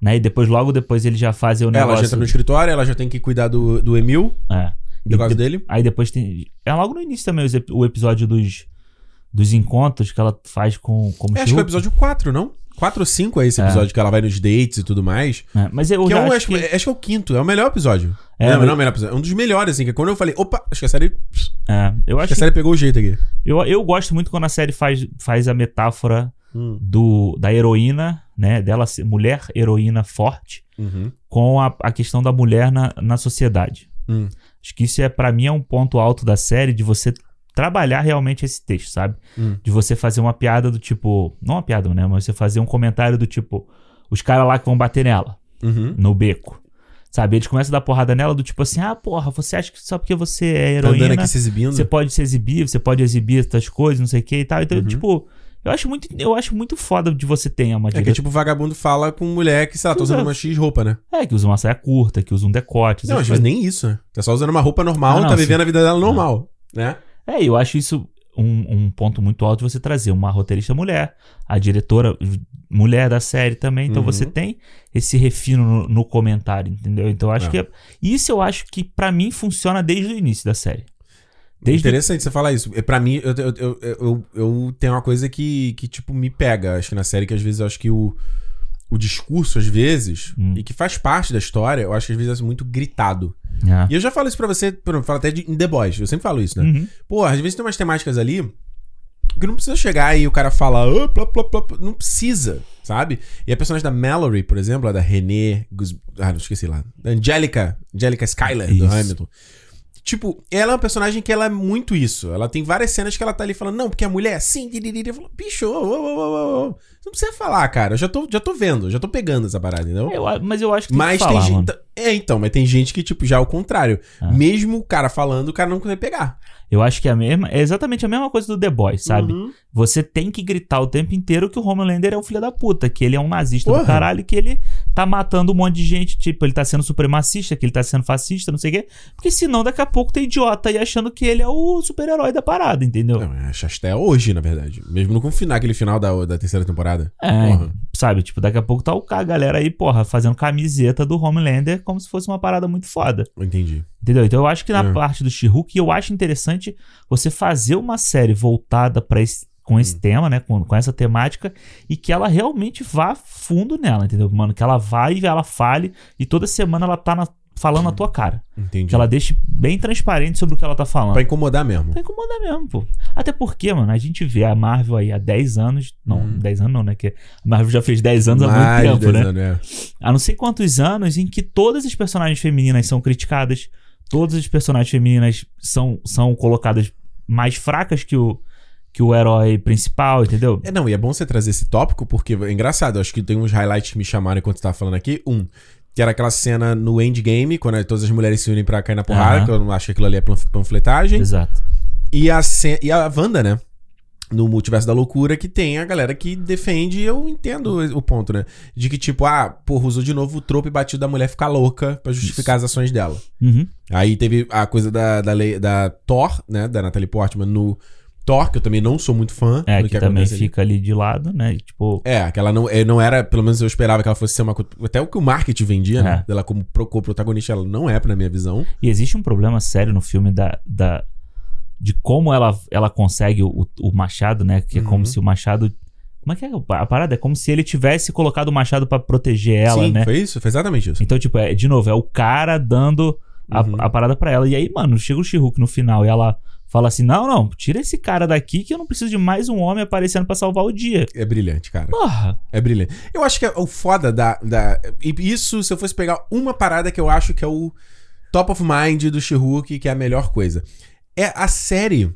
B: né? E depois, logo depois, eles já fazem o
A: Ela já
B: negócio.
A: entra no escritório, ela já tem que cuidar do, do Emil,
B: É.
A: do
B: E
A: caso dele.
B: Aí depois tem. É logo no início também os ep- o episódio dos, dos encontros que ela faz com como
A: É, acho que é o
B: She-Hulk.
A: episódio 4, não? 4 ou 5 é esse
B: É.
A: episódio que ela vai nos dates e tudo mais.
B: É, Mas eu
A: Que é
B: já
A: um,
B: acho,
A: acho, que...
B: que-
A: acho que é o quinto, é o melhor episódio.
B: É,
A: não,
B: mas-
A: não é o melhor episódio. É um dos melhores, assim. Que quando eu falei, opa, acho que a série. Acho
B: é, eu
A: que
B: acho
A: a
B: que-
A: série pegou o jeito aqui.
B: eu, eu gosto muito quando a série faz, faz a metáfora
A: Hum.
B: do, da heroína, né? Dela ser mulher heroína forte
A: Uhum.
B: com a, a questão da mulher na, na sociedade.
A: Hum.
B: Acho que isso é para mim é um ponto alto da série de você trabalhar realmente esse texto, sabe?
A: Hum.
B: De você fazer uma piada do tipo, não uma piada, né, mas você fazer um comentário do tipo os caras lá que vão bater nela
A: Uhum.
B: no beco. Sabe, eles começam a dar porrada nela do tipo assim: "Ah, porra, você acha que só porque você é
A: Tá andando
B: heroína,
A: aqui se exibindo.
B: você pode se exibir, você pode exibir essas coisas, não sei o que e tal". Então,
A: Uhum.
B: tipo, eu acho muito, eu acho muito foda de você ter uma
A: É que tipo, vagabundo fala com mulher que, sei lá, tá usando
B: Exato.
A: uma X roupa, né?
B: É, que usa uma saia curta, que usa um decote.
A: Não,
B: essas
A: às vezes
B: coisas.
A: nem isso, né? Tá só usando uma roupa normal,
B: Ah, não,
A: tá
B: sim.
A: vivendo a vida dela normal, né?
B: É, eu acho isso um, um ponto muito alto de você trazer uma roteirista mulher, a diretora mulher da série também. Então
A: Uhum.
B: você tem esse refino no, no comentário, entendeu? Então eu acho
A: É.
B: que. é- Isso eu acho que pra mim funciona desde o início da série. Desde
A: Interessante você falar isso. É, Pra mim, eu, eu, eu, eu, eu tenho uma coisa que, que, tipo, me pega, acho que na série, que às vezes eu acho que o, o discurso, às vezes,
B: Hum.
A: e que faz parte da história, eu acho que às vezes é muito gritado.
B: Ah.
A: E eu já falo isso pra você, por exemplo, falo até de, em The Boys, eu sempre falo isso, né?
B: Uhum.
A: Pô, às vezes tem umas temáticas ali que não precisa chegar e o cara falar, "Ah, plá, plá, plá, plá", não precisa, sabe? E a personagem da Mallory, por exemplo, a da René, Gus- ah, não esqueci lá, da Angelica, Angelica Skyler do
B: Isso.
A: Hamilton. Tipo, ela é uma personagem que ela é muito isso. Ela tem várias cenas que ela tá ali falando, não, porque a mulher é assim, diriri", eu falo, bicho, ô, ô, ô, ô, ô, ô. Você não precisa falar, cara. Eu já tô, já tô vendo, já tô pegando essa parada, entendeu?
B: Eu a- mas eu acho que tem
A: Então, Mas
B: que falar,
A: tem gente.
B: mano.
A: É, então, mas tem gente que, tipo, já é o contrário.
B: Ah.
A: Mesmo o cara falando, o cara não consegue pegar.
B: Eu acho que é, a mesma, é exatamente a mesma coisa do The Boys, sabe?
A: Uhum.
B: Você tem que gritar o tempo inteiro que o Homelander é um filho da puta, que ele é um nazista
A: Porra.
B: do caralho, que ele tá matando um monte de gente, tipo, ele tá sendo supremacista, que ele tá sendo fascista, não sei o quê. Porque senão daqui a pouco tem idiota aí achando que ele é o super-herói da parada, entendeu?
A: Não, é Chastel hoje, na verdade. Mesmo no confinar aquele final da, da terceira temporada.
B: É,
A: Porra.
B: sabe? Tipo, daqui a pouco tá o cara, a galera aí, porra, fazendo camiseta do Homelander como se fosse uma parada muito foda.
A: Eu entendi.
B: Entendeu? Então eu acho que na
A: É.
B: parte do She-Hulk, eu acho interessante você fazer uma série voltada para esse com
A: Hum.
B: esse tema, né, com, com essa temática e que ela realmente vá fundo nela, entendeu? Mano, que ela vai e ela fale e toda semana ela tá na- falando
A: Hum.
B: na tua cara.
A: Entendi.
B: Que ela deixe bem transparente sobre o que ela tá falando.
A: Pra incomodar mesmo.
B: Pra incomodar mesmo, pô. Até porque, mano, a gente vê a Marvel aí há 10 anos, não,
A: Uhum.
B: 10 anos não, né, que a Marvel já fez 10 anos há
A: Mais
B: muito tempo,
A: dois
B: né?
A: anos, é.
B: Há não sei quantos anos em que todas as personagens femininas são criticadas, todas as personagens femininas são, são colocadas mais fracas que o, que o herói principal, entendeu?
A: É, não, e é bom você trazer esse tópico, porque é engraçado. eu acho que tem uns highlights que me chamaram enquanto você tava falando aqui. Um, que era aquela cena no endgame, quando é todas as mulheres se unem pra cair na porrada,
B: Aham.
A: que eu não acho que aquilo ali é panf- panfletagem.
B: Exato.
A: E a, ce- e a Wanda, né? No multiverso da loucura, que tem a galera que defende, e eu entendo o ponto, né? De que, tipo, ah, porra, usou de novo o tropo e batido da mulher ficar louca pra justificar as ações dela.
B: Uhum.
A: Aí teve a coisa da, da, lei, da Thor, né? Da Natalie Portman no Thor, que eu também não sou muito fã
B: É,
A: do
B: que,
A: que
B: também
A: acontece ali.
B: fica ali de lado, né? E, tipo,
A: É, que ela não, eh, não era, pelo menos eu esperava que ela fosse ser uma. co- Até o que o marketing vendia,
B: É.
A: né? Ela como pro- co-protagonista, ela não é, na minha visão.
B: e existe um problema sério no filme da. da de como ela, ela consegue o, o- o machado, né? Que é
A: Uhum.
B: como se o machado. Como é que é a parada? É como se ele tivesse colocado o machado pra proteger ela,
A: Sim,
B: né?
A: foi isso? Foi exatamente isso.
B: Então, tipo, é, de novo, é o cara dando a,
A: Uhum.
B: a parada pra ela. E aí, mano, chega o She-Hulk no final e ela fala assim: não, não, tira esse cara daqui que eu não preciso de mais um homem aparecendo pra salvar o dia.
A: É brilhante, cara.
B: Porra!
A: É brilhante. Eu acho que é o foda da, da. e Isso, se eu fosse pegar uma parada que eu acho que é o top of mind do She-Hulk, que é a melhor coisa. É a série.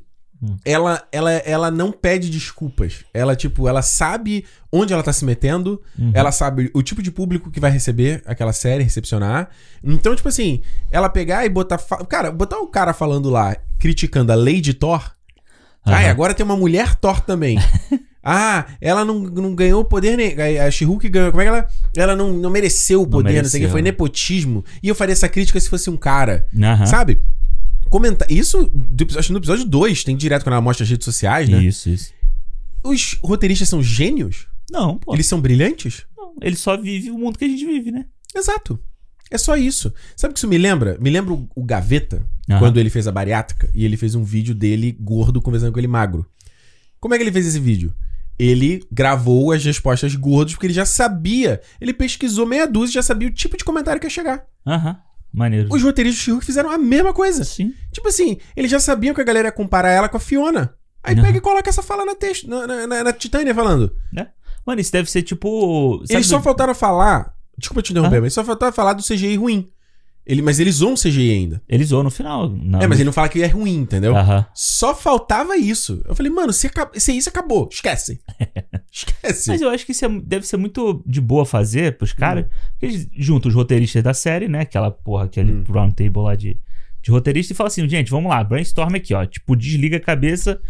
B: Hum.
A: Ela, ela, ela não pede desculpas. Ela, tipo, ela sabe onde ela tá se metendo,
B: Uhum.
A: ela sabe o tipo de público que vai receber aquela série, recepcionar. Então, tipo assim, ela pegar e botar. fa- Cara, botar o cara falando lá, criticando a Lady Thor, ah, e
B: Aham.
A: agora tem uma mulher Thor também. ah, ela não, não ganhou poder. Ne a She-Hulk ganhou. Como é que ela. Ela não, não mereceu o poder, não, sei o que.
B: mereceu.
A: Foi nepotismo. E eu faria essa crítica se fosse um cara.
B: Aham.
A: Sabe? Comentar. Isso, do episódio- acho que no episódio 2, tem direto quando ela mostra as redes sociais, né?
B: Isso, isso.
A: Os roteiristas são gênios?
B: Não, pô. Ele...
A: Eles são brilhantes?
B: Não, ele só vive o mundo que a gente vive, né?
A: Exato. É só isso. Sabe o que isso me lembra? Me lembra o, o Gaveta,
B: Aham.
A: quando ele fez a bariátrica, e ele fez um vídeo dele gordo conversando com ele magro. Como é que ele fez esse vídeo? Ele gravou as respostas gordas porque ele já sabia. Ele pesquisou meia dúzia e já sabia o tipo de comentário que ia chegar.
B: Aham. Maneiro.
A: Os roteiristas do Hulk fizeram a mesma coisa.
B: Sim.
A: Tipo assim, eles já sabiam que a galera ia comparar ela com a Fiona. Aí
B: Aham.
A: pega e coloca essa fala na, texto, na, na, na- na Titânia falando.
B: Mano, isso deve ser tipo. sabe
A: eles só
B: do-
A: faltaram falar. Desculpa te interromper, mas só faltaram falar do CGI ruim. Ele, mas eles usam CGI ainda.
B: Ele zoou no final. Não.
A: É, mas ele não fala que é ruim, entendeu?
B: Aham.
A: Só faltava isso. Eu falei, mano, se, acab- se é isso acabou, esquece. esquece.
B: Mas eu acho que isso é- deve ser muito de boa fazer pros caras.
A: Uhum.
B: Porque eles juntam os roteiristas da série, né? Aquela porra, aquele
A: Hum.
B: round table lá de, de roteirista e fala assim, gente, vamos lá, brainstorm aqui, ó. Tipo, desliga a cabeça.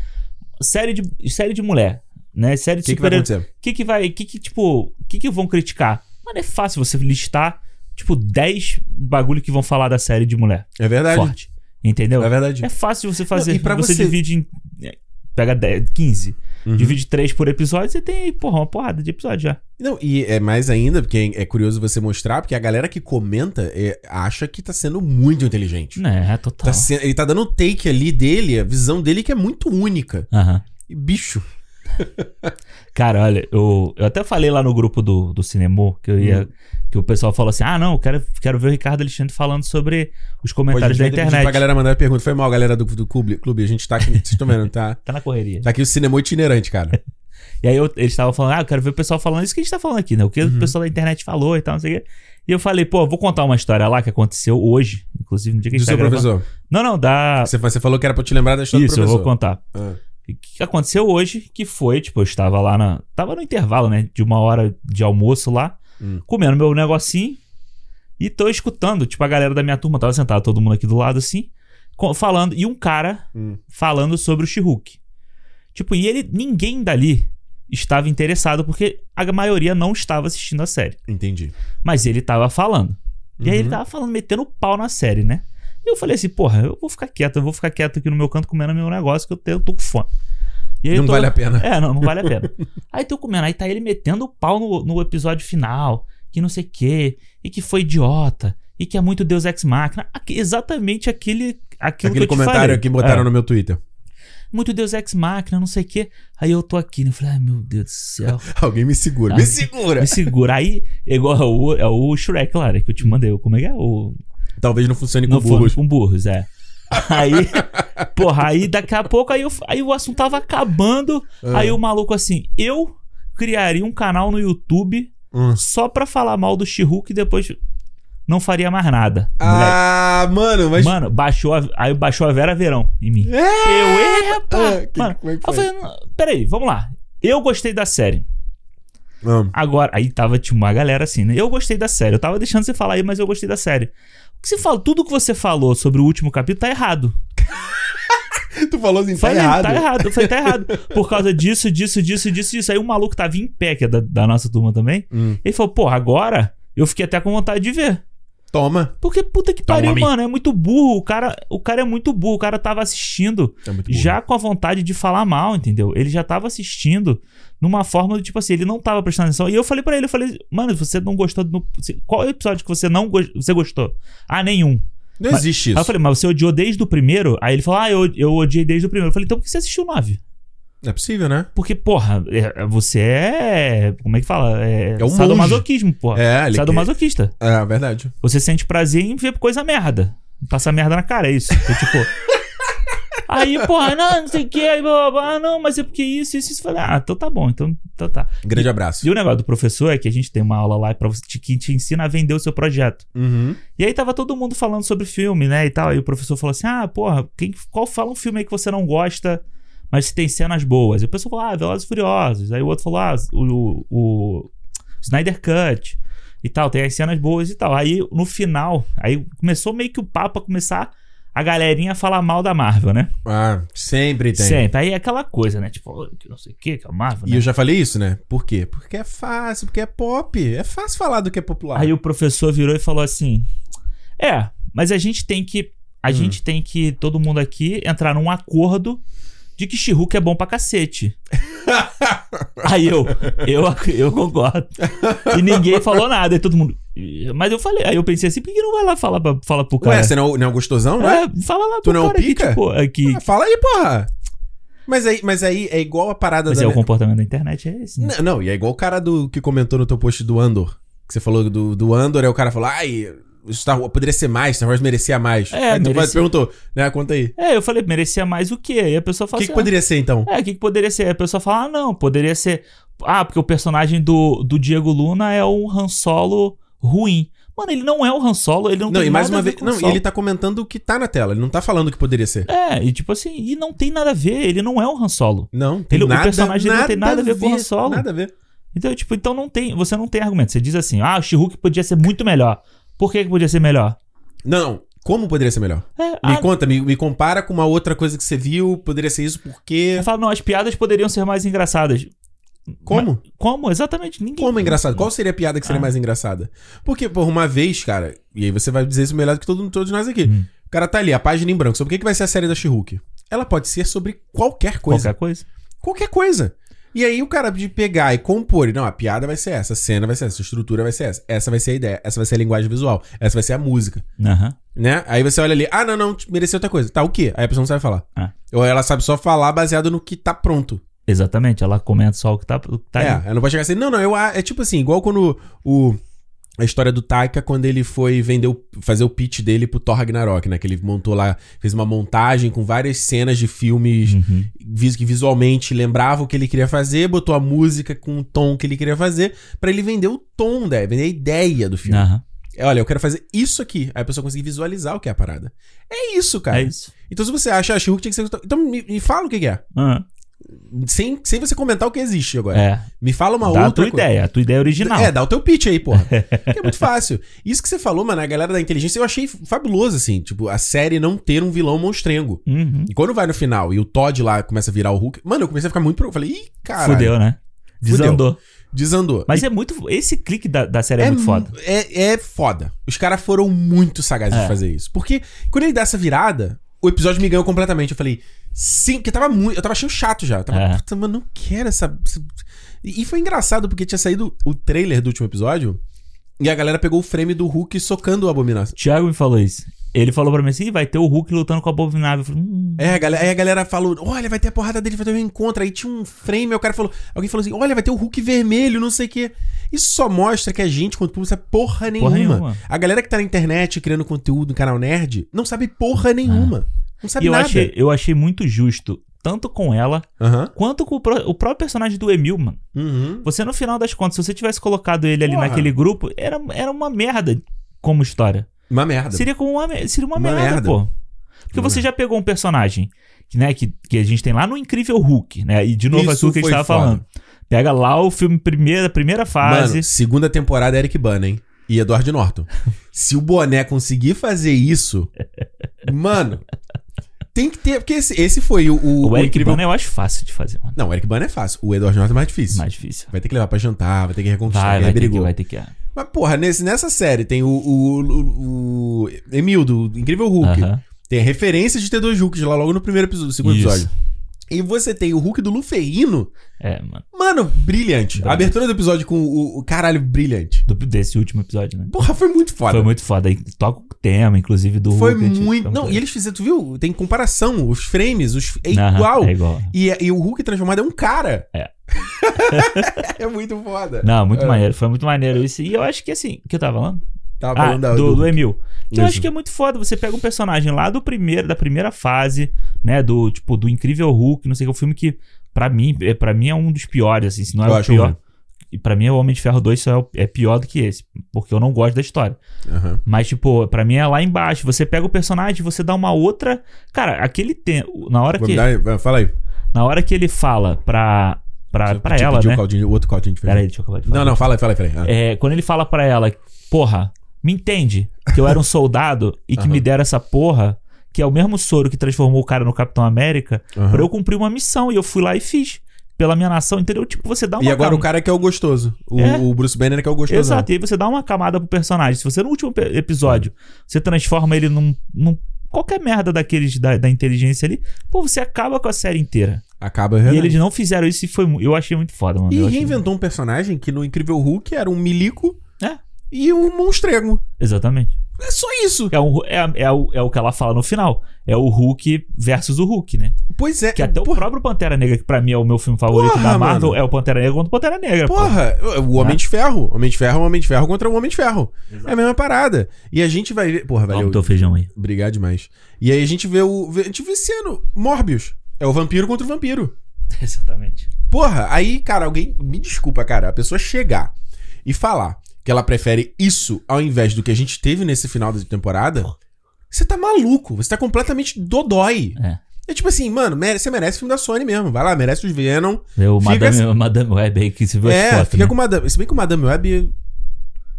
B: Série de, série de mulher, né? Série
A: o
B: de
A: que, que vai
B: super
A: acontecer?
B: O que que vai. que que, tipo. O que que vão criticar? Mano, é fácil você listar, tipo, 10 bagulho que vão falar da série de mulher.
A: É verdade.
B: Forte. Entendeu?
A: É verdade.
B: É fácil você fazer.
A: Não, e pra
B: você,
A: você-
B: divide em. é, Pega 10, 15.
A: Uhum.
B: Divide 3 por episódio, você tem aí, porra, uma porrada de episódio já.
A: Não, e é mais ainda, porque é curioso você mostrar, porque a galera que comenta é, acha que tá sendo muito inteligente.
B: É, total.
A: Tá se- ele tá dando um take ali dele, a visão dele que é muito única.
B: Aham.
A: E bicho.
B: Cara, olha, eu, eu até falei lá no grupo do, do Cinemô que eu ia. Que o pessoal falou assim: ah, não, eu quero, quero ver o Ricardo Alexandre falando sobre os
A: Pô, a
B: comentários
A: gente vai
B: da
A: ter que pedir
B: internet.
A: Pra galera mandar pergunta. Foi mal, galera do, do clube, clube. A gente tá aqui, vocês estão vendo, tá?
B: Tá na correria.
A: Tá aqui o cinema itinerante, cara.
B: E aí eu- eles estavam falando, ah, eu quero ver o pessoal falando isso que a gente tá falando aqui, né? O que o pessoal da internet falou e tal, não sei o quê. E eu falei, pô, eu vou contar uma história lá que aconteceu hoje, inclusive no dia que a
A: Do
B: gente tá
A: seu
B: gravando.
A: professor.
B: Não, não, da...
A: Você, você falou que era pra eu te lembrar da história
B: Isso,
A: do
B: eu
A: professor.
B: vou contar.
A: Ah.
B: O que aconteceu hoje, que foi, tipo, eu estava lá na... Tava no intervalo, né, de uma hora de almoço lá,
A: Hum.
B: comendo meu negocinho e tô escutando, tipo, a galera da minha turma, tava sentado todo mundo aqui do lado, assim, co- falando, e um cara
A: Hum.
B: falando sobre o She-Hulk. Tipo, e ele, ninguém dali estava interessado porque a maioria não estava assistindo a série.
A: Entendi.
B: Mas ele tava falando. E aí
A: Uhum.
B: ele tava falando, metendo pau na série, né? E eu falei assim, porra, eu vou ficar quieto, eu vou ficar quieto aqui no meu canto comendo meu negócio que eu, tenho, eu tô com fome. E aí
A: Não
B: eu tô...
A: vale a pena.
B: É, não, não vale a pena. aí tô comendo, aí tá ele metendo o pau no, no episódio final, que não sei o quê, e que foi idiota, e que é muito Deus Ex Machina. Aque- exatamente aquele, aquilo que
A: Aquele
B: eu te falei.
A: comentário que botaram
B: É
A: no meu Twitter.
B: muito Deus Ex Machina, não sei o quê. Aí eu tô aqui, né? Eu Falei, ai meu Deus do céu,
A: Alguém me segura.
B: Ah.
A: Me segura!
B: me segura. Aí, é igual o, é o Shrek, claro, que eu te mandei. Como é que é? O,
A: Talvez não funcione com
B: não foi,
A: burros.
B: com Um burros, é. Aí, porra, aí daqui a pouco aí, eu- aí o assunto tava acabando.
A: Ah.
B: Aí o maluco assim, eu criaria um canal no YouTube
A: Hum.
B: só pra falar mal do She-Hulk e depois não faria mais nada. moleque.
A: Ah, mano, mas.
B: Mano, baixou a, aí baixou a Vera Verão em mim.
A: É,
B: Eu errei,
A: ah,
B: rapaz.
A: que-
B: Mano,
A: como é que
B: Aí eu
A: foi?
B: falei, "Não, peraí, vamos lá. Eu gostei da série.
A: Ah,
B: Agora, aí tava tipo uma galera assim, né? Eu gostei da série. Eu tava deixando você falar aí, mas eu gostei da série. O que você fala, tudo que você falou sobre o último capítulo tá errado.
A: Tu falou assim, tá
B: Falei,
A: errado.
B: tá errado. Eu falei, tá errado. Por causa disso, disso, disso, disso, disso. Aí um maluco tava em pé, que é da, da nossa turma também.
A: Hum.
B: Ele falou, porra, agora eu fiquei até com vontade de ver.
A: Toma.
B: Porque puta que
A: Toma
B: pariu,
A: me.
B: mano. É muito burro. O cara, o cara é muito burro. O cara tava assistindo
A: É muito burro.
B: já com a vontade de falar mal, entendeu? Ele já tava assistindo numa forma do tipo assim, ele não tava prestando atenção. E eu falei pra ele, eu falei, mano, você não gostou do. Qual é o episódio que você não gos- você gostou? Ah, nenhum.
A: Não
B: Mas-
A: existe
B: Aí eu
A: isso.
B: falei, mas você odiou desde o primeiro? Aí ele falou, ah, eu, eu odiei desde o primeiro. Eu falei, então por que você assistiu nove?
A: Não é possível, né?
B: Porque, porra, é- é- você é. Como é que fala? É,
A: É um
B: sadomasoquismo, porra.
A: É, ele.
B: Sadomasoquista.
A: É, verdade.
B: Você sente prazer em ver coisa merda. Passar merda na cara, é isso. É tipo. aí, porra, não, não sei o que, aí, blá, blá, blá, não, mas é porque isso, isso, isso. Eu Falei, ah, então tá bom, então, então tá.
A: Grande abraço.
B: E o negócio do professor é que a gente tem uma aula lá pra você, que te ensina a vender o seu projeto.
A: Uhum.
B: E aí tava todo mundo falando sobre filme, né, e tal. Aí o professor falou assim: "Ah, porra, quem qual fala um filme aí que você não gosta, mas que tem cenas boas?" E o pessoal falou: "Ah, Velozes e Furiosos". Aí o outro falou: "Ah, o, o, o Snyder Cut" e tal, tem as cenas boas e tal. Aí no final, aí começou meio que o papo a começar a galerinha a falar mal da Marvel, né?
A: Ah, sempre tem.
B: Sempre. Aí é aquela coisa, né? Tipo, "Oh, que não sei o que, que é a Marvel,
A: E
B: né?
A: eu já falei isso, né? Por quê? Porque é fácil, porque é pop. É fácil falar do que é popular.
B: Aí o professor virou e falou assim: É, mas a gente tem que. A
A: Hum.
B: gente tem que, todo mundo aqui, entrar num acordo de que she é bom pra cacete. aí eu, eu, eu concordo. E ninguém falou nada, e todo mundo. Mas eu falei, aí eu pensei assim, por que não vai lá falar, pra, falar pro cara?
A: Ué, você não, é o- não é o gostosão, né?
B: É, fala lá
A: Tu
B: pro
A: não
B: cara que,
A: pica?
B: tipo, é que-
A: Ah, Fala aí, porra. Mas aí, mas aí é igual a parada
B: mas
A: da.
B: é o comportamento da internet, é esse. né?
A: Não, não, e é igual o cara do que comentou no teu post do Andor. Que você falou do, do Andor, aí o cara falou, ai, o Star Wars poderia ser mais, Star Wars merecia mais.
B: É,
A: aí tu
B: merecia.
A: perguntou, né? Conta aí.
B: É, eu falei, merecia mais o quê? E a pessoa
A: O
B: fala
A: que,
B: assim,
A: que
B: "Ah,
A: poderia ser, então?
B: É, o que, que poderia ser? A pessoa fala, ah, não, poderia ser. Ah, porque o personagem do, do Diego Luna é um Han Solo ruim. Mano, ele não é um Han Solo, ele não,
A: Não,
B: tem
A: e mais
B: nada
A: uma
B: a ver
A: vez.
B: com
A: Não,
B: Han Solo.
A: ele tá comentando o que tá na tela, ele não tá falando o que poderia ser.
B: É, e tipo assim, e não tem nada a ver, ele não é um Han Solo.
A: Não, tem
B: Ele- o
A: nada,
B: personagem dele não tem nada a ver com o Han Solo.
A: Nada a ver.
B: Então, tipo, então não tem, você não tem argumento. Você diz assim, ah, o She-Hulk podia ser muito melhor. Por que, que podia ser melhor?
A: Não, como poderia ser melhor?
B: É,
A: Me
B: ah,
A: conta, me, me compara com uma outra coisa que você viu, poderia ser isso, por quê?
B: eu falo, não, as piadas poderiam ser mais engraçadas.
A: Como?
B: Como? Exatamente, ninguém.
A: Como é engraçado? Qual seria a piada que seria
B: Ah.
A: mais engraçada? Porque, por uma vez, cara, e aí você vai dizer isso melhor do que todo, todos nós aqui.
B: Hum.
A: O cara tá ali, a página em branco. Sobre o que, que vai ser a série da She-Hulk? Ela pode ser sobre qualquer coisa.
B: Qualquer coisa.
A: Qualquer. coisa. E aí o cara de pegar e compor, e, não, a piada vai ser essa, a cena vai ser essa, a estrutura vai ser essa, essa vai ser a ideia, essa vai ser a linguagem visual, essa vai ser a música.
B: Aham.
A: né? Aí você olha ali, ah, não, não, mereceu outra coisa. Tá, o quê? Aí a pessoa não sabe falar.
B: Ah.
A: Ou ela sabe só falar baseado no que tá pronto.
B: Exatamente, ela comenta só o que tá, o que tá
A: é,
B: ali.
A: ela não pode chegar assim, não, não, eu a- é tipo assim, igual quando o a história do Taika quando ele foi vender o, fazer o pitch dele pro Thor Ragnarok, né? Que ele montou lá, fez uma montagem com várias cenas de filmes
B: Uhum.
A: vis- que visualmente lembrava o que ele queria fazer, botou a música com o tom que ele queria fazer, pra ele vender o tom, né? vender a ideia do filme.
B: Aham.
A: É, Olha, eu quero fazer isso aqui. Aí a pessoa consegue visualizar o que é a parada. É isso, cara.
B: É isso.
A: Então, se você acha a She-Hulk tinha que ser. Então, me, me fala o que, que é.
B: Aham.
A: Sem, sem você comentar o que existe agora.
B: É,
A: Me fala uma
B: dá a
A: outra
B: tua
A: coisa.
B: ideia, a tua ideia original.
A: É, dá o teu pitch aí, porra. Porque é muito fácil. Isso que você falou, mano, a galera da inteligência, eu achei fabuloso, assim. Tipo, a série não ter um vilão monstrengo.
B: Uhum.
A: E quando vai no final e o Todd lá começa a virar o Hulk. Mano, eu comecei a ficar muito. pro- Eu falei, ih, cara.
B: Fudeu, né? Desandou.
A: Desandou.
B: Mas é muito. Esse clique da, da série é, muito
A: mu-
B: foda.
A: É, é foda. Os caras foram muito sagazes
B: É.
A: de fazer isso. Porque quando ele dá essa virada, o episódio me ganhou completamente. Eu falei, sim, que tava muito. Eu tava achando chato já. Eu tava,
B: É.
A: puta, mano, não quero essa. essa-" E e foi engraçado porque tinha saído o trailer do último episódio e a galera pegou o frame do Hulk socando o abominação.
B: Thiago me falou isso. Ele falou pra mim assim: "Ih, vai ter o Hulk lutando com a Abominável. Eu falei, hum,
A: É, a galera, aí a galera falou, olha, vai ter a porrada dele, vai ter um encontro. Aí tinha um frame, aí o cara falou, alguém falou assim, olha, vai ter o Hulk vermelho, não sei o quê. Isso só mostra que a gente, quanto público, não sabe porra nenhuma.
B: porra nenhuma.
A: A galera que tá na internet criando conteúdo no canal nerd não sabe porra nenhuma. Não É, sabe
B: Ah. E eu
A: nada.
B: achei, eu achei muito justo, tanto com ela,
A: Aham.
B: quanto com o, pró- o próprio personagem do Emil, mano.
A: Uhum.
B: Você, no final das contas, se você tivesse colocado ele ali
A: Porra.
B: naquele grupo, era, era uma merda como história.
A: Uma merda.
B: Seria como uma, me- seria uma,
A: Uma
B: merda,
A: merda.
B: pô. Porque
A: Uma
B: você já pegou um personagem que, né, que, que a gente tem lá no Incrível Hulk, né? E de novo
A: Isso
B: é aquilo que a gente
A: foi
B: tava
A: foda.
B: falando. Pega lá o filme primeira, primeira fase.
A: Mano, segunda temporada Eric Bana, hein? E Edward Norton. Se o boné conseguir fazer isso. mano. Tem que ter. Porque esse, esse foi o, o,
B: o
A: o
B: Eric Bana é eu acho fácil de fazer, mano.
A: Não, o Eric Bana é fácil. O Edward Norton é mais difícil.
B: Mais difícil.
A: Vai ter que levar pra jantar, vai ter que reconquistar.
B: Vai,
A: ele
B: vai ter, que, é.
A: brigou.
B: vai ter que.
A: Mas, porra, nesse, nessa série tem o, o, o, o Emildo, o Incrível Hulk.
B: Aham.
A: Tem a referência de ter dois Hulks lá logo no primeiro episódio, segundo
B: Isso.
A: episódio. E você tem o Hulk do Luferino.
B: É, mano.
A: Mano, brilhante. A
B: Brilhante.
A: abertura do episódio com o, o caralho brilhante.
B: Do, desse último episódio, né?
A: Porra, foi muito foda.
B: Foi muito foda. E Toca o tema, inclusive, do
A: Foi
B: Hulk, a gente-
A: muito.
B: foi
A: Não, e eles fizeram, tu viu? Tem comparação, os frames, os, é
B: Aham,
A: igual.
B: É igual.
A: E, e o Hulk transformado é um cara.
B: É.
A: é muito foda.
B: Não, muito
A: É.
B: maneiro. Foi muito maneiro isso. E eu acho que assim... O que eu tava falando?
A: Tava
B: Ah,
A: Tá falando da-
B: do, do Emil. Que eu
A: Isso.
B: acho que é muito foda. Você pega um personagem lá do primeiro, da primeira fase, né? Do, tipo, do Incrível Hulk, não sei o que. É um filme que, pra mim, é, pra mim é um dos piores, assim. Se não é
A: Eu
B: o
A: acho
B: pior.
A: ruim.
B: E pra mim, o Homem de Ferro 2 só é, o- é pior do que esse. Porque eu não gosto da história.
A: Aham.
B: Mas, tipo, pra mim é lá embaixo. Você pega o personagem, você dá uma outra... Cara, aquele tempo... Na hora
A: Vou
B: que,
A: me dar- vai, Fala aí.
B: na hora que ele fala pra, pra,
A: Deixa eu-
B: pra
A: deixa eu
B: ela,
A: pedir
B: né?
A: o caldinho- o outro caldinho de
B: Pera
A: feijão.
B: aí, deixa eu acabar de falar.
A: Não, não, fala aí, fala aí, fala aí. Ah.
B: É, quando ele fala pra ela, porra, me entende que eu era um soldado e que
A: Aham.
B: me deram essa porra, que é o mesmo soro que transformou o cara no Capitão América,
A: Aham.
B: pra eu cumprir uma missão. E eu fui lá e fiz. Pela minha nação, entendeu? Tipo, você dá uma
A: E agora
B: cam-
A: o cara que é o gostoso. O,
B: É.
A: o Bruce Banner que é o gostoso.
B: Exato, e aí você dá uma camada pro personagem. Se você no último pe- episódio,
A: É.
B: você transforma ele num. num- qualquer merda daqueles da, da inteligência ali, pô, você acaba com a série inteira.
A: Acaba
B: E
A: realmente.
B: eles não fizeram isso e foi. mu- Eu achei muito foda, mano.
A: E
B: Eu achei muito-
A: reinventou um personagem que no Incrível Hulk era um milico
B: É.
A: e um monstrego.
B: Exatamente.
A: É só isso.
B: É, um, é, é o, é o que ela fala no final. É o Hulk versus o Hulk, né?
A: Pois é.
B: Que até o
A: Porra,
B: próprio Pantera Negra, que pra mim é o meu filme favorito
A: Porra,
B: da Marvel,
A: mano.
B: é o Pantera Negra contra o Pantera Negra. pô.
A: Porra, o Homem
B: Né?
A: de Ferro. Homem de Ferro, é um Homem de Ferro contra o Homem de Ferro.
B: Exato.
A: É a mesma parada. E a gente vai ver. Porra,
B: Toma
A: valeu.
B: o teu feijão aí.
A: Obrigado demais. E aí a gente vê o. vê- A gente vê esse ano. Morbius. É o vampiro contra o vampiro.
B: Exatamente.
A: Porra, aí, cara, alguém. Me desculpa, cara. A pessoa chegar e falar que ela prefere isso ao invés do que a gente teve nesse final da temporada. Você tá maluco. Você tá completamente dodói.
B: É.
A: É tipo assim, mano, mere- você merece o filme da Sony mesmo. Vai lá, merece os Venom. Fica
B: O Madame,
A: assim-
B: Madame Web aí que se viu
A: é,
B: as fotos.
A: fica
B: né?
A: com o Madame. Se bem que o Madame Web.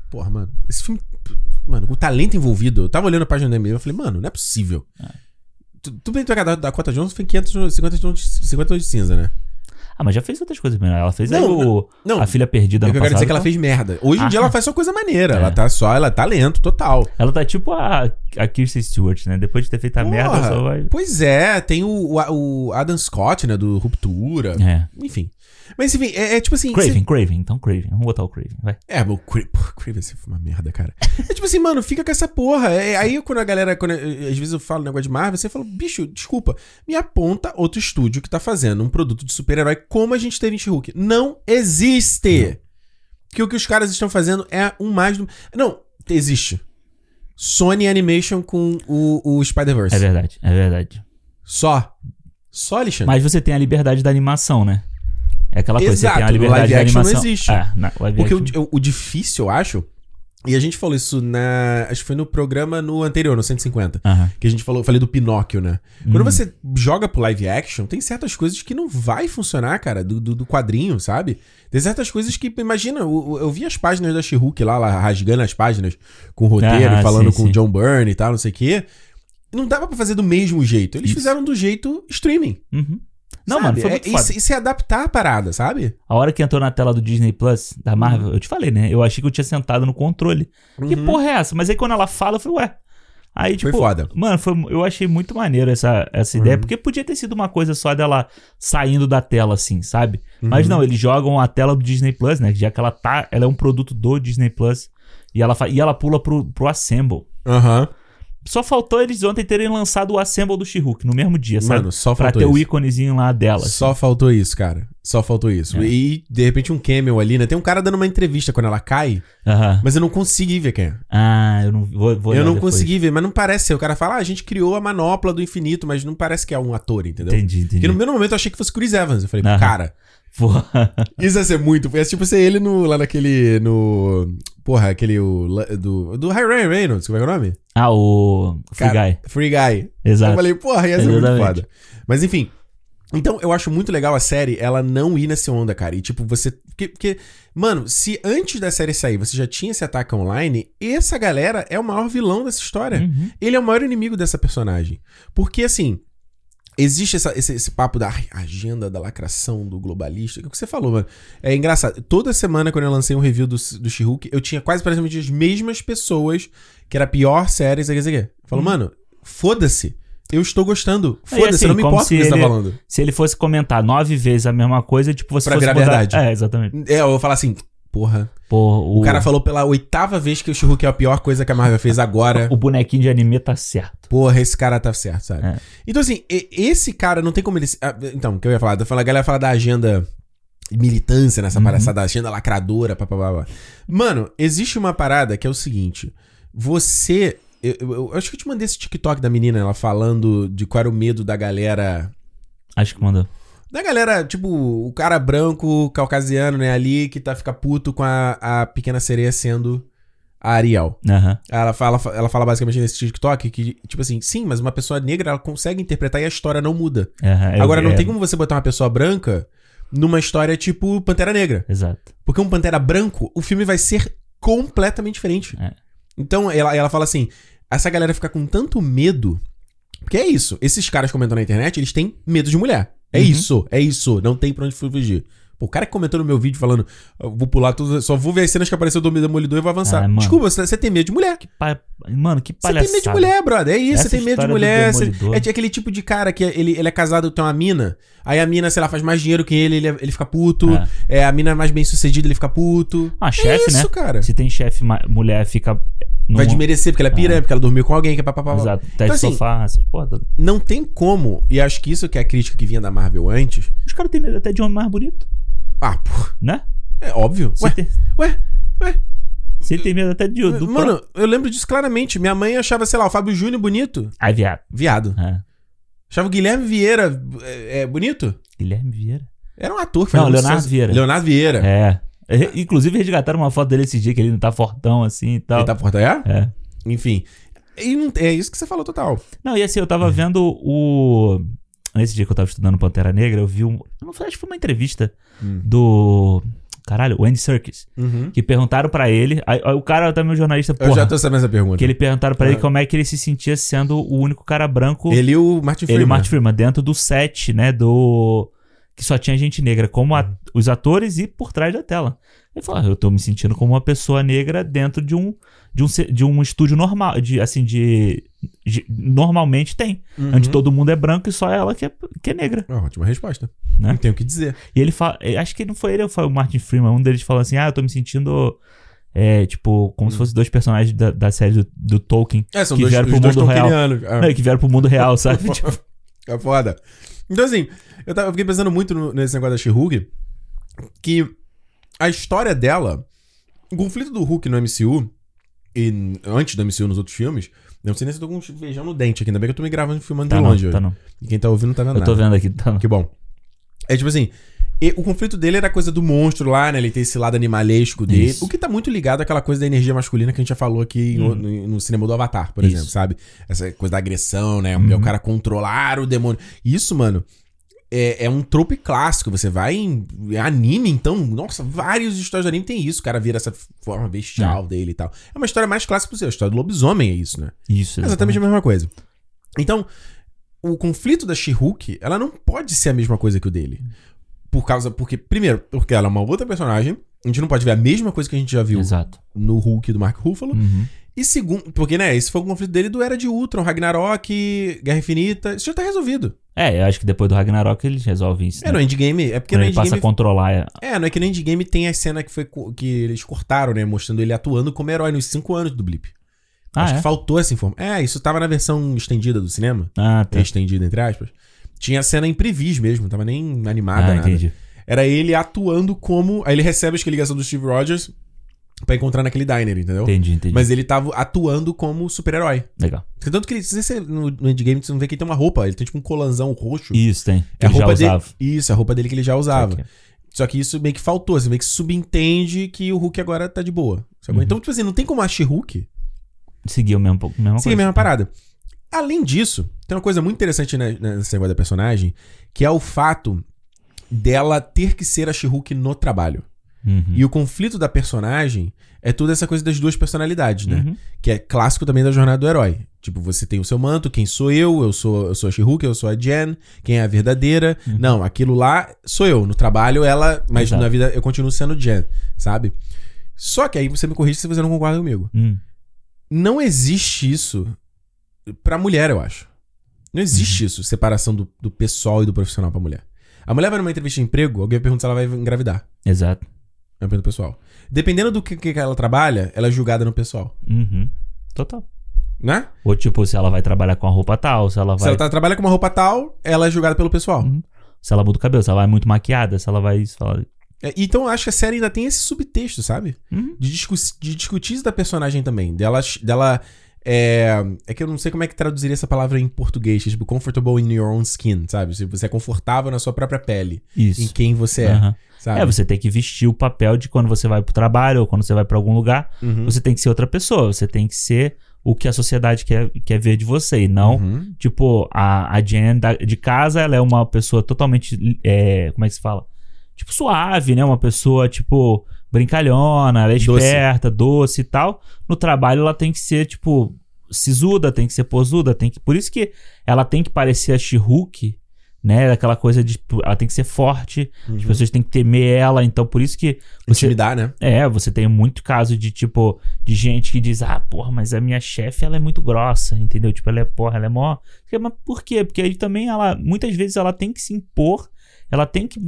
A: Porra, mano. Esse filme. Mano, com o talento envolvido. Eu tava olhando a página da MDB e falei, mano, não é possível. Tu- Tudo bem que tu é da Dakota Jones, foi 500, 50 tons de- 50 tons de cinza, né?
B: Ah, mas já fez outras coisas melhor. Ela fez
A: Não,
B: aí o,
A: não.
B: a filha
A: É
B: perdida no
A: que eu quero dizer que ela
B: passado,
A: fez merda. Hoje em
B: Ah.
A: dia ela faz só coisa maneira.
B: É.
A: Ela tá só, ela é talento total.
B: então. Ela tá tipo a, a Kirsten Stewart, né? Depois de ter feito a
A: Porra,
B: merda, só vai.
A: Pois é, tem o, o- o Adam Scott, né, do Ruptura.
B: É.
A: Enfim. Mas enfim, é, é tipo assim.
B: Craven, Craven, então Craven. Vamos botar o Craven, vai.
A: cê- é, o Craven se foi uma merda, cara. É tipo assim, mano, fica com essa porra. É, aí quando a galera. Quando, eu- às vezes eu falo um negócio de Marvel, você fala, bicho, desculpa, me aponta outro estúdio que tá fazendo um produto de super-herói como a gente teve em She-Hulk. Não existe! Que o que os caras estão fazendo é um mais do. Não, existe. Sony Animation com o, o Spider-Verse.
B: É verdade, é verdade.
A: Só. Só, Alexandre.
B: Mas você tem a liberdade da animação, né? É aquela coisa,
A: Exato,
B: você tem a
A: no
B: liberdade
A: live
B: da
A: action
B: animação.
A: não existe.
B: É, na live
A: Porque o,
B: action.
A: o- o difícil, eu acho. E a gente falou isso na. Acho que foi no programa no anterior, no 150.
B: Aham.
A: Que a gente falou, eu falei do Pinóquio, né? Quando
B: Hum.
A: você joga pro live action, tem certas coisas que não vai funcionar, cara, do, do, do quadrinho, sabe? Tem certas coisas que, imagina, eu, eu vi as páginas da She-Hulk lá, lá, rasgando as páginas com o roteiro,
B: Ah,
A: falando
B: sim,
A: com o
B: sim.
A: John Byrne e tal, não sei o quê. Não dava pra fazer do mesmo jeito. Eles
B: Isso.
A: fizeram do jeito streaming.
B: Uhum. Não,
A: sabe?
B: mano, foi
A: É-
B: muito
A: e
B: foda.
A: se- E se adaptar à parada, sabe?
B: A hora que entrou na tela do Disney Plus, da Marvel, eu te falei, né? Eu achei que eu tinha sentado no controle. Que
A: Uhum.
B: porra é essa? Mas aí quando ela fala, eu falei, ué. Aí, tipo,
A: Foi foda. Uhum.
B: mano, foi- eu achei muito maneiro essa, essa ideia, porque podia ter sido uma coisa só dela saindo da tela, assim, sabe? Mas
A: Uhum.
B: não, eles jogam a tela do Disney Plus, né? Já que ela tá, ela é um produto do Disney Plus. E ela, fa- e ela pula pro, pro Assemble.
A: Aham.
B: Só faltou eles ontem terem lançado o Assemble do She-Hulk no mesmo dia, sabe?
A: Mano, só
B: pra
A: faltou
B: ter o
A: isso.
B: íconezinho lá dela. assim.
A: Só faltou isso, cara. Só faltou isso.
B: É.
A: E, de repente, um camel ali, né? Tem um cara dando uma entrevista quando ela cai,
B: Aham.
A: mas eu não consegui ver quem é.
B: Ah, eu não vou, vou
A: eu
B: olhar
A: não
B: depois.
A: consegui ver, mas não parece ser. O cara fala, ah, a gente criou a manopla do infinito, mas não parece que é um ator, entendeu?
B: Entendi, entendi.
A: Porque no primeiro momento eu achei que fosse Chris Evans. Eu falei,
B: Aham.
A: cara,
B: Porra.
A: isso ia ser muito. Ia tipo ser ele no, lá naquele. no. Porra, aquele. o la- do, do Ryan Reynolds, como é que é o nome?
B: Ah, o Free
A: Cara,
B: Guy.
A: Free Guy. Eu
B: Exato.
A: falei, porra, ia ser muito
B: Tá. Exatamente.
A: foda. Mas enfim. Então, eu acho muito legal a série ela não ir nessa onda, cara. E tipo, você. Porque, porque, mano, se antes da série sair você já tinha esse ataque online, essa galera é o maior vilão dessa história.
B: Uhum.
A: Ele é o maior inimigo dessa personagem. Porque, assim. Existe essa- esse, esse papo da ai, agenda da lacração do globalista. que é O que você falou, mano? É engraçado. Toda semana, quando eu lancei um review do, do She-Hulk, eu tinha quase praticamente as mesmas pessoas que era a pior série, sei o que, sei o que. Falou, mano, foda-se. Eu estou gostando.
B: É, Hum. e
A: Foda-se,
B: assim,
A: eu não me
B: como
A: importo o que
B: se
A: você tá
B: ele-
A: falando.
B: Se ele fosse comentar nove vezes a mesma coisa, tipo, você
A: Pra
B: fosse
A: virar
B: mudar-
A: verdade.
B: É, exatamente.
A: É, eu vou falar assim, porra.
B: Pô,
A: O cara falou pela oitava vez que o She-Hulk é a pior coisa que a Marvel fez agora.
B: O bonequinho de anime tá certo.
A: Porra, esse cara tá certo, sabe?
B: É.
A: Então, assim, e- esse cara não tem como ele. se- ah, Então, o que eu ia falar? Eu falo, a galera fala da agenda militância nessa
B: Uhum.
A: palhaçada, agenda lacradora, papapá. Mano, existe uma parada que é o seguinte: você. Eu, eu- eu acho que eu te mandei esse TikTok da menina, ela falando de qual era o medo da galera.
B: Acho que mandou.
A: Da galera, tipo, o cara branco, caucasiano, né, ali, que tá fica puto com a, a pequena sereia sendo a Ariel.
B: Aham.
A: Ela fala, ela fala basicamente nesse TikTok que, tipo assim, sim, mas uma pessoa negra ela consegue interpretar e a história não muda.
B: Aham, é-
A: Agora, não
B: é-
A: tem como você botar uma pessoa branca numa história tipo Pantera Negra.
B: Exato.
A: Porque um Pantera branco, o filme vai ser completamente diferente.
B: É.
A: Então, ela, ela fala assim: essa galera fica com tanto medo. Porque é isso. Esses caras comentando na internet, eles têm medo de mulher. É
B: Uhum.
A: isso, é isso. Não tem pra onde fugir. Pô, o cara que comentou no meu vídeo falando, "Eu vou pular tudo, só vou ver as cenas que apareceu do Demolidor e vou avançar.
B: Ah, mano.
A: Desculpa, você, você tem medo de mulher.
B: Pa- Mano, que
A: Você
B: palhaçada.
A: tem medo de mulher, brother. É isso,
B: Essa
A: você tem medo de
B: história do
A: mulher. você-
B: Demolidor.
A: é de- aquele tipo de cara que ele, ele é casado, tem uma mina. Aí a mina, sei lá, faz mais dinheiro que ele, ele, ele fica puto.
B: É.
A: É, a mina é mais bem sucedida, ele fica puto.
B: Ah,
A: É
B: chefe,
A: isso,
B: né?
A: cara.
B: Se tem chefe ma- mulher, fica.
A: Vai
B: num-
A: de merecer porque ela é piranha, porque ela dormiu com alguém, que é papapá.
B: Exato. Teto
A: Então, assim,
B: sofá, essas porra. toda.
A: Não tem como, e acho que isso que é a crítica que vinha da Marvel antes.
B: Os caras têm medo até de homem mais bonito,
A: Ah, pô,
B: né?
A: é óbvio.
B: Se
A: Ué,
B: tem,
A: ué, ué.
B: se ele tem medo até de. Do
A: Mano,
B: Pro...
A: eu lembro disso claramente. Minha mãe achava, sei lá, o Fábio Júnior bonito.
B: Ai, viado.
A: Viado.
B: É.
A: Achava o Guilherme Vieira é, é, bonito?
B: Guilherme Vieira.
A: Era um ator que fazia
B: Não,
A: muito
B: Leonardo
A: sucesso.
B: Vieira.
A: Leonardo Vieira.
B: É. Re- Inclusive, resgataram uma foto dele esse dia que ele não tá fortão assim e tal.
A: Ele tá por trás?
B: É.
A: Enfim. E não- é isso que você falou total.
B: Não, e assim, eu
A: É.
B: tava vendo o. Nesse dia que eu tava estudando Pantera Negra, eu vi um. eu Não sei, acho que foi uma entrevista
A: Hum.
B: do. Caralho, o Andy Serkis. Que perguntaram pra ele. Aí, aí o cara tá meu jornalista,
A: Eu
B: Uhum. porra.
A: já tô sabendo essa pergunta.
B: Que ele perguntaram pra ele
A: Ah.
B: como é que ele se sentia sendo o único cara branco.
A: Ele e o Martin
B: Ele e
A: Freeman.
B: o Martin Freeman, dentro do set, né, do... Que só tinha gente negra, como a-
A: Uhum.
B: os atores e por trás da tela. Ele falou, ah, eu tô me sentindo como uma pessoa negra dentro de um, de um, ce- de um estúdio normal, de, assim, de, de- Normalmente tem,
A: Uhum.
B: onde todo mundo é branco e só ela que é, que é negra,
A: É uma ótima resposta.
B: né?
A: Não tenho o que dizer.
B: E ele fala, eh, acho que não foi ele ou foi o Martin Freeman, um deles falou assim, ah, eu tô me sentindo... é, tipo, como
A: Uhum.
B: se fossem dois personagens da, da série do, do Tolkien.
A: É, são
B: Que
A: dois,
B: vieram
A: os
B: pro
A: dois
B: mundo real.
A: tolkienianos. Ah,
B: né, que vieram pro mundo real, sabe? Tipo,
A: É foda. Então, assim, eu, tava, eu fiquei pensando muito no- nesse negócio da she que a história dela, o conflito do Hulk no MCU, e n- antes do MCU nos outros filmes, eu não sei nem se eu tô com um feijão no dente aqui, ainda bem que eu tô me gravando e filmando
B: tá
A: de
B: não,
A: longe.
B: tá
A: hoje.
B: não.
A: E quem tá ouvindo não tá vendo
B: Eu tô
A: nada.
B: vendo aqui, tá não.
A: Que bom. É tipo assim, e- o conflito dele era a coisa do monstro lá, né? Ele tem esse lado animalesco dele.
B: Isso. Hum.
A: O que tá muito ligado àquela coisa da energia masculina que a gente já falou aqui em o- no, no cinema do Avatar, por
B: Isso.
A: exemplo, sabe? Essa coisa da agressão, né?
B: Uhum.
A: O cara controlar o demônio. Isso, mano. É, é um trope clássico. Você vai em em anime, então. Nossa, vários histórias de anime tem isso. O cara vira essa forma bestial dele e tal. É uma história mais clássica possível. A história do lobisomem é isso, né?
B: Isso,
A: É Exatamente a mesma coisa. Então, o conflito da She-Hulk, ela não pode ser a mesma coisa que o dele. Por causa. Porque, primeiro, porque ela é uma outra personagem. A gente não pode ver a mesma coisa que a gente já viu
B: Exato.
A: no Hulk do Mark Ruffalo.
B: Uhum.
A: E segundo. Porque, né, esse foi o conflito dele do Era de Ultron, Ragnarok, Guerra Infinita. Isso já tá resolvido.
B: É, eu acho que depois do Ragnarok eles resolvem isso.
A: É, no
B: né?
A: Endgame. É porque
B: Quando
A: no
B: ele passa
A: Endgame.
B: a controlar.
A: É, não é que no Endgame tem a cena que, foi, co- que eles cortaram, né? Mostrando ele atuando como herói nos cinco anos do Blip. Acho
B: Ah, é?
A: que faltou essa informação. É, isso tava na versão estendida do cinema.
B: Ah, tá.
A: estendida, entre aspas, tinha cena em previs mesmo, não tava nem animada,
B: Ah,
A: nada. né?
B: entendi.
A: Era ele atuando como. Aí ele recebe acho que, a ligação do Steve Rogers pra encontrar naquele diner, entendeu?
B: Entendi, entendi.
A: Mas ele tava atuando como super-herói.
B: Legal.
A: Tanto que ele, se você- no, no endgame você não vê que ele tem uma roupa, ele tem tipo um colanzão roxo.
B: Isso, tem.
A: é a
B: Ele já
A: roupa dele.
B: usava. é.
A: Isso, é a roupa dele que ele já usava.
B: Isso aqui.
A: Só que isso meio que faltou, você meio que subentende que o Hulk agora tá de boa. sacou?
B: Uhum.
A: Então, tipo assim, não tem como achar Hulk
B: Seguiu mesmo, pouco- mesma
A: Sim,
B: coisa.
A: a mesma parada. Além disso, tem uma coisa muito interessante né, nesse negócio da personagem, que é o fato dela ter que ser a she no trabalho.
B: Hum. Uhum.
A: E o conflito da personagem é toda essa coisa das duas personalidades, né?
B: Uhum.
A: Que é clássico também da jornada do herói. Tipo, você tem o seu manto, quem sou eu, eu sou, eu sou a She-Hulk, eu sou a Jen, quem é a verdadeira. Não, aquilo lá sou eu. No trabalho, ela, mas
B: Uhum. Exato.
A: na vida eu continuo sendo Jen, sabe? Só que aí você me corrige se você não concorda comigo.
B: Hum,
A: Não existe isso pra mulher, eu acho. Não existe
B: Uhum.
A: isso, separação do, do pessoal e do profissional pra mulher. A mulher vai numa entrevista de emprego, alguém pergunta se ela vai engravidar.
B: Exato.
A: É uma pergunta pessoal. Dependendo do que, que ela trabalha, ela é julgada no pessoal,
B: Uhum. Total.
A: né?
B: Ou tipo, se ela vai trabalhar com a roupa tal, se ela
A: Se
B: vai.
A: ela tá, trabalha com uma roupa tal, ela é julgada pelo pessoal.
B: Uhum. Se ela muda o cabelo, se ela vai muito maquiada, se ela vai. Se ela...
A: É, então eu acho que a série ainda tem esse subtexto, sabe?
B: Uhum.
A: De, discu de discutir isso da personagem também. Dela. dela é, é que eu não sei como é que traduziria essa palavra em português, tipo, comfortable in your own skin, sabe? Se você é confortável na sua própria pele, em
B: Isso.
A: quem você é,
B: Aham.
A: sabe?
B: É, você tem que vestir o papel de quando você vai pro trabalho ou quando você vai pra algum lugar.
A: Uhum.
B: Você tem que ser outra pessoa. Você tem que ser o que a sociedade quer, quer ver de você. E não,
A: Uhum.
B: tipo, a, a Jen da- de casa, ela é uma pessoa totalmente. é, como é que se fala? Tipo, suave, né? Uma pessoa, tipo, brincalhona, ela é
A: Doce.
B: esperta, doce e tal. No trabalho, ela tem que ser, tipo, sisuda, tem que ser posuda, tem que. Por isso que ela tem que parecer a She-Hulk, né? Aquela coisa de. tipo, Ela tem que ser forte, as
A: Uhum.
B: pessoas têm que temer ela. Então, por isso que você
A: Intimidar, né?
B: é, você tem muito caso de tipo de gente que diz: "Ah, porra, mas a minha chefe ela é muito grossa", entendeu? Tipo, ela é porra, ela é mó. Mas por quê? Porque aí também ela muitas vezes ela tem que se impor, ela tem que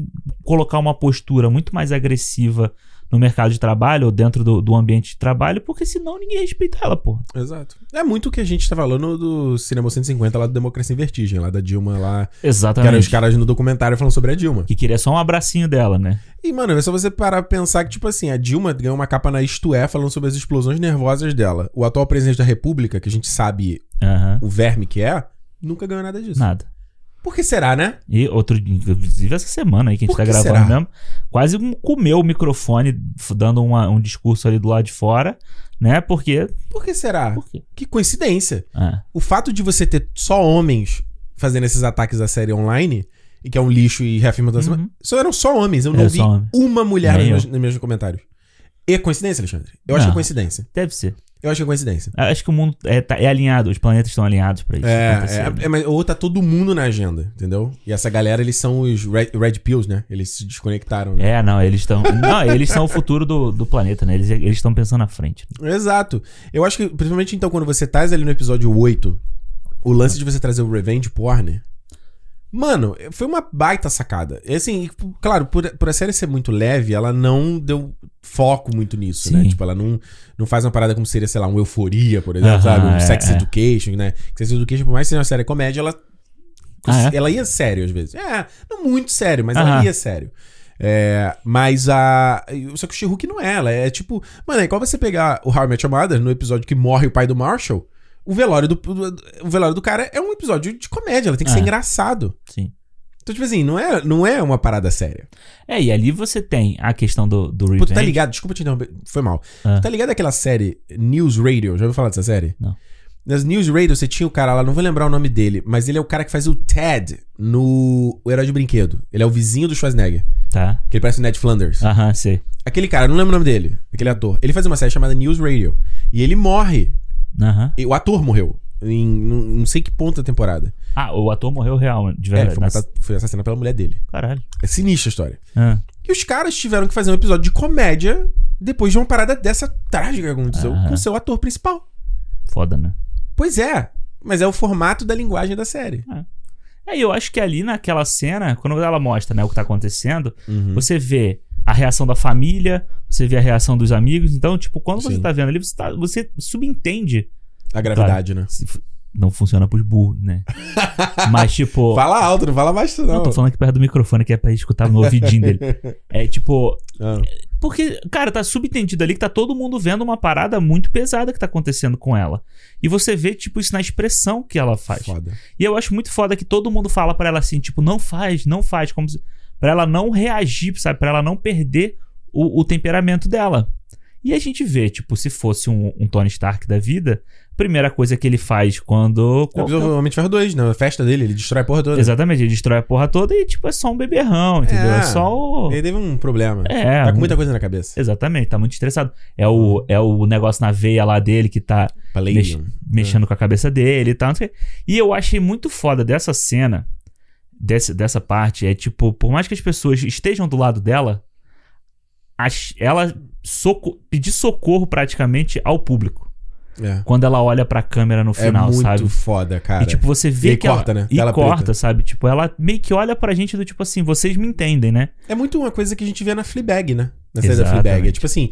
B: colocar uma postura muito mais agressiva no mercado de trabalho ou dentro do, do ambiente de trabalho, porque senão ninguém respeita ela, porra.
A: Exato. É muito o que a gente tá falando do Cinema 150 lá do Democracia em Vertigem, lá da Dilma lá Que eram os
B: Exatamente.
A: caras no documentário falando sobre a Dilma.
B: Que queria só um abracinho dela, né?
A: E, mano, é só você parar pra pensar que, tipo assim, a Dilma ganhou uma capa na Isto É falando sobre as explosões nervosas dela. O atual presidente da República, que a gente sabe
B: Aham.
A: o verme que é, nunca ganhou nada disso.
B: Nada.
A: Por que será, né?
B: E outro, inclusive essa semana aí que a gente
A: Por
B: tá
A: que
B: gravando
A: será?
B: mesmo, quase um- comeu o microfone f- dando uma- um discurso ali do lado de fora, né? Porque.
A: Por que será?
B: Por quê?
A: Que coincidência.
B: Ah,
A: O fato de você ter só homens fazendo esses ataques à série online, e que é um lixo e reafirma toda
B: Uhum.
A: semana, só eram só homens. Eu
B: É,
A: não vi
B: só homem.
A: uma mulher nos
B: Nem Ah.
A: meus, nos meus comentários. E coincidência, Alexandre? Eu acho que
B: Não.
A: é coincidência.
B: deve ser.
A: Eu acho que é coincidência.
B: Acho que o mundo é, tá- é alinhado, os planetas estão alinhados pra isso. acontecer,
A: É,
B: né?
A: é, é, mas ou tá todo mundo na agenda, entendeu? E essa galera, eles são os Red, red Pills, né? Eles se desconectaram. Né?
B: É, não, eles estão. não, eles são o futuro do, do planeta, né? Eles eles estão pensando na frente.
A: Exato. Eu acho que, principalmente então, quando você traz ali no episódio 8, o lance de você trazer o Revenge Porn. Mano, foi uma baita sacada. E, assim, e, claro, por, por a série ser muito leve, ela não deu foco muito nisso, né?
B: Sim.
A: Tipo, ela não, não faz uma parada como seria, sei lá, um Euforia, por exemplo,
B: Aham,
A: sabe? Um
B: é,
A: Sex
B: é.
A: Education, né? Sex Education, por mais que seja uma série comédia, ela
B: Ah, é?
A: Ela ia sério às vezes. É, não muito sério, mas ela
B: Aham.
A: ia sério. É, mas a. Só que o She-Hulk não é, ela é tipo. Mano, é igual você pegar o How I Met Your Mother no episódio que morre o pai do Marshall. O velório do, do- o velório do cara é um episódio de comédia, ela tem que ser
B: É.
A: engraçado.
B: Sim.
A: Então, tipo assim, não é, não é uma parada séria.
B: É, e ali você tem a questão do, do
A: Pô, tu tá
B: revenge.
A: ligado? Desculpa te interromper, foi mal.
B: Ah.
A: Tu tá ligado aquela série News Radio? Já ouviu falar dessa série?
B: Não.
A: Nas News Radio você tinha o cara lá, não vou lembrar o nome dele, mas ele é o cara que faz o Ted no O Herói de Brinquedo. Ele é o vizinho do Schwarzenegger,
B: Tá.
A: que ele parece o Ned Flanders.
B: Aham, sei.
A: Aquele cara, não lembro o nome dele, aquele ator. Ele faz uma série chamada News Radio. E ele morre.
B: Aham.
A: E o ator morreu. Em não, não sei que ponto da temporada.
B: Ah, o ator morreu real, de
A: É,
B: verdade.
A: foi, matado- foi assassinado pela mulher dele.
B: Caralho.
A: É sinistra a história.
B: Ah.
A: E os caras tiveram que fazer um episódio de comédia depois de uma parada dessa trágica que aconteceu
B: Aham.
A: com o seu ator principal.
B: Foda, né?
A: Pois é, mas é o formato da linguagem da série.
B: É, e eu acho que ali naquela cena, quando ela mostra, né, o que tá acontecendo, você vê a reação da família, você vê a reação dos amigos. Então, tipo, quando você
A: Sim.
B: tá vendo ali, você, tá- você subentende.
A: A gravidade, né?
B: Se f- Não funciona pros burros, né? Mas, tipo.
A: Fala alto, não fala baixo, não.
B: Não, tô falando aqui perto do microfone, que é pra escutar no ouvidinho dele. É tipo.
A: Ah,
B: Porque, cara, tá subentendido ali que tá todo mundo vendo uma parada muito pesada que tá acontecendo com ela. E você vê, tipo, isso na expressão que ela faz.
A: Foda.
B: E eu acho muito foda que todo mundo fala pra ela assim, tipo, não faz, não faz, como se, pra ela não reagir, sabe? Pra ela não perder o, o temperamento dela. E a gente vê, tipo, se fosse um, um Tony Stark da vida, a primeira coisa que ele faz quando.
A: O episódio Homem de Ferro 2, na festa dele, ele destrói a porra toda.
B: Exatamente, ele destrói a porra toda e, tipo, é só um beberrão, entendeu? É, só o.
A: Ele teve um problema.
B: É,
A: Tá com
B: um-
A: muita Uhum. coisa na cabeça.
B: Exatamente, tá muito estressado. É o, é o negócio na veia lá dele que tá mex-
A: Palladium.
B: mexendo com a cabeça dele e tal. não sei o quê. E eu achei muito foda dessa cena, desse, dessa parte, é tipo, por mais que as pessoas estejam do lado dela, as- ela soco, pedir socorro praticamente ao público.
A: É.
B: Quando ela olha pra câmera no
A: É
B: final,
A: muito
B: sabe?
A: foda, cara.
B: E tipo, você
A: E
B: vê
A: aí
B: que
A: corta,
B: ela...
A: né?
B: E
A: Tela
B: corta,
A: preta.
B: sabe? Tipo, ela meio que olha pra gente do tipo assim, vocês me entendem, né?
A: É muito uma coisa que a gente vê na Fleabag, né? Na série da
B: Exatamente.
A: Fleabag. É tipo assim,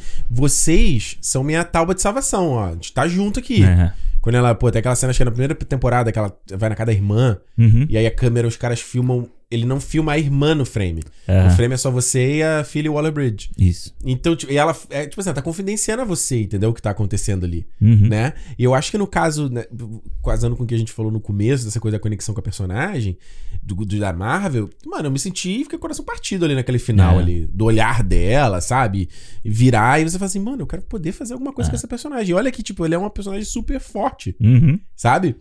A: vocês são minha tábua de salvação, ó. A gente tá junto aqui.
B: É.
A: Quando ela, pô, tem aquela cena, acho que é na primeira temporada, que ela vai na casa da irmã,
B: Uhum.
A: e aí a câmera, os caras filmam. Ele não filma a irmã no frame.
B: É.
A: O frame é só você e a filha Waller Bridge.
B: Isso.
A: Então, tipo, e ela, é, tipo assim, ela tá confidenciando a você, entendeu? O que tá acontecendo ali.
B: Uhum.
A: né? E eu acho que no caso, né, casando com o que a gente falou no começo, dessa coisa da conexão com a personagem, do, do- da Marvel, mano, eu me senti e fiquei com o coração partido ali naquele final
B: É.
A: ali, do olhar dela, sabe? E Virar, e você fala assim, mano, eu quero poder fazer alguma coisa
B: É.
A: com essa personagem. E olha que, tipo, ele é uma personagem super forte,
B: Uhum.
A: sabe?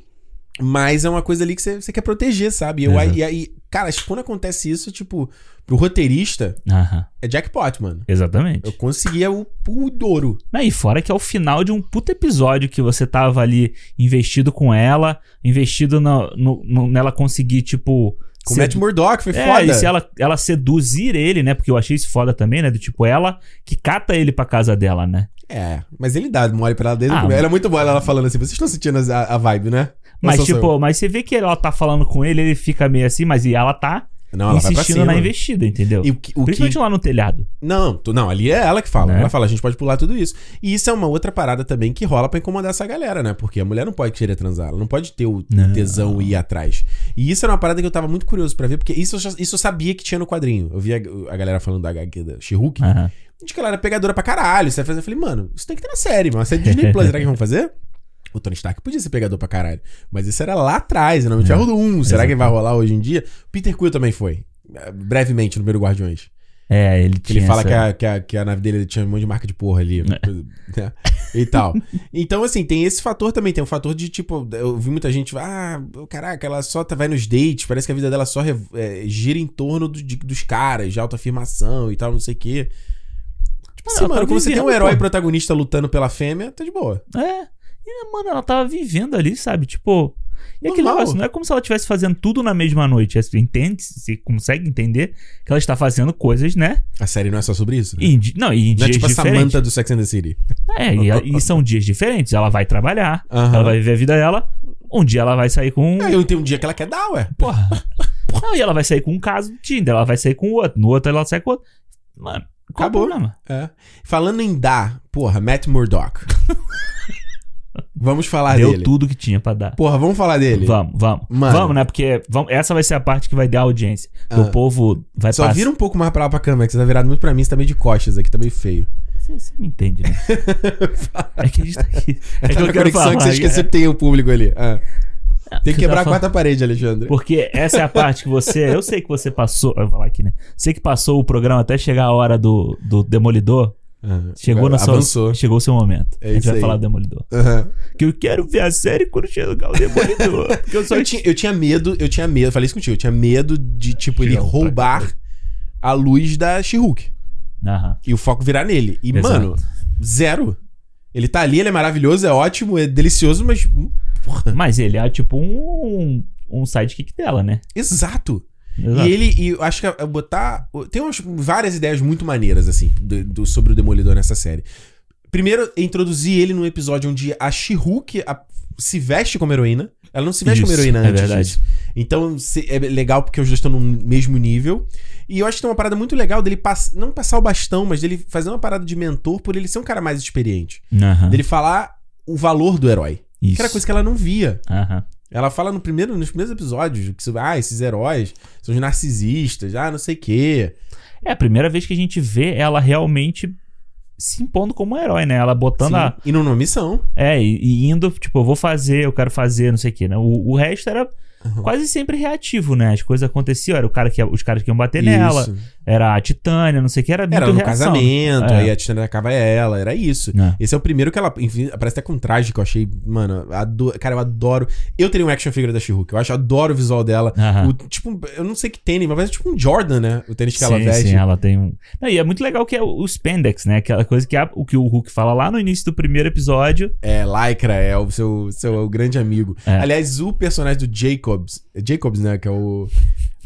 A: Mas é uma coisa ali que você você quer proteger, sabe? Eu,
B: Exato.
A: e aí, cara, acho que quando acontece isso, tipo, pro roteirista,
B: Aham.
A: é jackpot, mano.
B: Exatamente.
A: Eu conseguia o, o ouro.
B: Não, E fora que é o final de um puta episódio que você tava ali investido com ela, investido na- no- no- nela conseguir, tipo.
A: Com o
B: sed-
A: Matt Murdock, foi
B: é,
A: foda.
B: e se ela, ela seduzir ele, né? Porque eu achei isso foda também, né? Do tipo, ela que cata ele pra casa dela, né?
A: É, mas ele dá mole pra ela desde o
B: Ah,
A: começo. Era muito boa ela falando assim, vocês estão sentindo a, a vibe, né? Ou
B: Mas,
A: só sou
B: tipo, mas você vê que ela tá falando com ele, ele fica meio assim, mas e ela tá
A: eu? Não, ela vai pra
B: insistindo
A: cima.
B: na investida, entendeu?
A: E o que, o
B: Principalmente
A: que-
B: lá no telhado.
A: Não, tu- não, ali é ela que fala.
B: Né?
A: Ela fala, a gente pode pular tudo isso. E isso é uma outra parada também que rola pra incomodar essa galera, né? Porque a mulher não pode querer transar, ela não pode ter o
B: Não.
A: tesão e ir atrás. E isso era uma parada que eu tava muito curioso pra ver, porque isso eu, já- isso eu sabia que tinha no quadrinho. Eu via a, a galera falando da HQ da She-Hulk.
B: Aham.
A: De que ela era pegadora pra caralho. Você fazia, eu falei, mano, isso tem que ter na série, mano. A série Disney Plus, será que vão fazer? O Tony Stark podia ser pegador pra caralho. Mas isso era lá atrás, era no Ferro do 1. Será que vai rolar hoje em dia? Peter Quill também foi. eh, Brevemente, no primeiro Guardiões.
B: É, ele
A: Que
B: tinha
A: ele fala
B: essa-
A: que, a, que, a, que a nave dele tinha um monte de marca de porra ali. né? E tal. Então, assim, tem esse fator também. Tem o fator de, tipo, eu vi muita gente. Ah, caraca, ela só tá, vai nos dates. Parece que a vida dela só rev- eh, gira em torno do- de- dos caras, de autoafirmação e tal, não sei o quê. Tipo assim,
B: ela tá
A: mano, quando você tem um
B: vivendo,
A: herói
B: pô.
A: protagonista lutando pela fêmea, tá de boa.
B: É. E, mano, ela tava vivendo ali, sabe? Tipo. E aquele
A: Normal.
B: negócio, não é como se ela estivesse fazendo tudo na mesma noite. Você entende, você consegue entender que ela está fazendo coisas, né?
A: A série não é só sobre isso? Né?
B: E em di- não, e em
A: Não é
B: dias
A: tipo a
B: diferentes.
A: Samantha do Sex and the City.
B: É, e, e são dias diferentes. Ela vai trabalhar,
A: Aham.
B: ela vai viver a vida dela. Um dia ela vai sair com.
A: Aí tem um dia que ela quer dar, ué.
B: Porra. Não, e ela vai sair com um caso do Tinder, ela vai sair com o outro. No outro ela sai com o outro. Mano, qual
A: Acabou.
B: o problema?
A: É. Falando em dar, porra, Matt Murdock. vamos falar
B: Deu
A: dele.
B: tudo que tinha pra dar.
A: Porra, vamos falar dele.
B: Vamos, vamos.
A: Mano.
B: Vamos, né? Porque vamos, essa vai ser a parte que vai dar audiência. Que
A: Ah.
B: O povo vai
A: Só
B: passar.
A: vira um pouco mais pra lá pra câmera, que você tá virado muito pra mim, você tá meio de costas aqui, tá meio feio.
B: Você você me entende, né? é que a gente tá aqui. É que
A: Tá
B: eu
A: na
B: quero
A: conexão
B: falar.
A: que você esqueceu que tem o público ali. Ah.
B: é,
A: Tem que
B: você tá
A: quebrar a
B: falando-
A: quarta parede, Alexandre.
B: Porque essa é a parte que você. Eu sei que você passou. Eu vou falar aqui, né? Sei que passou o programa até chegar a hora do, do Demolidor.
A: Ah,
B: Chegou na sua.
A: Avançou.
B: Chegou o seu momento.
A: É
B: a gente
A: isso
B: vai
A: aí.
B: falar do Demolidor.
A: Aham.
B: Que eu quero ver a série quando chegar o Demolidor. Porque eu só
A: Eu, tinha, eu tinha medo, eu tinha medo, falei isso contigo, eu tinha medo de, tipo, ele
B: Chegar um
A: roubar a luz da She-Hulk
B: Aham.
A: e o foco virar nele. E,
B: Exato.
A: mano, zero. Ele tá ali, ele é maravilhoso, é ótimo, é delicioso, mas. hum, Porra,
B: Mas ele é tipo um. Um sidekick dela, né?
A: exato.
B: Exato.
A: E ele, e eu acho que a- botar. Tem umas, várias ideias muito maneiras, assim, do, do- sobre o Demolidor nessa série. Primeiro, introduzir ele num episódio onde a She-Hulk a- se veste como heroína. Ela não se veste como
B: Isso,
A: heroína
B: é
A: antes.
B: verdade.
A: disso. Então se- é legal porque os dois estão no mesmo nível. E eu acho que tem uma parada muito legal dele pass- não passar o bastão, mas dele fazer uma parada de mentor por ele ser um cara mais experiente.
B: Aham.
A: Dele falar o valor do herói.
B: Ah. Isso.
A: Que era coisa que ela não via.
B: Aham.
A: Ela fala no primeiro, nos primeiros episódios que isso- ah, esses heróis são os narcisistas, ah, não sei o quê.
B: É a primeira vez que a gente vê ela realmente se impondo como um herói, né? Ela botando a,
A: Sim. E não numa missão.
B: É, e, e indo, tipo, eu vou fazer, eu quero fazer, não sei o que, né? O, o resto era
A: Uhum.
B: quase sempre reativo, né? As coisas aconteciam, era o cara que ia- os caras que iam bater nela,
A: Isso.
B: era a Titânia, não sei o que, era muito
A: Era no
B: reação.
A: casamento,
B: É.
A: aí a Titânia acaba ela, era isso.
B: Né?
A: Esse é o primeiro que ela. Enfim, aparece até com um traje que eu achei. Mano, ado- cara, eu adoro. Eu teria um action figure da She-Hulk. Eu acho, adoro o visual dela.
B: Aham.
A: O, tipo, eu não sei que tênis, mas parece tipo um Jordan, né? O tênis que ela
B: sim,
A: veste.
B: Sim, ela tem um. Não, e é muito legal que é o o spandex, né? Aquela coisa que a- o que o Hulk fala lá no início do primeiro episódio.
A: É, Lycra é o seu, seu grande amigo.
B: É.
A: Aliás, o personagem do Jacobs. É Jacobs, né? Que é o.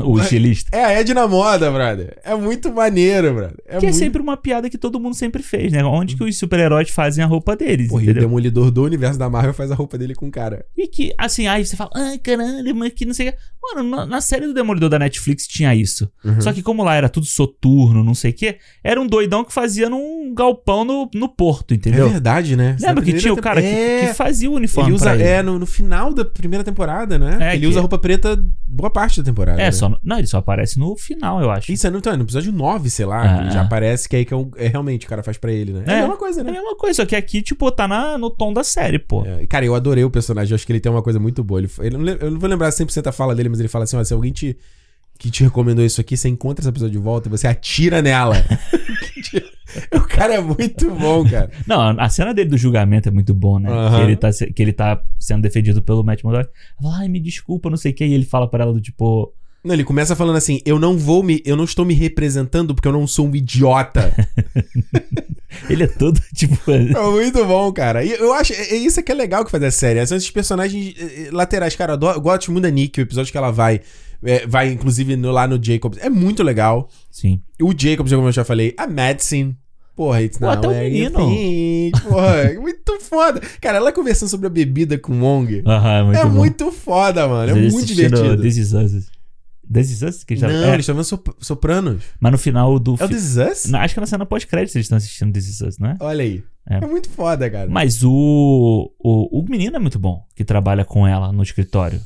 B: O estilista.
A: É a Ed na moda, brother. É muito maneiro, brother. É
B: que
A: muito...
B: é sempre uma piada que todo mundo sempre fez, né? Onde que os super-heróis fazem a roupa deles,
A: Porra, e o
B: entendeu?
A: demolidor do universo da Marvel faz a roupa dele com o cara.
B: E que, assim, aí você fala, ah, caralho, mas que não sei o que. Mano, na, na série do Demolidor da Netflix tinha isso.
A: Uhum.
B: Só que como lá era tudo soturno, não sei o que, era um doidão que fazia num galpão no, no porto,
A: É
B: entendeu?
A: verdade, né?
B: Lembra que tinha o cara que,
A: É,
B: que fazia o uniforme
A: ele usa,
B: pra ele?
A: é, no, no final da primeira temporada, né?
B: É,
A: ele
B: que-
A: usa roupa preta boa parte da temporada.
B: É,
A: né?
B: só. no- Não, ele só aparece no final, eu acho.
A: Isso é no, então, é no episódio 9, sei lá,
B: Ah,
A: que já
B: ah.
A: aparece que aí que é, um- é realmente o cara faz pra ele, né? É,
B: É.
A: a mesma coisa,
B: É a
A: né?
B: mesma coisa, só que aqui, tipo, tá na, no tom da série, pô.
A: É, e, cara, eu adorei o personagem, eu acho que ele tem uma coisa muito boa. Ele, ele não le- eu não vou lembrar 100% a fala dele, mas ele fala assim: ó, se alguém te, que te recomendou isso aqui, você encontra essa pessoa de volta e você atira nela. o cara é muito bom, cara.
B: Não, a- a cena dele do julgamento é muito bom, né?
A: Aham.
B: Que, ele tá, se- que ele tá sendo defendido pelo Matt Murdock. Ela Fala, ai, me desculpa, não sei o que. E ele fala pra ela do tipo.
A: Não, ele começa falando assim: eu não vou me. Eu não estou me representando porque eu não sou um idiota.
B: Ele é todo, tipo.
A: É muito bom, cara. E eu acho. É é isso que é legal que faz a série. São esses personagens eh, eh, laterais, cara. Eu, adoro, eu gosto muito da Nick, o episódio que ela vai. eh, vai, inclusive, no- lá no Jacobs. É muito legal.
B: Sim.
A: O Jacobs, como eu já falei, a Madison. Porra, it's
B: Pô,
A: now
B: até o
A: or
B: menino.
A: anything. Porra, é muito foda. Cara, ela conversando sobre a bebida com o Wong.
B: Aham, é muito
A: é
B: bom.
A: muito foda, mano. É
B: Eles
A: muito
B: assistiram
A: divertido.
B: This Is Us. This Is Us que eles
A: Não,
B: tavam- é,
A: eles estavam sop sopranos.
B: Mas no final do.
A: É o
B: fi-
A: This Is Us?
B: Na- Acho que na cena pós-crédito eles estão assistindo This Is Us, não é?
A: Olha aí. É.
B: É.
A: muito foda, cara.
B: Mas o, o. O menino é muito bom que trabalha com ela no escritório.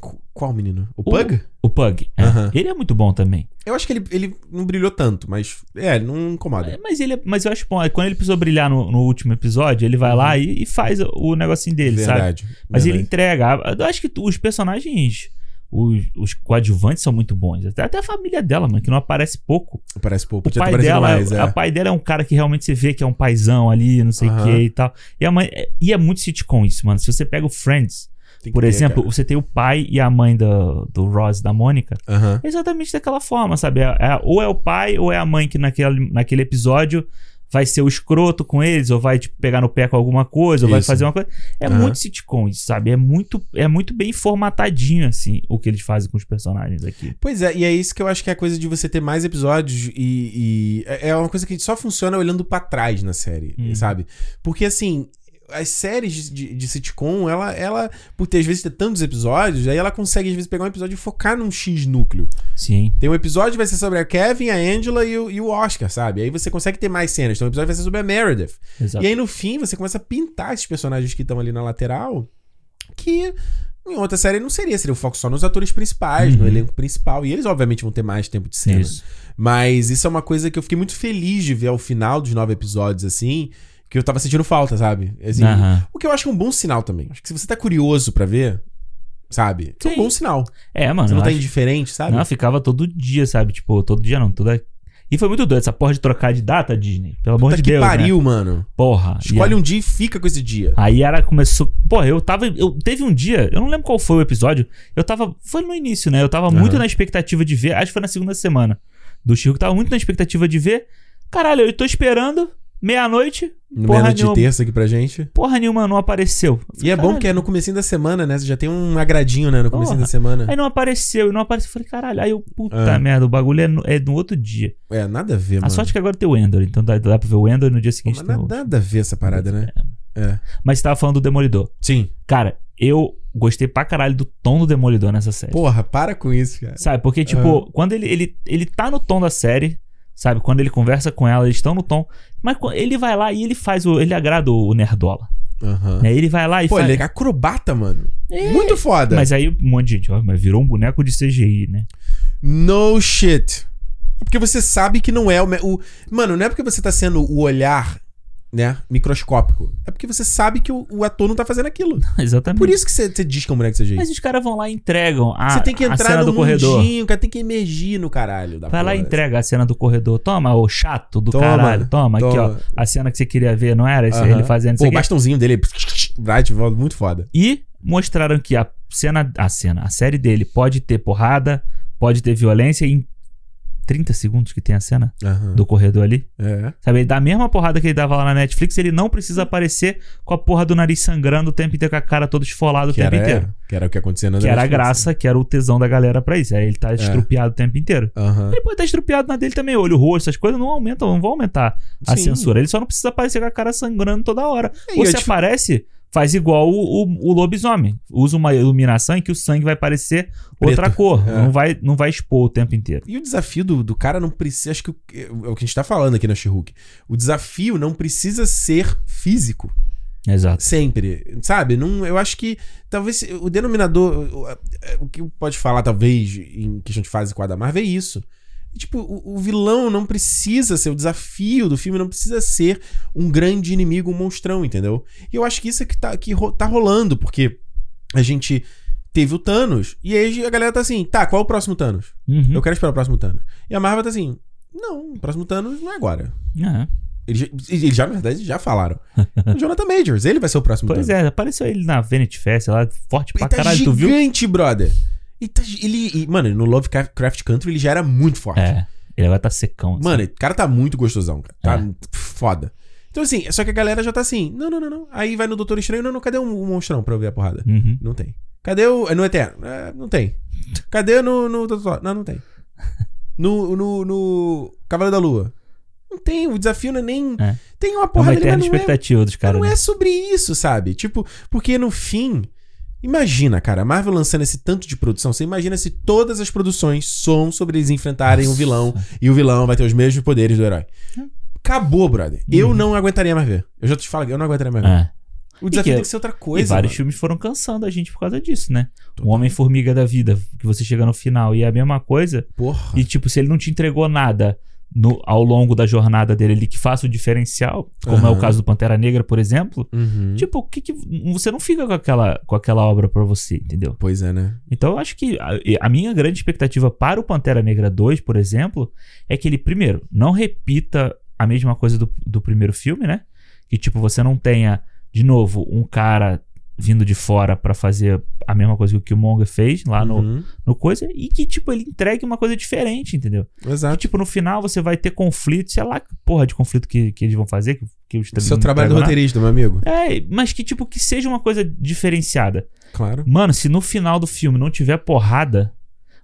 A: Qu- Qual menino? O Pug?
B: O Pug. é.
A: Aham.
B: Ele é muito bom também.
A: Eu acho que ele, ele não brilhou tanto, mas. É, ele não incomoda.
B: É, Mas, ele, é- mas eu acho bom. aí Quando ele precisou brilhar no, no último episódio, ele vai lá e, e faz o- o negocinho dele, sabe?
A: Uhum. verdade.
B: Mas ele
A: verdade.
B: entrega. Eu acho que tu- os personagens, os, os coadjuvantes são muito bons. Até, até a família dela, mano, que não aparece pouco.
A: Parece pouco.
B: O
A: Podia ter
B: pai
A: parecido
B: dela,
A: mais, é.
B: a pai dela é um cara que realmente você vê que é um paizão ali, não sei o
A: Aham.
B: que e tal. E, a mãe, e é muito sitcom isso, mano. Se você pega o Friends,
A: Tem que
B: por
A: ter,
B: exemplo,
A: cara.
B: você tem o pai e a mãe do, do Ross e da Mônica.
A: Aham.
B: É Exatamente daquela forma, sabe? É- é- ou é o pai ou é a mãe que naquele, naquele episódio vai ser o escroto com eles, ou vai tipo, pegar no pé com alguma coisa, ou vai
A: Isso.
B: fazer uma coisa. É
A: Aham.
B: muito sitcom, isso, sabe? É muito, é muito bem formatadinho, assim, o que eles fazem com os personagens aqui.
A: Pois é, e é isso que eu acho que é a coisa de você ter mais episódios e. e- é é uma coisa que só funciona olhando pra trás na série,
B: Hum.
A: sabe? Porque assim. As séries de, de- de sitcom, ela, ela, por ter às vezes ter tantos episódios, aí ela consegue às vezes pegar um episódio e focar num X núcleo.
B: Sim.
A: Tem um episódio que vai ser sobre a Kevin, a Angela e o, e o Oscar, sabe? Aí você consegue ter mais cenas. Então o episódio vai ser sobre a Meredith.
B: Exato.
A: E aí no fim você começa a pintar esses personagens que estão ali na lateral, que em outra série não seria, seria o foco só nos atores principais, no
B: Uhum.
A: elenco principal, e eles obviamente vão ter mais tempo de cena.
B: Isso.
A: Mas isso é uma coisa que eu fiquei muito feliz de ver ao final dos nove episódios assim, que eu tava sentindo falta, sabe? Assim,
B: Aham.
A: O que eu acho que é um bom sinal também. Acho que se você tá curioso pra ver, sabe? É um
B: Sim.
A: bom sinal.
B: É, mano.
A: Você
B: eu
A: não tá
B: acho- Ah,
A: indiferente, sabe?
B: Não, eu ficava todo dia, sabe? Tipo, todo dia não, toda. E foi muito doido essa porra de trocar de data, Disney. Pelo amor
A: Puta
B: de
A: que
B: Deus. né?
A: pariu, mano.
B: Porra. E é.
A: Escolhe um dia e fica com esse dia.
B: Aí era começou. Porra, eu tava. Eu, teve um dia, eu não lembro qual foi o episódio. Eu tava. Foi no início, né? Eu tava muito
A: Aham.
B: na expectativa de ver. Acho que foi na segunda semana do Chico. Tava muito na expectativa de ver. Caralho, eu tô esperando. Meia-noite.
A: No
B: Porra
A: menos de
B: nenhuma.
A: terça aqui pra gente.
B: Porra nenhuma, não apareceu. Eu
A: E
B: falei,
A: é bom
B: "Caralho".
A: que é no comecinho da semana, né? Você já tem um agradinho, né? No comecinho
B: Porra.
A: da semana.
B: Aí não apareceu, e não apareceu. Eu Falei, caralho, aí eu, puta
A: Ah.
B: merda, o bagulho é no, é no outro dia.
A: É, nada a ver, mano.
B: A sorte é que agora tem o Endor, então dá, dá pra ver o Endor e no dia seguinte
A: Mas é
B: tem
A: nada,
B: o...
A: nada a ver essa parada, né? É.
B: Mas você tava falando do Demolidor.
A: Sim.
B: Cara, eu gostei pra caralho do tom do Demolidor nessa série.
A: Porra, para com isso, cara.
B: Sabe? Porque, tipo, quando ele, ele, ele tá no tom da série, sabe? Quando ele conversa com ela, eles estão no tom. Mas quan- ele vai lá e ele faz o. Ele agrada o Nerdola.
A: Aham.
B: Né? Ele vai lá e
A: É. Pô,
B: faz.
A: ele é acrobata, mano.
B: É.
A: Muito foda.
B: Mas aí um monte de gente, ó, mas virou um boneco de CGI, né?
A: No shit. É Porque você sabe que não é o, me- o- Mano, não é porque você tá sendo o olhar né, microscópico. É porque você sabe que o, o ator não tá fazendo aquilo.
B: Exatamente.
A: Por isso que você, você diz que é um boneco CGI.
B: Mas os caras vão lá e entregam a,
A: você tem que
B: a
A: entrar
B: cena
A: no
B: do corredor.
A: mundinho, cara, tem que emergir no caralho da
B: Vai lá e
A: porra.
B: entrega a cena do corredor. Toma, ô chato do
A: Toma,
B: caralho. Toma, aqui, ó.
A: toma.
B: A cena que você queria ver, não era? Esse-
A: Aham.
B: Ele fazendo isso
A: Pô, o
B: aqui.
A: bastãozinho dele, vai, tipo, muito foda.
B: E mostraram que a cena, a cena, a série dele pode ter porrada, pode ter violência em 30 segundos que tem a cena
A: Aham.
B: do corredor ali.
A: É.
B: Sabe, ele dá a mesma porrada que ele dava lá na Netflix, ele não precisa aparecer com a porra do nariz sangrando o tempo inteiro, com a cara toda esfolada o
A: Que
B: tempo
A: era, é,
B: inteiro.
A: que era o que acontecia na
B: Que era a
A: Netflix,
B: graça, que era o tesão da galera pra isso. Aí ele
A: É.
B: tá estrupiado o tempo inteiro.
A: né? Aham.
B: Ele pode estar estrupiado na dele também, olho, rosto, essas coisas não aumentam, não vão aumentar a
A: Sim.
B: censura. Ele só não precisa aparecer com a cara sangrando toda hora.
A: É,
B: Ou
A: e
B: se
A: a dif-
B: aparece, faz igual o, o- o lobisomem. Usa uma iluminação em que o sangue vai parecer outra
A: Preto.
B: cor.
A: É.
B: Não, vai, não vai expor o tempo inteiro.
A: E o desafio do, do cara não precisa. Acho que o, é o que a gente tá falando aqui na She-Hulk. O desafio não precisa ser físico.
B: Exato.
A: Sempre, sabe? Não, eu acho que talvez se- o denominador. o- a- O que pode falar, talvez, em questão de fase com a da Marvel é isso. Tipo, o, o vilão não precisa ser, o desafio do filme não precisa ser um grande inimigo, um monstrão, entendeu? E eu acho que isso é que tá, que ro- tá rolando, porque a gente teve o Thanos, e aí a galera tá assim, tá, qual é o próximo Thanos?
B: Uhum.
A: Eu quero esperar o próximo Thanos. E a Marvel tá assim, não, o próximo Thanos não é agora.
B: É.
A: Eles, já- eles já, na verdade, já falaram. O Jonathan Majors, ele vai ser o próximo Thanos.
B: Pois é, apareceu ele na Vanity Fair, sei lá, forte pra
A: Ele tá
B: caralho, tu viu?
A: gigante, brother. Ele, tá gi- ele- e, mano, no Lovecraft Country ele já era muito forte.
B: É, ele vai estar secão. assim.
A: Mano, o cara tá muito gostosão, cara. Tá
B: É.
A: foda. Então, assim, só que a galera já tá assim, não, não, não, não. Aí vai no Doutor Estranho, não, não, cadê o um, monstrão pra eu ver a porrada?
B: Uhum.
A: Não tem. Cadê o. é No Eterno? É, não tem. Cadê no, no Doutor? Não, não tem. No, no, no Cavaleiro da Lua? Não tem, o desafio não é nem.
B: É.
A: Tem uma
B: É uma
A: porrada ali,
B: eterna
A: mas não é
B: expectativa dos
A: mas
B: caras.
A: não
B: né?
A: é sobre isso, sabe? Tipo, porque no fim. Imagina, cara, a Marvel lançando esse tanto de produção. Você imagina se todas as produções são sobre eles enfrentarem um vilão e o vilão vai ter os mesmos poderes do herói.
B: É.
A: Acabou, brother. Eu não aguentaria mais ver. Eu já te falo, eu não aguentaria mais ver.
B: Uhum. É.
A: O desafio
B: que-
A: tem que ser outra
B: E
A: coisa.
B: vários
A: mano.
B: filmes foram cansando a gente por causa disso, né?
A: Total.
B: O Homem-Formiga da Vida, que você chega no final e é a mesma coisa.
A: Porra.
B: E, tipo, se ele não te entregou nada no- ao longo da jornada dele ali que faça o diferencial, como é
A: Aham.
B: o caso do Pantera Negra, por exemplo,
A: Uhum.
B: tipo, o que que- você não fica com aquela, com aquela obra pra você, entendeu?
A: Pois é, né?
B: Então, eu acho que a, a minha grande expectativa para o Pantera Negra 2, por exemplo, é que ele, primeiro, não repita a mesma coisa do, do primeiro filme, né? Que, tipo, você não tenha, de novo, um cara vindo de fora pra fazer a mesma coisa que o Killmonger fez lá tá no,
A: Uhum.
B: no coisa e que, tipo, ele entregue uma coisa diferente, entendeu? E,
A: Exato.
B: tipo, no final você vai ter conflito, sei lá que porra de conflito que, que eles vão fazer, que, que os
A: Seu trabalho do
B: não entregam
A: roteirista, meu amigo.
B: nada. É, mas que, tipo, que seja uma coisa diferenciada.
A: Claro.
B: Mano, se no final do filme não tiver porrada,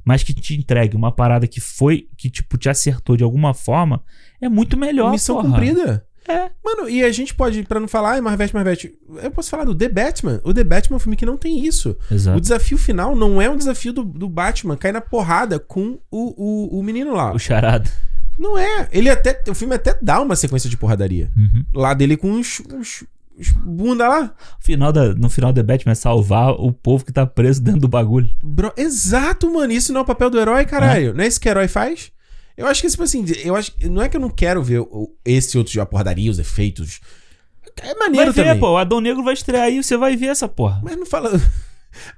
B: mas que te entregue uma parada que foi, que, tipo, te acertou de alguma forma, é muito melhor,
A: Missão
B: porra.
A: cumprida.
B: É.
A: Mano, e a gente pode, pra não falar, ai, Marvete, Marvete, eu posso falar do The Batman. O The Batman é um filme que não tem isso. O
B: Exato.
A: desafio final não é um desafio do, do Batman cair na porrada com o, o, o menino lá.
B: O charada.
A: Não é. Ele até. O filme até dá uma sequência de porradaria.
B: Uhum.
A: Lá dele com os. os, os bunda lá.
B: Final da, no final do Batman é salvar o povo que tá preso dentro do bagulho.
A: Bro, exato, mano. Isso não é o papel do herói, caralho. Não é isso que o herói faz? Eu acho que, tipo assim, eu acho, não é que eu não quero ver o- esse outro, a porradaria, os efeitos. É maneiro
B: Vai ver,
A: também.
B: pô, o Adão Negro vai estrear aí, você vai ver essa porra.
A: Mas não fala.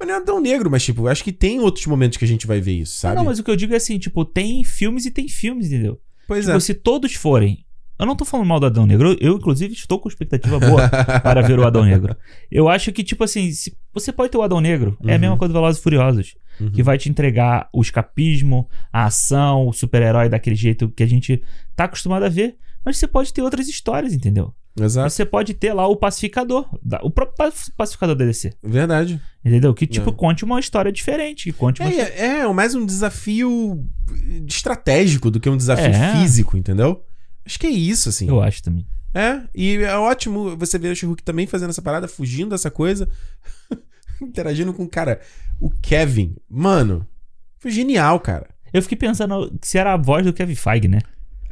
A: Mas não é tão negro, mas, tipo, eu acho que tem outros momentos que a gente vai ver isso, sabe?
B: Não, mas o que eu digo é assim, tipo, tem filmes e tem filmes, entendeu?
A: Pois é.
B: Tipo, se todos forem. Eu não tô falando mal do Adão Negro. Eu, eu, inclusive, estou com expectativa boa
A: é. assim,
B: para ver o Adão Negro. Eu acho que, tipo assim, se- você pode ter o Adão Negro. É a
A: Uhum.
B: mesma coisa do Velozes e Furiosos.
A: Uhum.
B: Que vai te entregar o escapismo, a ação, o super-herói daquele jeito que a gente tá acostumado a ver. Mas você pode ter outras histórias, entendeu?
A: Exato.
B: Você pode ter lá o pacificador. da- O próprio pa- pacificador da DC.
A: Verdade.
B: Entendeu? Que, tipo,
A: É.
B: conte uma história diferente. Que conte uma história.
A: É, é mais um desafio estratégico do que um desafio
B: É.
A: físico, entendeu? Acho que é isso, assim.
B: Eu acho também.
A: É, e é ótimo você ver o She-Hulk também fazendo essa parada, fugindo dessa coisa, interagindo com o cara. O Kevin, mano, foi genial, cara.
B: Eu fiquei pensando se era a voz do Kevin Feige, né?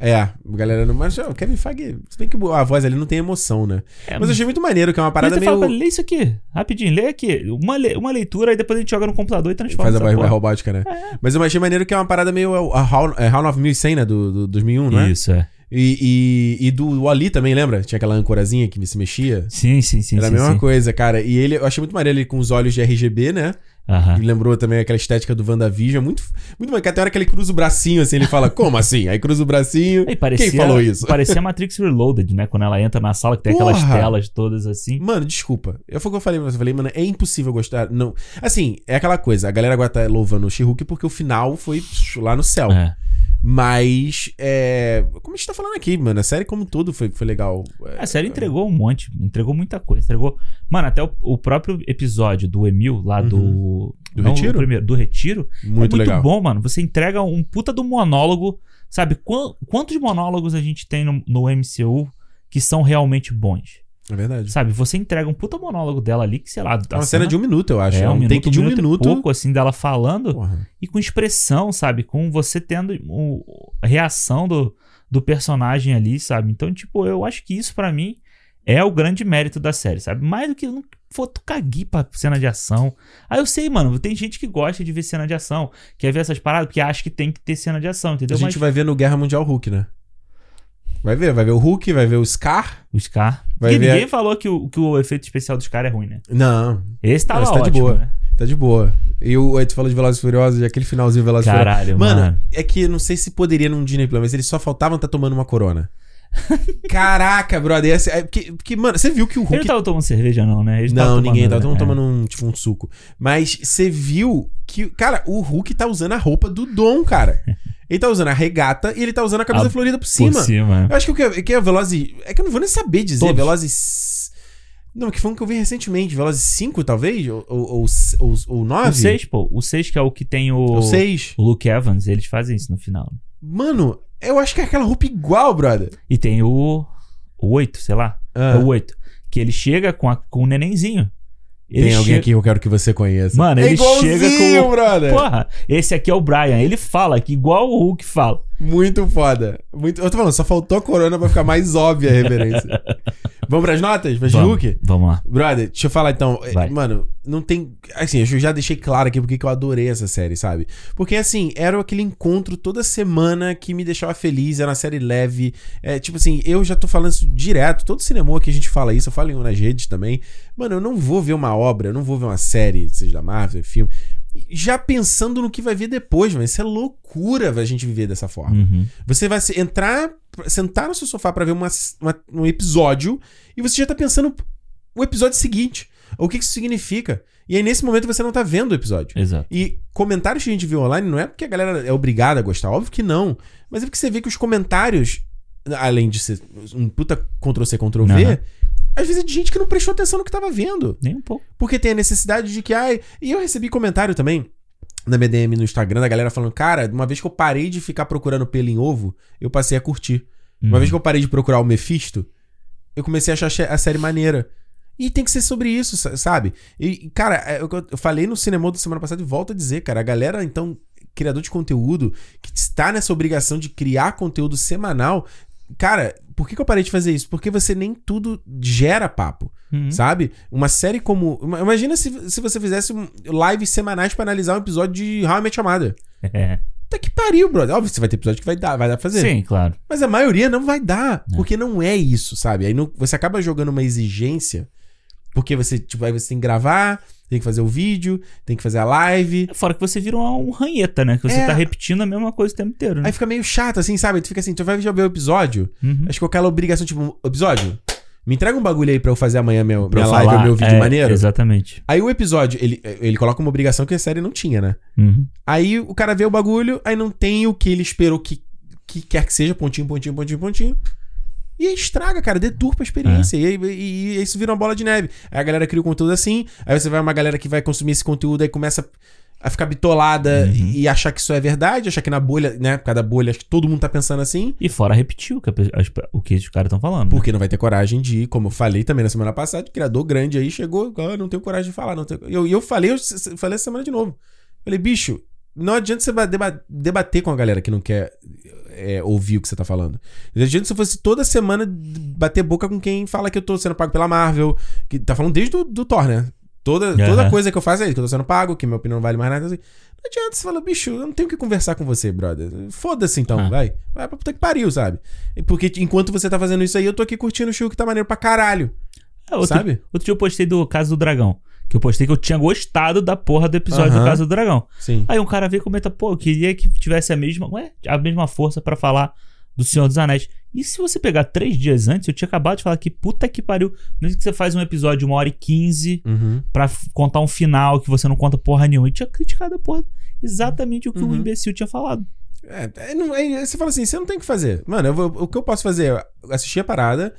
A: É, a galera não. Mas ó, o Kevin Feige, se bem que a voz ali não tem emoção, né?
B: É,
A: Mas eu achei muito maneiro, que é uma
B: Mas
A: parada
B: você fala pra ele,
A: meio.
B: lê isso aqui, rapidinho, lê aqui. Uma, le- uma leitura, aí depois a gente joga no computador e transforma.
A: Faz a
B: essa
A: voz
B: porra.
A: mais é robótica, né? Mas eu achei maneiro que é uma parada meio. A Hound é, Hound of 1100, né? Do, do 2001, né?
B: Isso, é.
A: E, e, e do Ali também, lembra? Tinha aquela âncorazinha que se mexia.
B: Sim, sim, sim.
A: Era a
B: sim,
A: mesma
B: sim.
A: coisa, cara. E ele, eu achei muito maneiro ele com os olhos de RGB, né?
B: Aham.
A: Me lembrou também aquela estética do WandaVision. Muito, muito bacana. Até a hora que ele cruza o bracinho, assim, ele fala, como assim? Aí cruza o bracinho.
B: Aí parecia,
A: Quem falou isso?
B: Parecia Matrix Reloaded, né? Quando ela entra na sala que tem aquelas
A: Porra!
B: telas todas assim.
A: Mano, desculpa. Eu foi o que eu falei pra você. Eu falei, mano, é impossível gostar. Não. Assim, é aquela coisa. A galera agora tá louvando o She-Hulk porque o final foi psh, lá no céu.
B: É.
A: Mas, é. Como a gente tá falando aqui, mano, a série como um todo foi, foi legal. É,
B: A série entregou um monte, entregou muita coisa. Entregou. Mano, até o, o próprio episódio do Emil, lá do.
A: Uhum. Do
B: não, o
A: Retiro?
B: primeiro, do Retiro.
A: muito,
B: é muito
A: legal.
B: bom, mano. Você entrega um puta do monólogo. Sabe, Quan- quantos monólogos a gente tem no, no MCU que são realmente bons?
A: É verdade.
B: Sabe, você entrega um puta monólogo dela ali, que sei lá.
A: É uma cena de um minuto, eu acho.
B: É, um, minuto,
A: take de um minuto.
B: e pouco, assim, dela falando
A: Porra.
B: e com expressão, sabe? Com você tendo o- a reação do, do personagem ali, sabe? Então, tipo, eu acho que isso pra mim é o grande mérito da série, sabe? Mais do que eu não for tu cagui pra cena de ação. Ah, eu sei, mano, tem gente que gosta de ver cena de ação, quer ver essas paradas, porque acha que tem que ter cena de
A: A
B: ação, entendeu?
A: gente
B: Mas
A: vai ver no Guerra Mundial Hulk, né? Vai ver, vai ver o Hulk, vai ver o Scar.
B: o Scar.
A: vai
B: Porque
A: ver-
B: ninguém falou que o, que o efeito especial do Scar é ruim, né?
A: Não,
B: Esse tava
A: Não, esse tá de
B: ótimo,
A: boa.
B: né?
A: tá de boa. E o aí tu falou de Velozes e Furiosos, e aquele finalzinho Velozes e Furiosos.
B: Caralho,
A: Mano,
B: mano.
A: é que eu não sei se poderia num Disney Plus, mas eles só faltavam tá tomando uma corona. Caraca, brother. esse- é porque, porque, mano, você viu que o
B: Ele não
A: Hulk.
B: tava tomando cerveja, não, né? Eles tavam
A: Não, ninguém tá
B: tomando,
A: todo mundo
B: né?
A: tomando um, tipo, um suco. Mas você viu que. Cara, o Hulk tá usando a roupa do Dom, cara. Ele tá usando a regata e ele tá usando a camisa
B: Ah,
A: florida por
B: É,
A: cima.
B: Por cima.
A: Eu acho que o que é, que é Velozes. É que eu não vou nem saber dizer.
B: Todos.
A: Velozes. Não, que foi um que eu vi recentemente. Velozes 5, talvez? Ou, ou, ou, ou, ou 9?
B: O 6, pô. O 6 que é o que tem o,
A: Ou 6.
B: o Luke Evans, eles fazem isso no final.
A: Mano, eu acho que é aquela roupa igual, brother. Ah.
B: E tem o, o 8, sei lá. É o 8. Que ele chega com, a, com o nenenzinho. Ele
A: Tem alguém
B: che-
A: aqui que eu quero que você conheça.
B: Mano,
A: é
B: ele
A: igualzinho,
B: chega com.
A: brother.
B: Porra, esse aqui é o Brian. Ele fala que igual o Hulk fala.
A: Muito foda. Muito... Eu tô falando, só faltou a corona pra ficar mais óbvia a referência. Vamos pras notas? Pra Hulk?
B: vamos lá.
A: Brother, deixa eu falar então.
B: Vai.
A: Mano, não tem. Assim, eu já deixei claro aqui porque que eu adorei essa série, sabe? Porque, assim, era aquele encontro toda semana que me deixava feliz, era uma série leve. É, tipo assim, eu já tô falando isso direto. Todo cinema que a gente fala isso, eu falo em nas redes também. Mano, eu não vou ver uma obra, eu não vou ver uma série, seja da Marvel, filme. Já pensando no que vai vir depois, mano. Isso é loucura a gente viver dessa forma.
B: Uhum.
A: Você vai se- entrar, sentar no seu sofá pra ver uma- uma- um episódio e você já tá pensando o episódio seguinte. O que que isso significa? E aí, nesse momento, você não tá vendo o episódio.
B: Exato.
A: E comentários que a gente viu online não é porque a galera é obrigada a gostar, óbvio que não. Mas é porque você vê que os comentários, além de ser um puta Ctrl-C, Ctrl-V,
B: Aham.
A: às vezes é de gente que não prestou atenção no que tava vendo.
B: Nem um pouco.
A: Porque tem a necessidade de que, ai. E eu recebi comentário também na minha DM no Instagram da galera falando: Cara, uma vez que eu parei de ficar procurando pelo em ovo, eu passei a curtir. Uma vez que eu parei de procurar o Mephisto, eu comecei a achar che- a série maneira. E tem que ser sobre isso, sa- sabe? E, e, cara, é o que eu eu falei no cinema da semana passada e volto a dizer, cara, a galera, então, criador de conteúdo, que está nessa obrigação de criar conteúdo semanal, cara, por que, que eu parei de fazer isso? Porque você nem tudo gera papo.
B: Uhum.
A: Sabe? Uma série como. ima- Imagina se, se você fizesse um- lives semanais pra analisar um episódio de How I Met Your Mother.
B: É.
A: Tá que pariu, brother. Óbvio, você vai ter episódio que vai dar, vai dar pra fazer.
B: Sim, claro.
A: Mas a maioria não vai dar.
B: É.
A: Porque não é isso, sabe? Aí não- você acaba jogando uma exigência. Porque você, tipo, aí você tem que gravar, tem que fazer o vídeo, tem que fazer a live.
B: Fora que você vira um, um ranheta, né? Que você
A: É.
B: tá repetindo a mesma coisa o tempo inteiro. Né?
A: Aí fica meio chato, assim, sabe? Tu fica assim, tu vai já ver o episódio.
B: Uhum.
A: Acho que aquela obrigação, tipo, episódio, me entrega um bagulho aí pra eu fazer amanhã meu, minha
B: eu
A: live ou
B: falar,
A: meu vídeo
B: é,
A: maneiro.
B: Exatamente.
A: Aí o episódio, ele, ele coloca uma obrigação que a série não tinha, né?
B: Uhum.
A: Aí o cara vê o bagulho, aí não tem o que ele esperou que, que quer que seja, pontinho, pontinho, pontinho, pontinho. E aí estraga, cara, deturpa a experiência. E, aí- e- e isso vira uma bola de neve. Aí a galera cria o conteúdo assim, aí você vai uma galera que vai consumir esse conteúdo, aí começa a ficar bitolada e achar que isso é verdade, achar que na bolha, né? Por causa da bolha, acho que todo mundo tá pensando assim.
B: E fora repetir o que, a pe- as- o que os caras estão falando. né?
A: Porque não vai ter coragem de ir, como eu falei também na semana passada, o criador grande aí chegou, ah, não tenho coragem de falar. Não tenho... eu, e eu falei, eu s- s- falei essa semana de novo. Falei, bicho, não adianta você ba- deba- debater com a galera que não quer é, ouvir o que você tá falando. Não adianta se fosse toda semana d- bater boca com quem fala que eu tô sendo pago pela Marvel, que tá falando desde do, do Thor, né? Toda,
B: Aham.
A: toda coisa que eu faço é isso, que eu tô sendo pago, que minha opinião não vale mais nada. assim. Não adianta você falar, bicho, eu não tenho o que conversar com você, brother. Foda-se então,
B: Ah.
A: vai. Vai pra puta que pariu, sabe? Porque enquanto você tá fazendo isso aí, eu tô aqui curtindo o show que tá maneiro pra caralho,
B: É, outro,
A: sabe?
B: outro dia eu postei do Caso do Dragão. Que eu postei que eu tinha gostado da porra do episódio
A: Aham.
B: do Caso do Dragão.
A: Sim.
B: Aí um cara veio e comenta, pô, eu queria que tivesse a mesma, ué, a mesma força pra falar do Senhor dos Anéis. E se você pegar três dias antes, eu tinha acabado de falar que puta que pariu. Mesmo que você faz um episódio de uma hora e quinze
A: Uhum.
B: pra f- contar um final que você não conta porra nenhuma. E tinha criticado a porra exatamente o que
A: Uhum.
B: o imbecil tinha falado.
A: É, é, não- é, você fala assim, você não tem o que fazer. Mano, eu vou- o que eu posso fazer é assistir a parada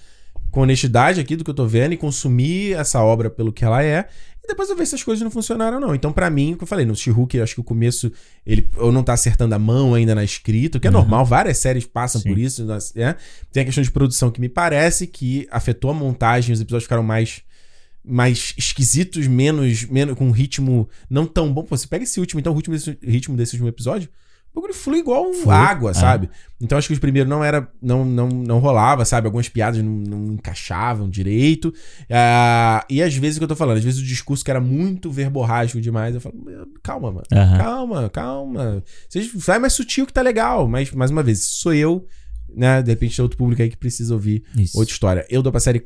A: com honestidade aqui do que eu tô vendo e consumir essa obra pelo que ela é. E depois eu ver se as coisas não funcionaram ou não. Então, pra mim, o que eu falei, no She-Hulk, eu acho que o começo, ele ou não tá acertando a mão ainda na escrita, o que é
B: Uhum.
A: normal, várias séries passam
B: Sim.
A: por isso. nós- é. Tem a questão de produção que me parece que afetou a montagem, os episódios ficaram mais mais esquisitos, menos, menos com um ritmo não tão bom. Pô, você pega esse último, então o ritmo desse, ritmo desse último episódio, o bagulho flui igual um
B: Flui,
A: água,
B: é.
A: sabe? Então acho que os primeiros não era, não, não, não rolava, sabe? Algumas piadas não, não encaixavam direito. Ah, e às vezes o que eu tô falando, às vezes o discurso que era muito verborrágico demais, eu falo, "Meu, calma, mano.
B: Aham.
A: Calma, calma. Seja, vai mais sutil que tá legal. Mas, mais uma vez, sou eu, né? De repente tem outro público aí que precisa ouvir
B: Isso.
A: outra história. Eu dou pra série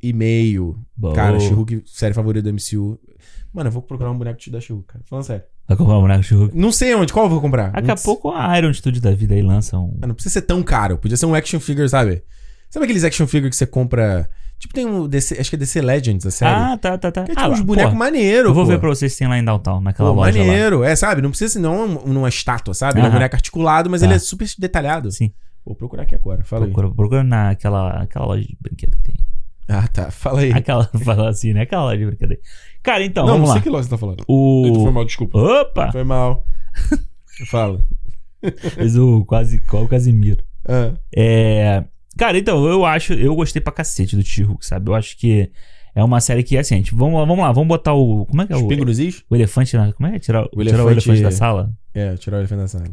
A: 4,5.
B: Boa.
A: Cara, She-Hulk, série favorita do MCU. Mano, eu vou procurar um boneco da She-Hulk, cara. Falando sério.
B: Vai comprar um boneco de Hulk.
A: Não sei onde, qual eu vou comprar.
B: Daqui a
A: Não-
B: pouco a Iron Studio da vida aí lança um.
A: Ah, não precisa ser tão caro. Podia ser um action figure, sabe? Sabe aqueles action figure que você compra. Tipo, tem um DC. Acho que é DC Legends, a série.
B: Ah, tá, tá, tá.
A: que é
B: ah,
A: tipo uns
B: lá,
A: bonecos
B: porra.
A: maneiros.
B: Eu vou
A: pô.
B: ver pra vocês se tem lá em Downtown, naquela
A: Pô,
B: loja lá.
A: maneiro, é, sabe? Não precisa ser não um- uma estátua, sabe? Ele é um
B: Aham.
A: boneco articulado, mas
B: Tá.
A: ele é super detalhado.
B: Sim.
A: Vou procurar aqui agora, fala aí.
B: Procura, procura naquela aquela loja de brinquedo que tem.
A: Ah, tá, fala aí.
B: Aquela, fala assim, né? Aquela loja de brincadeira. Cara, então,
A: não,
B: vamos
A: não sei
B: lá.
A: que loja você tá falando. Foi
B: O.
A: mal, desculpa.
B: Opa!
A: Foi mal. fala.
B: Fez o quase qual o Casimiro.
A: Ah,
B: É. Cara, então, eu acho. Eu gostei pra cacete do T-Hulk, sabe? Eu acho que é uma série que, assim, a gente, vamos lá, vamos lá, vamos botar o. Como é que é
A: os
B: o.
A: pingos is?
B: O elefante na. Como é? Tirar,
A: O
B: tirar o
A: elefante-
B: elefante da sala?
A: É, tirar o elefante da sala.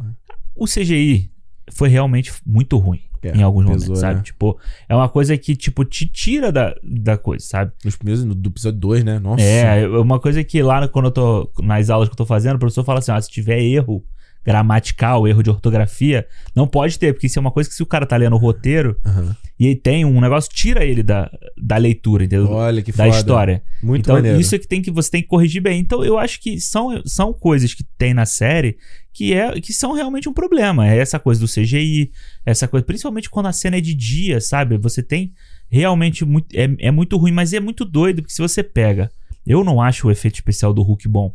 B: O CGI foi realmente muito ruim
A: É,
B: em alguns
A: pesou,
B: momentos, sabe?
A: né?
B: Tipo, é uma coisa que, tipo, te tira da, da coisa, sabe?
A: Nos primeiros, no, do episódio 2, né? Nossa.
B: É, eu- uma coisa que lá quando eu tô nas aulas que eu tô fazendo, o professor fala assim: ó, se tiver erro gramatical, erro de ortografia, não pode ter, porque isso é uma coisa que se o cara tá lendo o roteiro
A: Aham.
B: e aí tem um negócio, tira ele da, da leitura, entendeu?
A: Olha que
B: da
A: foda.
B: história.
A: Muito
B: então,
A: maneiro.
B: isso é que tem que você tem que corrigir bem. Então, eu acho que são, são coisas que tem na série que é que são realmente um problema. É essa coisa do CGI, essa coisa, principalmente quando a cena é de dia, sabe? Você tem realmente muito é, é muito ruim, mas é muito doido porque se você pega, eu não acho o efeito especial do Hulk bom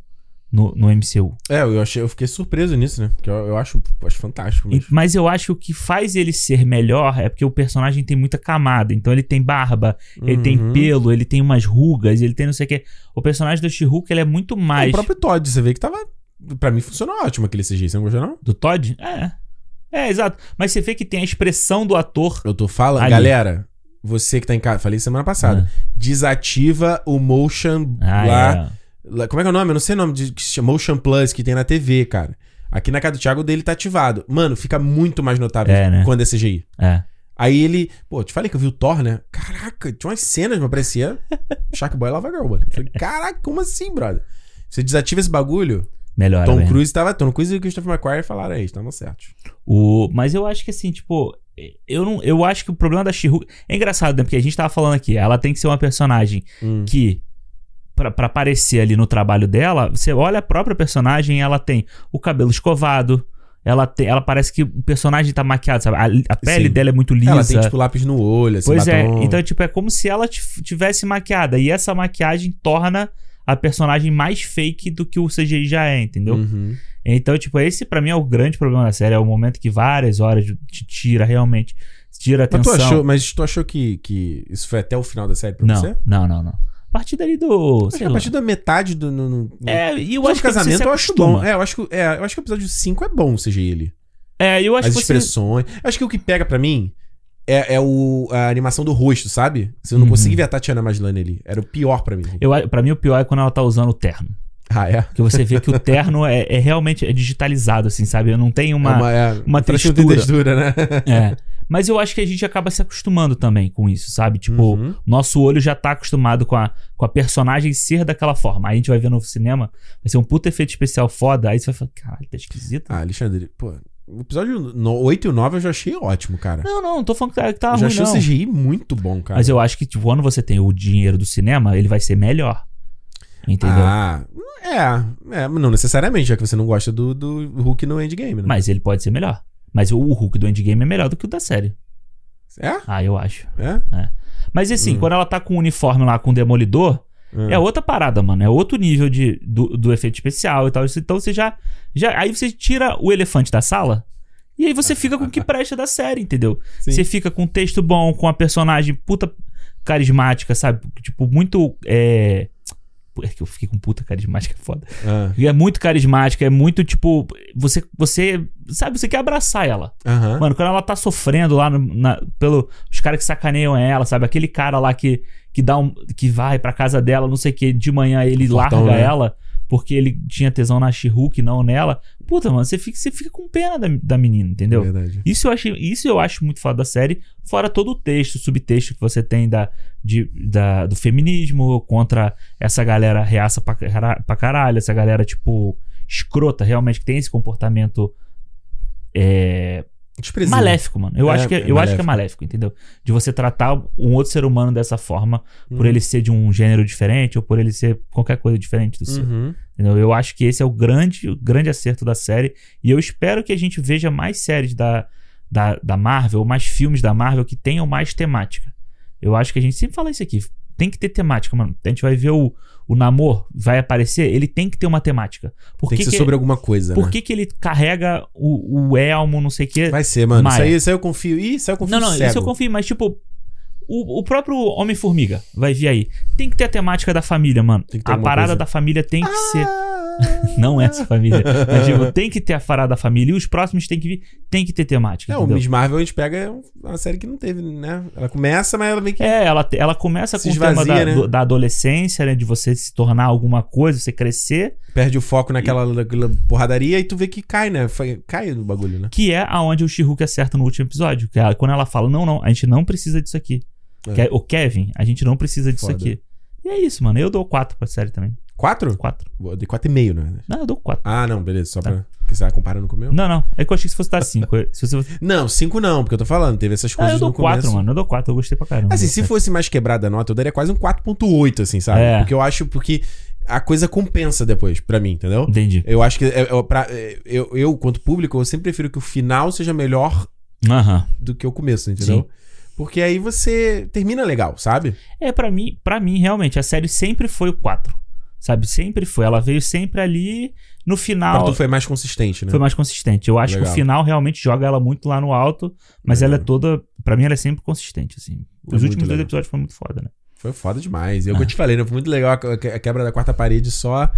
B: no, no MCU.
A: É, eu, achei, eu fiquei surpreso nisso, né? Porque eu, eu acho, acho fantástico
B: E-
A: mesmo.
B: Mas eu acho que o que faz ele ser melhor é porque o personagem tem muita camada. Então ele tem barba, ele tem
A: Uhum.
B: pelo, ele tem umas rugas, ele tem não sei o que. O personagem do She-Hulk ele é muito mais.
A: O próprio Todd, você vê que tava... Pra mim funcionou ótimo aquele CGI, você não gostou não?
B: Do Todd? É. É, exato. Mas você vê que tem a expressão do ator.
A: Eu tô falando...
B: Ali.
A: Galera, você que tá em casa... Falei semana passada. Desativa o motion
B: Ah,
A: lá,
B: é.
A: lá- Como Ah. é que é o nome? Eu não sei o nome. De, que se chama motion Plus que tem na TV, cara. Aqui na casa do Thiago, o dele tá ativado. Mano, fica muito mais notável
B: É, né?
A: quando é CGI.
B: É.
A: Aí ele... Pô, te falei que eu vi o Thor, né? Caraca, tinha umas cenas, mas parecia... Shark Boy Lava Girl, mano. Eu Falei, caraca, como assim, brother? Você desativa esse bagulho...
B: Melhor.
A: Tom
B: né?
A: Cruise tava. Tom Cruise e o Christopher McQuarrie falaram aí, estavam certos.
B: O... Mas eu acho que assim, tipo. Eu, não, eu acho que o problema da she É engraçado, né? Porque a gente tava falando aqui. Ela tem que ser uma personagem que. Pra, pra aparecer ali no trabalho dela, você olha a própria personagem, ela tem o cabelo escovado, ela tem, ela parece que o personagem tá maquiado, sabe? A, a pele
A: Sim.
B: dela é muito lisa.
A: Ela tem, tipo, lápis no olho, assim,
B: Pois
A: batom.
B: é, então, tipo, é como se ela tif- tivesse maquiada. E essa maquiagem torna a personagem mais fake do que o CGI já é, entendeu?
A: Uhum.
B: Então, tipo, esse pra mim é o grande problema da série. É o momento que várias horas te tira realmente, tira a
A: Mas tu
B: atenção.
A: achou, mas tu achou que, que isso foi até o final da série pra
B: não,
A: você? Acho
B: não, não, não. A partir dali do.
A: que
B: Sei
A: a
B: lá.
A: partir da metade do. No, no, no-
B: É, e eu
A: Só
B: acho
A: no
B: que você
A: casamento
B: se
A: eu acho
B: acostuma.
A: bom. É, eu acho que, é, eu acho que o episódio 5 é bom, seja ele.
B: É, eu acho
A: As
B: que você-
A: expressões. Acho que o que pega pra mim é, é o, a animação do rosto, sabe? Se eu não
B: Uhum.
A: consegui ver a Tatiana Maslany ali. Era o pior pra mim.
B: Eu, a- pra mim, o pior é quando ela tá usando o terno.
A: Ah, é?
B: Porque você vê que o terno é, é realmente é digitalizado, assim, sabe? Não tem
A: É
B: uma.
A: é
B: uma
A: parece que não tem textura, né?
B: É. Mas eu acho que a gente acaba se acostumando também com isso, sabe? Tipo,
A: Uhum.
B: nosso olho já tá acostumado com a, com a personagem ser daquela forma. Aí a gente vai ver no cinema, vai ser um puta efeito especial foda. Aí você vai falar, caralho, tá esquisito.
A: Ah, Alexandre, pô, o episódio no- 8 e o 9 eu já achei ótimo, cara.
B: Não, não, não tô falando que tá, que tá
A: é. eu já
B: ruim,
A: achei
B: não.
A: o CGI muito bom, cara.
B: Mas eu acho que, tipo, quando você tem o dinheiro do cinema, ele vai ser melhor. Entendeu?
A: Ah, é, é, mas não necessariamente, já que você não gosta do, do Hulk no Endgame, né?
B: Mas ele pode ser melhor. Mas o Hulk do Endgame é melhor do que o da série.
A: É?
B: Ah, eu acho.
A: É?
B: Mas assim,
A: Hum.
B: quando ela tá com o uniforme lá com o Demolidor,
A: Ah.
B: É outra parada, mano. É outro nível de, do, do efeito especial e tal. Então você já, já. Aí você tira o elefante da sala. E aí você fica com o que presta da série, entendeu?
A: Sim.
B: Você fica com um texto bom, com a personagem puta carismática, sabe? Tipo, muito. É. Pô, É que eu fiquei com puta carismática, é foda.
A: Ah,
B: E é muito carismática, é muito tipo. Você. Você. Sabe, você quer abraçar ela.
A: Aham.
B: Mano, quando ela tá sofrendo lá no, na, pelo os caras que sacaneiam ela, sabe? Aquele cara lá que que dá um que vai pra casa dela, não sei o que, de manhã ele
A: Fortão,
B: larga
A: né?
B: ela porque ele tinha tesão na She-Hulk, não nela. Puta, mano, você fica, você fica com pena da, da menina, entendeu?
A: É Verdade.
B: Isso eu, acho, isso eu acho muito foda da série, fora todo o texto, subtexto que você tem da, de, da- do feminismo contra essa galera reaça pra, cara- pra caralho, essa galera, tipo, escrota, realmente, que tem esse comportamento é,
A: Desprezível.
B: maléfico, mano. Eu,
A: É,
B: acho, que,
A: é
B: eu acho
A: maléfico.
B: que é maléfico, entendeu? De você tratar um outro ser humano dessa forma, por
A: Uhum.
B: ele ser de um gênero diferente ou por ele ser qualquer coisa diferente do seu.
A: Uhum.
B: Entendeu? Eu acho que esse é o grande, o grande acerto da série. E eu espero que a gente veja mais séries da, da, da Marvel, mais filmes da Marvel que tenham mais temática. Eu acho que a gente sempre fala isso aqui. Tem que ter temática, mano. A gente vai ver o, o Namor, vai aparecer, ele tem que ter uma temática. Por
A: Tem que,
B: que,
A: ser
B: que-
A: sobre alguma coisa,
B: por
A: né?
B: que, que ele carrega o, o elmo, não sei o quê?
A: Vai ser, mano. Isso
B: Maia.
A: aí, isso aí eu confio. Ih, isso aí eu confio
B: Não, não,
A: cego.
B: isso eu confio, mas tipo. O, o próprio Homem-Formiga vai vir aí. Tem que ter a temática da família, mano.
A: Tem que ter
B: A
A: alguma
B: parada
A: coisa.
B: da família tem que ser.
A: Ah,
B: Não é essa família. Mas, tipo, tem que ter a parada da família e os próximos tem que vir. Tem que ter temática.
A: É, o
B: entendeu?
A: Miss Marvel a gente pega uma série que não teve, né? Ela começa, mas ela meio que.
B: É, ela, te- ela começa
A: Se
B: com o tema
A: esvazia,
B: da,
A: né?
B: do- da adolescência, né? De você se tornar alguma coisa, você crescer,
A: Perde o foco naquela naquela porradaria e tu vê que cai, né? Foi- Cai no bagulho, né?
B: que é aonde o She-Hulk acerta no último episódio. Que ela- quando ela fala, não, não, a gente não precisa disso aqui.
A: É.
B: Que é, o Kevin, a gente não precisa disso
A: Foda.
B: aqui. E é isso, mano. Eu dou quatro pra série também.
A: Quatro?
B: Quatro.
A: Boa, De quatro e meio, né?
B: Não, eu dou quatro.
A: Ah, não, beleza. Só pra. Que você tá comparando com o meu?
B: Não, não. É que eu achei que se fosse dar 5. Se você fosse...
A: Não, cinco não, porque eu tô falando. Teve essas
B: Ah,
A: coisas
B: eu dou Ah,
A: no começo.
B: 4, mano. Eu dou 4. Eu gostei pra caramba.
A: Assim, se fosse mais quebrada a nota, eu daria quase um 4.8, assim, sabe?
B: É.
A: Porque eu acho porque a coisa compensa depois, pra mim, entendeu?
B: Entendi.
A: Eu acho que é- é pra- é, eu, eu, quanto público, eu sempre prefiro que o final seja melhor
B: Aham.
A: do que o começo, entendeu? Porque aí você termina legal, sabe?
B: É, pra mim, pra mim, realmente, a série sempre foi o 4. Sabe? Sempre foi. Ela veio sempre ali no
A: Pra
B: final.
A: tu
B: Ah, Foi...
A: foi mais consistente, né?
B: mais consistente. Eu acho que
A: Legal.
B: o final realmente joga ela muito lá no alto, mas ela é toda. Pra mim, ela é sempre consistente, assim.
A: Foi
B: Os
A: muito
B: últimos dois
A: legal.
B: episódios foram muito foda, né?
A: Foi foda demais. E é o que eu te falei, né? Foi muito legal a que- a quebra da quarta parede só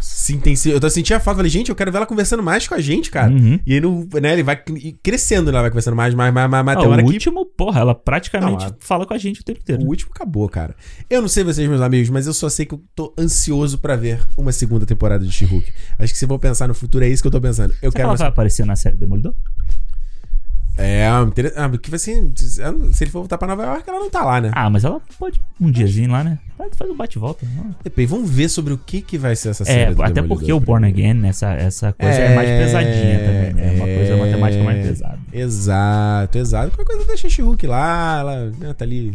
A: se intensiva. Eu tô sentindo a falta. Falei, gente, eu quero ver ela conversando mais com a gente, cara.
B: Uhum.
A: E aí, no, né, ele vai cre- crescendo, né? Vai conversando mais, mais, mais, mais. mais
B: Ah,
A: até a
B: o
A: hora que
B: último, porra, ela praticamente
A: Não,
B: fala com a gente o tempo inteiro.
A: O último acabou, cara. Eu não sei vocês, meus amigos, mas eu só sei que eu tô ansioso pra ver uma segunda temporada de She-Hulk. Acho que se eu vou pensar no futuro, é isso que eu tô pensando. Eu
B: Será que
A: quero.
B: ela vai aparecer na série Demolidor?
A: É, inter- ah, porque vai ser. eu não- Se ele for voltar pra Nova York, ela não tá lá, né?
B: Ah, mas ela pode um diazinho lá, né? Faz- Faz um bate-volta. não.
A: Depende, vamos ver sobre o que que vai ser essa série.
B: É,
A: do
B: até
A: Demolidor
B: porque o Born
A: primeiro.
B: Again, né, essa, essa coisa é, mais pesadinha também, né? É uma coisa matemática mais pesada.
A: Exato, exato. Qualquer coisa deixa a She-Hulk lá, ela né, tá ali.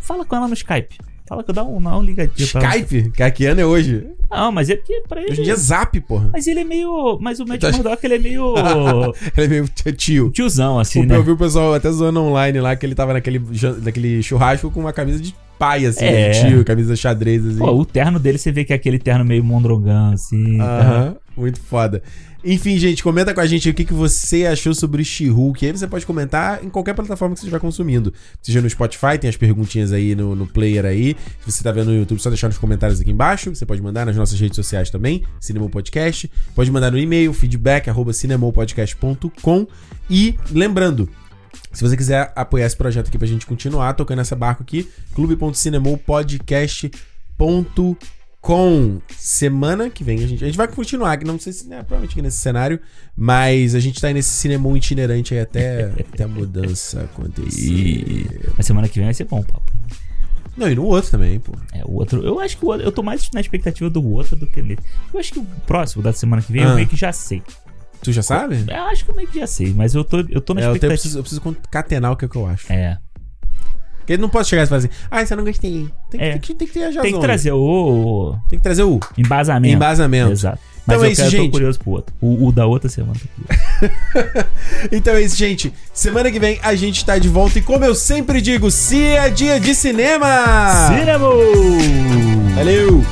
B: Fala com ela no Skype. Fala que eu dá um, dá um ligadinho pra ela.
A: Skype? Cara, que ano é hoje?
B: Não, mas é porque pra ele.
A: Hoje em dia é Zap, porra.
B: Mas ele é meio. Mas o Matt
A: Tá-
B: Murdock, ele é meio.
A: Ela é meio tio.
B: tiozão, assim,
A: Porque
B: né?
A: Tipo, Eu vi o pessoal até zoando online lá que ele tava naquele, jan- naquele churrasco com uma camisa de pai, assim,
B: É.
A: de tio, camisa xadrez, assim.
B: Pô, o terno dele você vê que é aquele terno meio mondrogão, assim. tá?
A: Aham, muito foda. Enfim, gente, comenta com a gente o que, que você achou sobre She-Hulk. Aí você pode comentar em qualquer plataforma que você estiver consumindo. Seja no Spotify, tem as perguntinhas aí no, no player aí. Se você tá vendo no YouTube, só deixar nos comentários aqui embaixo. Você pode mandar nas nossas redes sociais também, Cinemol Podcast. Pode mandar no e-mail, feedback, arroba cinemopodcast.com. E lembrando, se você quiser apoiar esse projeto aqui pra gente continuar tocando essa barco aqui, clube.cinemopodcast.com. com semana que vem. A gente, a gente vai continuar, que não sei se né, provavelmente aqui nesse cenário, mas a gente tá aí nesse cinema itinerante aí até, até a mudança
B: E
A: acontecer.
B: a semana que vem vai ser bom, papo.
A: Não, e no outro também, pô.
B: É, o outro. Eu acho que o outro, eu tô mais na expectativa do outro do que nele. Eu acho que o próximo da semana que vem
A: Ah.
B: eu meio que já sei.
A: Tu já sabe?
B: Eu acho que eu meio que já sei, mas eu tô, É, eu tô na
A: É, eu, tenho, eu,
B: expectativa.
A: preciso, eu preciso concatenar o que, é que eu acho.
B: É.
A: Porque eu não posso chegar e falar assim, ah, isso eu não gostei. Tem que,
B: É.
A: tem que, tem que ter a
B: Tem que
A: razão.
B: trazer o, o
A: Tem que trazer o
B: embasamento.
A: Tá embasamento.
B: Exato.
A: Então
B: Mas
A: é
B: eu,
A: isso,
B: quero, eu
A: gente.
B: tô curioso pro outro. O, o da outra semana.
A: Então é isso, gente. Semana que vem a gente tá de volta e como eu sempre digo, se é dia de cinema!
B: Cinema!
A: Valeu!